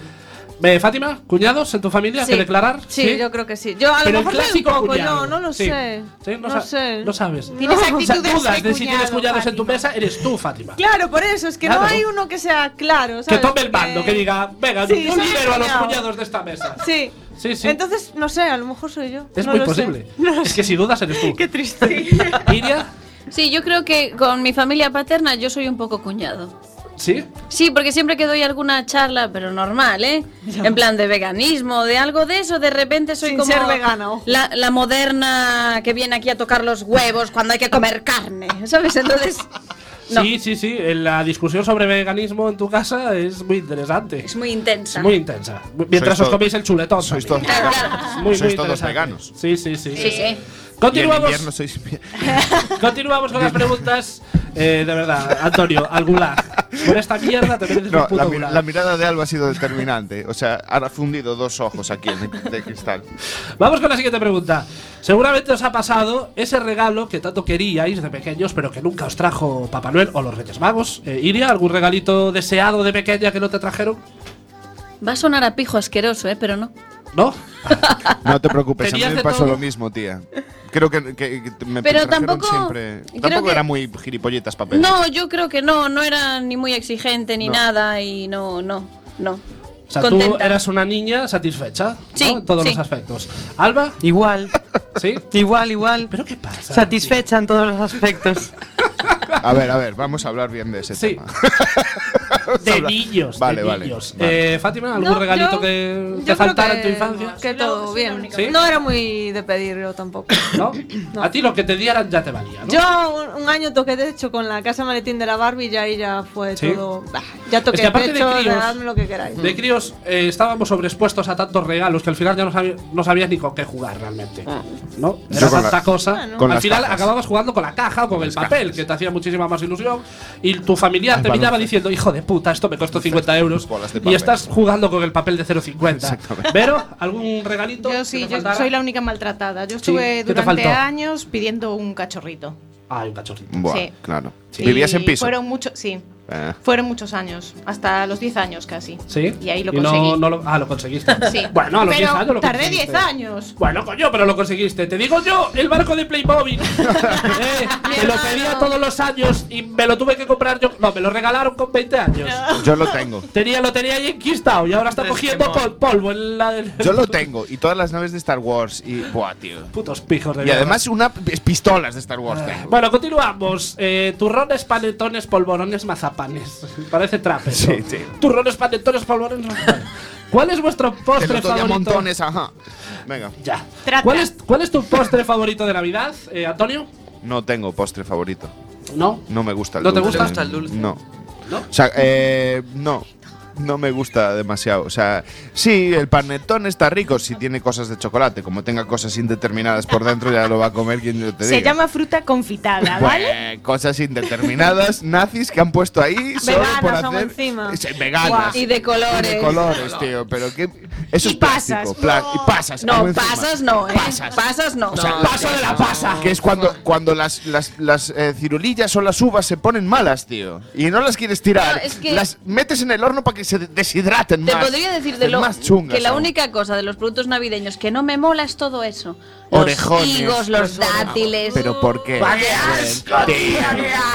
Speaker 10: Eh, Fátima, ¿cuñados en tu familia
Speaker 7: Sí.
Speaker 10: que declarar?
Speaker 7: Sí, yo creo que sí. Yo a
Speaker 10: Pero
Speaker 7: lo mejor
Speaker 10: el
Speaker 7: soy
Speaker 10: clásico
Speaker 7: un poco,
Speaker 10: cuñado.
Speaker 7: no, no lo
Speaker 10: Sí.
Speaker 7: sé.
Speaker 10: Sí, no,
Speaker 7: no,
Speaker 10: sa-
Speaker 7: sé.
Speaker 10: no sabes.
Speaker 8: Tienes
Speaker 10: O sea,
Speaker 8: actitud de
Speaker 10: dudas
Speaker 8: ser
Speaker 10: de si tienes
Speaker 8: cuñado,
Speaker 10: cuñados en tu
Speaker 8: Fátima.
Speaker 10: mesa, eres tú, Fátima.
Speaker 7: Claro, por eso, es que
Speaker 10: Claro.
Speaker 7: no hay uno que sea claro.
Speaker 10: Que
Speaker 7: ¿sabes?
Speaker 10: tome el mando, que diga, venga,
Speaker 7: Sí,
Speaker 10: yo
Speaker 7: soy
Speaker 10: libero a los
Speaker 7: cuñado.
Speaker 10: cuñados de esta mesa.
Speaker 7: Sí.
Speaker 10: Sí, sí.
Speaker 7: Entonces, no sé, a lo mejor soy yo.
Speaker 10: Es
Speaker 7: No
Speaker 10: muy
Speaker 7: lo sé.
Speaker 10: posible. es que si dudas eres tú.
Speaker 7: Qué triste.
Speaker 10: Iria,
Speaker 9: Sí, yo creo que con mi familia paterna yo soy un poco cuñado.
Speaker 10: ¿sí?
Speaker 9: Sí, porque siempre que doy alguna charla, pero normal, ¿eh? En plan de veganismo, de algo de eso, de repente soy
Speaker 7: Sin
Speaker 9: como
Speaker 7: ser vegana, ojo.
Speaker 9: la, la moderna que viene aquí a tocar los huevos cuando hay que comer carne, ¿sabes? Entonces, no,
Speaker 10: Sí, sí, sí. en La discusión sobre veganismo en tu casa es muy interesante.
Speaker 9: es muy intensa.
Speaker 10: Es muy intensa. Mientras
Speaker 6: Sois
Speaker 10: os
Speaker 6: to-
Speaker 10: coméis el chuletón.
Speaker 6: Sois todos
Speaker 10: también.
Speaker 6: veganos.
Speaker 10: Es muy, muy
Speaker 6: Sois todos
Speaker 10: interesante.
Speaker 6: veganos.
Speaker 10: Sí, sí, sí.
Speaker 9: Sí, sí.
Speaker 6: Y en
Speaker 10: Continuamos,
Speaker 6: invierno sois.
Speaker 10: continuamos con las preguntas. Eh, de verdad, Antonio, al gulag. Por esta mierda te mereces
Speaker 6: No,
Speaker 10: un puto
Speaker 6: la, mi-
Speaker 10: gulag.
Speaker 6: la mirada de Alba ha sido determinante. O sea, ha fundido dos ojos aquí en el- de cristal.
Speaker 10: Vamos con la siguiente pregunta. Seguramente os ha pasado ese regalo que tanto queríais de pequeños, pero que nunca os trajo Papá Noel o los Reyes Magos. Eh, Iria, ¿algún regalito deseado de pequeña que no te trajeron?
Speaker 9: Va a sonar a pijo asqueroso, ¿eh? Pero no.
Speaker 10: ¿No?
Speaker 6: No te preocupes, a mí
Speaker 10: Tenías
Speaker 6: me
Speaker 10: de
Speaker 6: pasó
Speaker 10: todo.
Speaker 6: lo mismo, tía. Creo que, que- que me
Speaker 9: Pero
Speaker 6: trajeron
Speaker 9: tampoco-
Speaker 6: siempre.
Speaker 9: creo
Speaker 6: Tampoco
Speaker 9: que-
Speaker 6: era muy gilipolletas papel.
Speaker 9: No, yo creo que no, no era ni muy exigente ni
Speaker 6: No.
Speaker 9: nada y no, no, no.
Speaker 10: O sea, tú
Speaker 9: Contenta.
Speaker 10: eras una niña satisfecha ¿no?
Speaker 9: Sí,
Speaker 10: en todos
Speaker 9: sí.
Speaker 10: los aspectos. ¿Alba?
Speaker 1: Igual,
Speaker 10: ¿Sí?
Speaker 1: igual, igual.
Speaker 10: ¿Pero qué pasa?
Speaker 1: Satisfecha en todos los aspectos.
Speaker 6: A ver, a ver, vamos a hablar bien de ese
Speaker 10: Sí.
Speaker 6: tema. Vamos a
Speaker 10: De
Speaker 6: hablar-
Speaker 10: niños.
Speaker 6: Vale,
Speaker 10: de
Speaker 6: vale,
Speaker 10: niños.
Speaker 6: vale.
Speaker 10: Eh, Fátima, ¿algún
Speaker 7: No,
Speaker 10: regalito
Speaker 7: yo-
Speaker 10: que te
Speaker 7: yo creo
Speaker 10: faltara
Speaker 7: que-
Speaker 10: en tu infancia?
Speaker 7: Que todo bien.
Speaker 10: ¿Sí?
Speaker 7: No era muy de pedirlo tampoco.
Speaker 10: ¿No? A ti lo que te dieran ya te valía, ¿no?
Speaker 7: Yo un, un año toqué techo con la casa maletín de la Barbie y ahí ya fue
Speaker 10: Sí.
Speaker 7: todo. bah, ya toqué
Speaker 10: Es que aparte de
Speaker 7: techo,
Speaker 10: críos-
Speaker 7: dadme lo que queráis.
Speaker 10: De críos eh, estábamos sobreexpuestos a tantos regalos que al final ya no, sabi- no sabías ni con qué jugar realmente.
Speaker 8: Ah.
Speaker 10: ¿No?
Speaker 6: Yo
Speaker 10: Era
Speaker 6: con
Speaker 10: tanta
Speaker 6: la-
Speaker 10: cosa.
Speaker 7: Bueno.
Speaker 6: con
Speaker 10: al
Speaker 6: las
Speaker 10: final
Speaker 6: cajas.
Speaker 10: acababas jugando con la caja o con el papel, que te hacía muchísima más ilusión. Y tu familiar te pillaba diciendo, hijo de puta, esto me costó 50 euros.
Speaker 6: Bolas de
Speaker 10: Y
Speaker 6: papel.
Speaker 10: estás jugando con el papel de 0,50.
Speaker 6: Exactamente.
Speaker 10: Pero, ¿algún regalito?
Speaker 8: Yo
Speaker 10: que
Speaker 8: sí,
Speaker 10: te
Speaker 8: yo
Speaker 10: faltara?
Speaker 8: soy la única maltratada. Yo
Speaker 10: Sí,
Speaker 8: estuve
Speaker 10: ¿qué te
Speaker 8: durante
Speaker 10: faltó?
Speaker 8: años pidiendo un cachorrito.
Speaker 10: Ah, un cachorrito.
Speaker 6: Buah,
Speaker 8: Sí.
Speaker 6: claro.
Speaker 8: Sí.
Speaker 6: Vivías en piso.
Speaker 8: Fueron muchos, sí.
Speaker 6: Ah.
Speaker 8: Fueron muchos años, hasta los 10 años casi.
Speaker 10: ¿Sí?
Speaker 8: Y ahí lo
Speaker 10: no-
Speaker 8: conseguí.
Speaker 10: no lo- ah, lo conseguiste.
Speaker 8: Sí.
Speaker 10: Bueno, a los
Speaker 8: Pero
Speaker 10: 10 años lo
Speaker 8: tardé
Speaker 10: conseguiste.
Speaker 8: 10 años.
Speaker 10: Bueno, coño, pero lo conseguiste. Te digo yo, el barco de Playmobil. Eh, me lo pedía todos los años y me lo tuve que comprar yo. No, me lo regalaron con 20 años.
Speaker 6: Yo lo tengo.
Speaker 10: Tenía, lo tenía ahí enquistado y ahora está cogiendo pol- polvo en la del.
Speaker 6: Yo lo tengo. Y todas las naves de Star Wars. Y. Buah, tío.
Speaker 10: Putos pijos de
Speaker 6: Y
Speaker 10: mierda.
Speaker 6: además una p- pistolas de Star Wars. tengo.
Speaker 10: Bueno, continuamos. Eh, turrones, panetones, polvorones, mazapanes. Parece trape. ¿no?
Speaker 6: Sí, sí.
Speaker 10: Turrones, panetones, polvorones, mazapanes. ¿Cuál es vuestro
Speaker 6: Que
Speaker 10: postre
Speaker 6: los doy a
Speaker 10: favorito?
Speaker 6: montones, ajá. Venga.
Speaker 10: Ya. ¿Cuál es, ¿Cuál es tu postre favorito de Navidad, eh, Antonio?
Speaker 6: No tengo postre favorito.
Speaker 10: ¿No?
Speaker 6: No me gusta el
Speaker 10: ¿No te
Speaker 6: dulce.
Speaker 10: gusta? ¿No te gusta el dulce?
Speaker 6: No.
Speaker 10: ¿No?
Speaker 6: O sea, eh, no. No me gusta demasiado. O sea, sí, el panetón está rico si tiene cosas de chocolate. Como tenga cosas indeterminadas por dentro, ya lo va a comer quien yo te
Speaker 8: Se
Speaker 6: diga.
Speaker 8: llama fruta confitada,
Speaker 6: Bueno,
Speaker 8: ¿vale?
Speaker 6: cosas indeterminadas, nazis que han puesto ahí solo
Speaker 8: Veganas
Speaker 6: por
Speaker 8: son
Speaker 6: hacer.
Speaker 8: encima.
Speaker 6: Sí, veganas.
Speaker 9: Y de colores.
Speaker 6: Y de colores, tío. Pero qué. Eso
Speaker 9: Y
Speaker 6: es plástico.
Speaker 9: pasas.
Speaker 6: pla- Y pasas. como
Speaker 9: No,
Speaker 6: encima.
Speaker 9: pasas no, ¿eh?
Speaker 6: Pasas.
Speaker 9: no.
Speaker 6: O sea, paso de la pasa. Que es cuando, cuando las, las, las, eh, cirulillas o las uvas se ponen malas, tío. Y no las quieres tirar.
Speaker 9: No, es que-
Speaker 6: las metes en el horno para que se de- deshidraten
Speaker 9: Te
Speaker 6: más.
Speaker 9: podría decir de
Speaker 6: Hacen
Speaker 9: lo
Speaker 6: más chungas
Speaker 9: que la
Speaker 6: aún.
Speaker 9: única cosa de los productos navideños que no me mola es todo eso. Los
Speaker 6: Orejones.
Speaker 9: higos, los dátiles.
Speaker 6: Pero ¿por qué?
Speaker 9: Vaya
Speaker 6: Tío,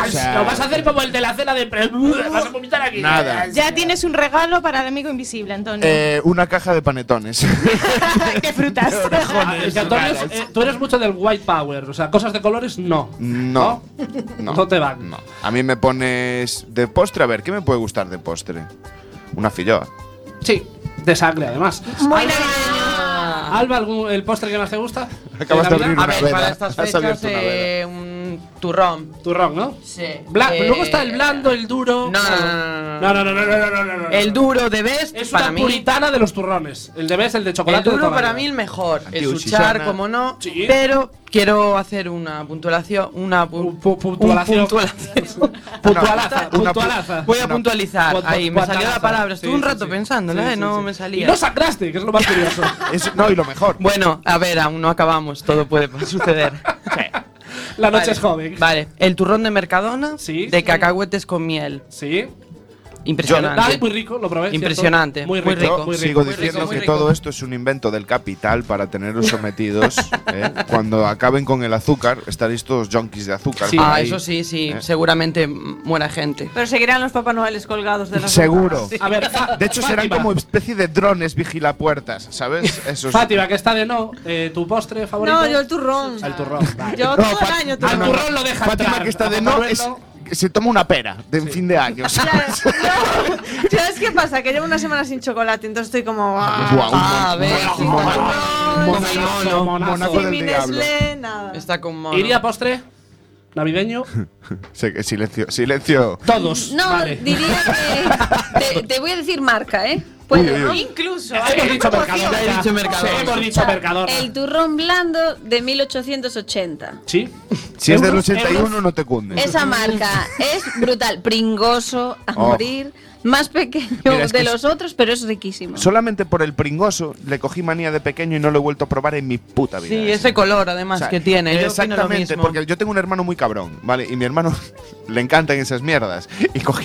Speaker 6: o sea,
Speaker 10: Lo vas a hacer como el de la cena de. pre- Vas a vomitar aquí.
Speaker 6: Uh,
Speaker 10: Ah,
Speaker 6: Nada.
Speaker 8: Ya tienes un regalo para el amigo invisible, Antonio.
Speaker 6: eh, una caja de panetones.
Speaker 8: ¿Qué frutas?
Speaker 10: Ah, es que Antonio, es- eh, tú eres mucho del white power, o sea, cosas de colores no.
Speaker 6: no,
Speaker 10: No,
Speaker 6: no.
Speaker 10: te van.
Speaker 6: no. A mí me pones de postre. A ver, ¿qué me puede gustar de postre? Una filloa.
Speaker 10: Sí, de sangre además.
Speaker 9: Muy
Speaker 10: Alba, ¿algún, ¿el postre que más te gusta?
Speaker 6: Acabas de
Speaker 10: Navidad?
Speaker 6: abrir
Speaker 7: A
Speaker 6: una
Speaker 7: ver,
Speaker 6: veda.
Speaker 7: para estas
Speaker 6: Has
Speaker 7: fechas,
Speaker 6: abierto una veda.
Speaker 7: eh, un turrón.
Speaker 10: Turrón, ¿no?
Speaker 7: Sí.
Speaker 10: Bla- Luego está el blando, el duro.
Speaker 7: Eh, No,
Speaker 10: No, no, no, no, no, no, no, no, no.
Speaker 7: El duro de best
Speaker 10: es
Speaker 7: para
Speaker 10: una
Speaker 7: mí.
Speaker 10: puritana de los turrones. El de best, el de
Speaker 7: El
Speaker 10: chocolate. de
Speaker 7: duro
Speaker 10: toda la
Speaker 7: para
Speaker 10: vida.
Speaker 7: mí el mejor. El
Speaker 6: Antiu,
Speaker 7: suchar,
Speaker 6: Chichana.
Speaker 7: como no.
Speaker 10: Sí.
Speaker 7: Pero quiero hacer una puntualación. Una pu-
Speaker 10: Pu- puntualación.
Speaker 7: un puntualación.
Speaker 10: Puntualaza,
Speaker 6: Una- una-
Speaker 10: puntualaza.
Speaker 7: Voy a puntualizar.
Speaker 10: Puntu-
Speaker 7: Ahí, me salió
Speaker 10: puntualaza.
Speaker 7: la palabra.
Speaker 10: Sí,
Speaker 7: Estuve un
Speaker 10: sí,
Speaker 7: rato
Speaker 10: sí.
Speaker 7: pensándolo,
Speaker 10: Sí,
Speaker 7: ¿eh?
Speaker 10: sí,
Speaker 7: No
Speaker 10: sí.
Speaker 7: me
Speaker 10: Y
Speaker 7: salía.
Speaker 10: no sacraste, que es lo más curioso.
Speaker 6: Es- no, y lo mejor.
Speaker 7: Bueno, a ver, aún no acabamos. Todo puede suceder.
Speaker 10: la noche
Speaker 7: Vale,
Speaker 10: es joven.
Speaker 7: Vale, el turrón de Mercadona
Speaker 10: Sí.
Speaker 7: de cacahuetes con miel.
Speaker 10: Sí. Ay,
Speaker 7: Impresionante.
Speaker 10: muy rico, lo probé. ¿cierto?
Speaker 7: Impresionante,
Speaker 10: Muy
Speaker 7: muy
Speaker 10: rico,
Speaker 7: rico.
Speaker 6: Yo
Speaker 10: muy rico.
Speaker 6: sigo
Speaker 7: rico,
Speaker 6: diciendo
Speaker 7: muy
Speaker 6: que
Speaker 7: rico.
Speaker 6: todo esto es un invento del capital para teneros sometidos. ¿eh? Cuando acaben con el azúcar, estaréis todos junkies de azúcar.
Speaker 10: Sí.
Speaker 6: por
Speaker 7: ah,
Speaker 6: ahí.
Speaker 7: eso sí, sí.
Speaker 6: Eh.
Speaker 7: Seguramente mm, muera gente.
Speaker 11: Pero seguirán los Papá Noeles colgados de las
Speaker 6: Seguro.
Speaker 10: A ver, Fa-
Speaker 6: De hecho, serán
Speaker 10: Fátima.
Speaker 6: como especie de drones vigilapuertas, ¿sabes? Eso es-
Speaker 10: Fátima, que está de no. eh, ¿Tu postre favorito?
Speaker 11: No, yo el turrón.
Speaker 10: El turrón. vale.
Speaker 11: Yo
Speaker 6: No,
Speaker 11: todo el
Speaker 6: Fa-
Speaker 11: año
Speaker 6: Ah,
Speaker 10: Al
Speaker 6: no,
Speaker 11: turrón.
Speaker 10: turrón lo deja
Speaker 6: Fátima
Speaker 10: entrar.
Speaker 6: que está de
Speaker 10: A
Speaker 6: no es,
Speaker 10: Manuel
Speaker 6: se toma una pera de fin de año.
Speaker 11: Claro,
Speaker 6: ¿sabes?
Speaker 11: no. ¿Sabes qué pasa? Que llevo una semana sin chocolate, entonces estoy como. ah,
Speaker 6: Guau, un
Speaker 7: Ah,
Speaker 6: mon-
Speaker 7: a ver,
Speaker 6: un
Speaker 7: sí,
Speaker 6: monazo.
Speaker 11: turrón,
Speaker 6: Monazo,
Speaker 11: sí,
Speaker 10: monazo, monazo.
Speaker 6: monazo
Speaker 11: sin
Speaker 6: del
Speaker 11: mi
Speaker 6: diablo.
Speaker 11: Nestlé, nada.
Speaker 7: Está con mono.
Speaker 10: ¿Iría postre? ¿Navideño?
Speaker 6: Sí, que- Silencio, silencio.
Speaker 10: Todos.
Speaker 9: No,
Speaker 10: vale.
Speaker 9: diría que. Te, te voy a decir marca, ¿eh? Puedo,
Speaker 6: Uy, uy,
Speaker 9: ¿no?
Speaker 6: uy.
Speaker 8: Incluso.
Speaker 10: Hemos dicho Mercadona.
Speaker 7: Ya he dicho Mercadona.
Speaker 10: Sí, Hemos dicho Mercadona.
Speaker 9: El turrón blando de 1880.
Speaker 10: Sí.
Speaker 6: Si es del
Speaker 10: Euros,
Speaker 6: 81,
Speaker 10: euros.
Speaker 6: no te cunde.
Speaker 9: Esa marca es brutal, pringoso a
Speaker 6: Oh.
Speaker 9: morir, más pequeño
Speaker 6: Mira, es que
Speaker 9: de
Speaker 6: es-
Speaker 9: los otros, pero es riquísimo.
Speaker 6: Solamente por el pringoso le cogí manía de pequeño y no lo he vuelto a probar en mi puta vida.
Speaker 7: Sí, ese color además
Speaker 6: O sea,
Speaker 7: que tiene. Yo opino lo
Speaker 6: Exactamente,
Speaker 7: mismo.
Speaker 6: porque yo tengo un hermano muy cabrón, ¿vale? Y mi hermano le encantan esas mierdas. Y cogí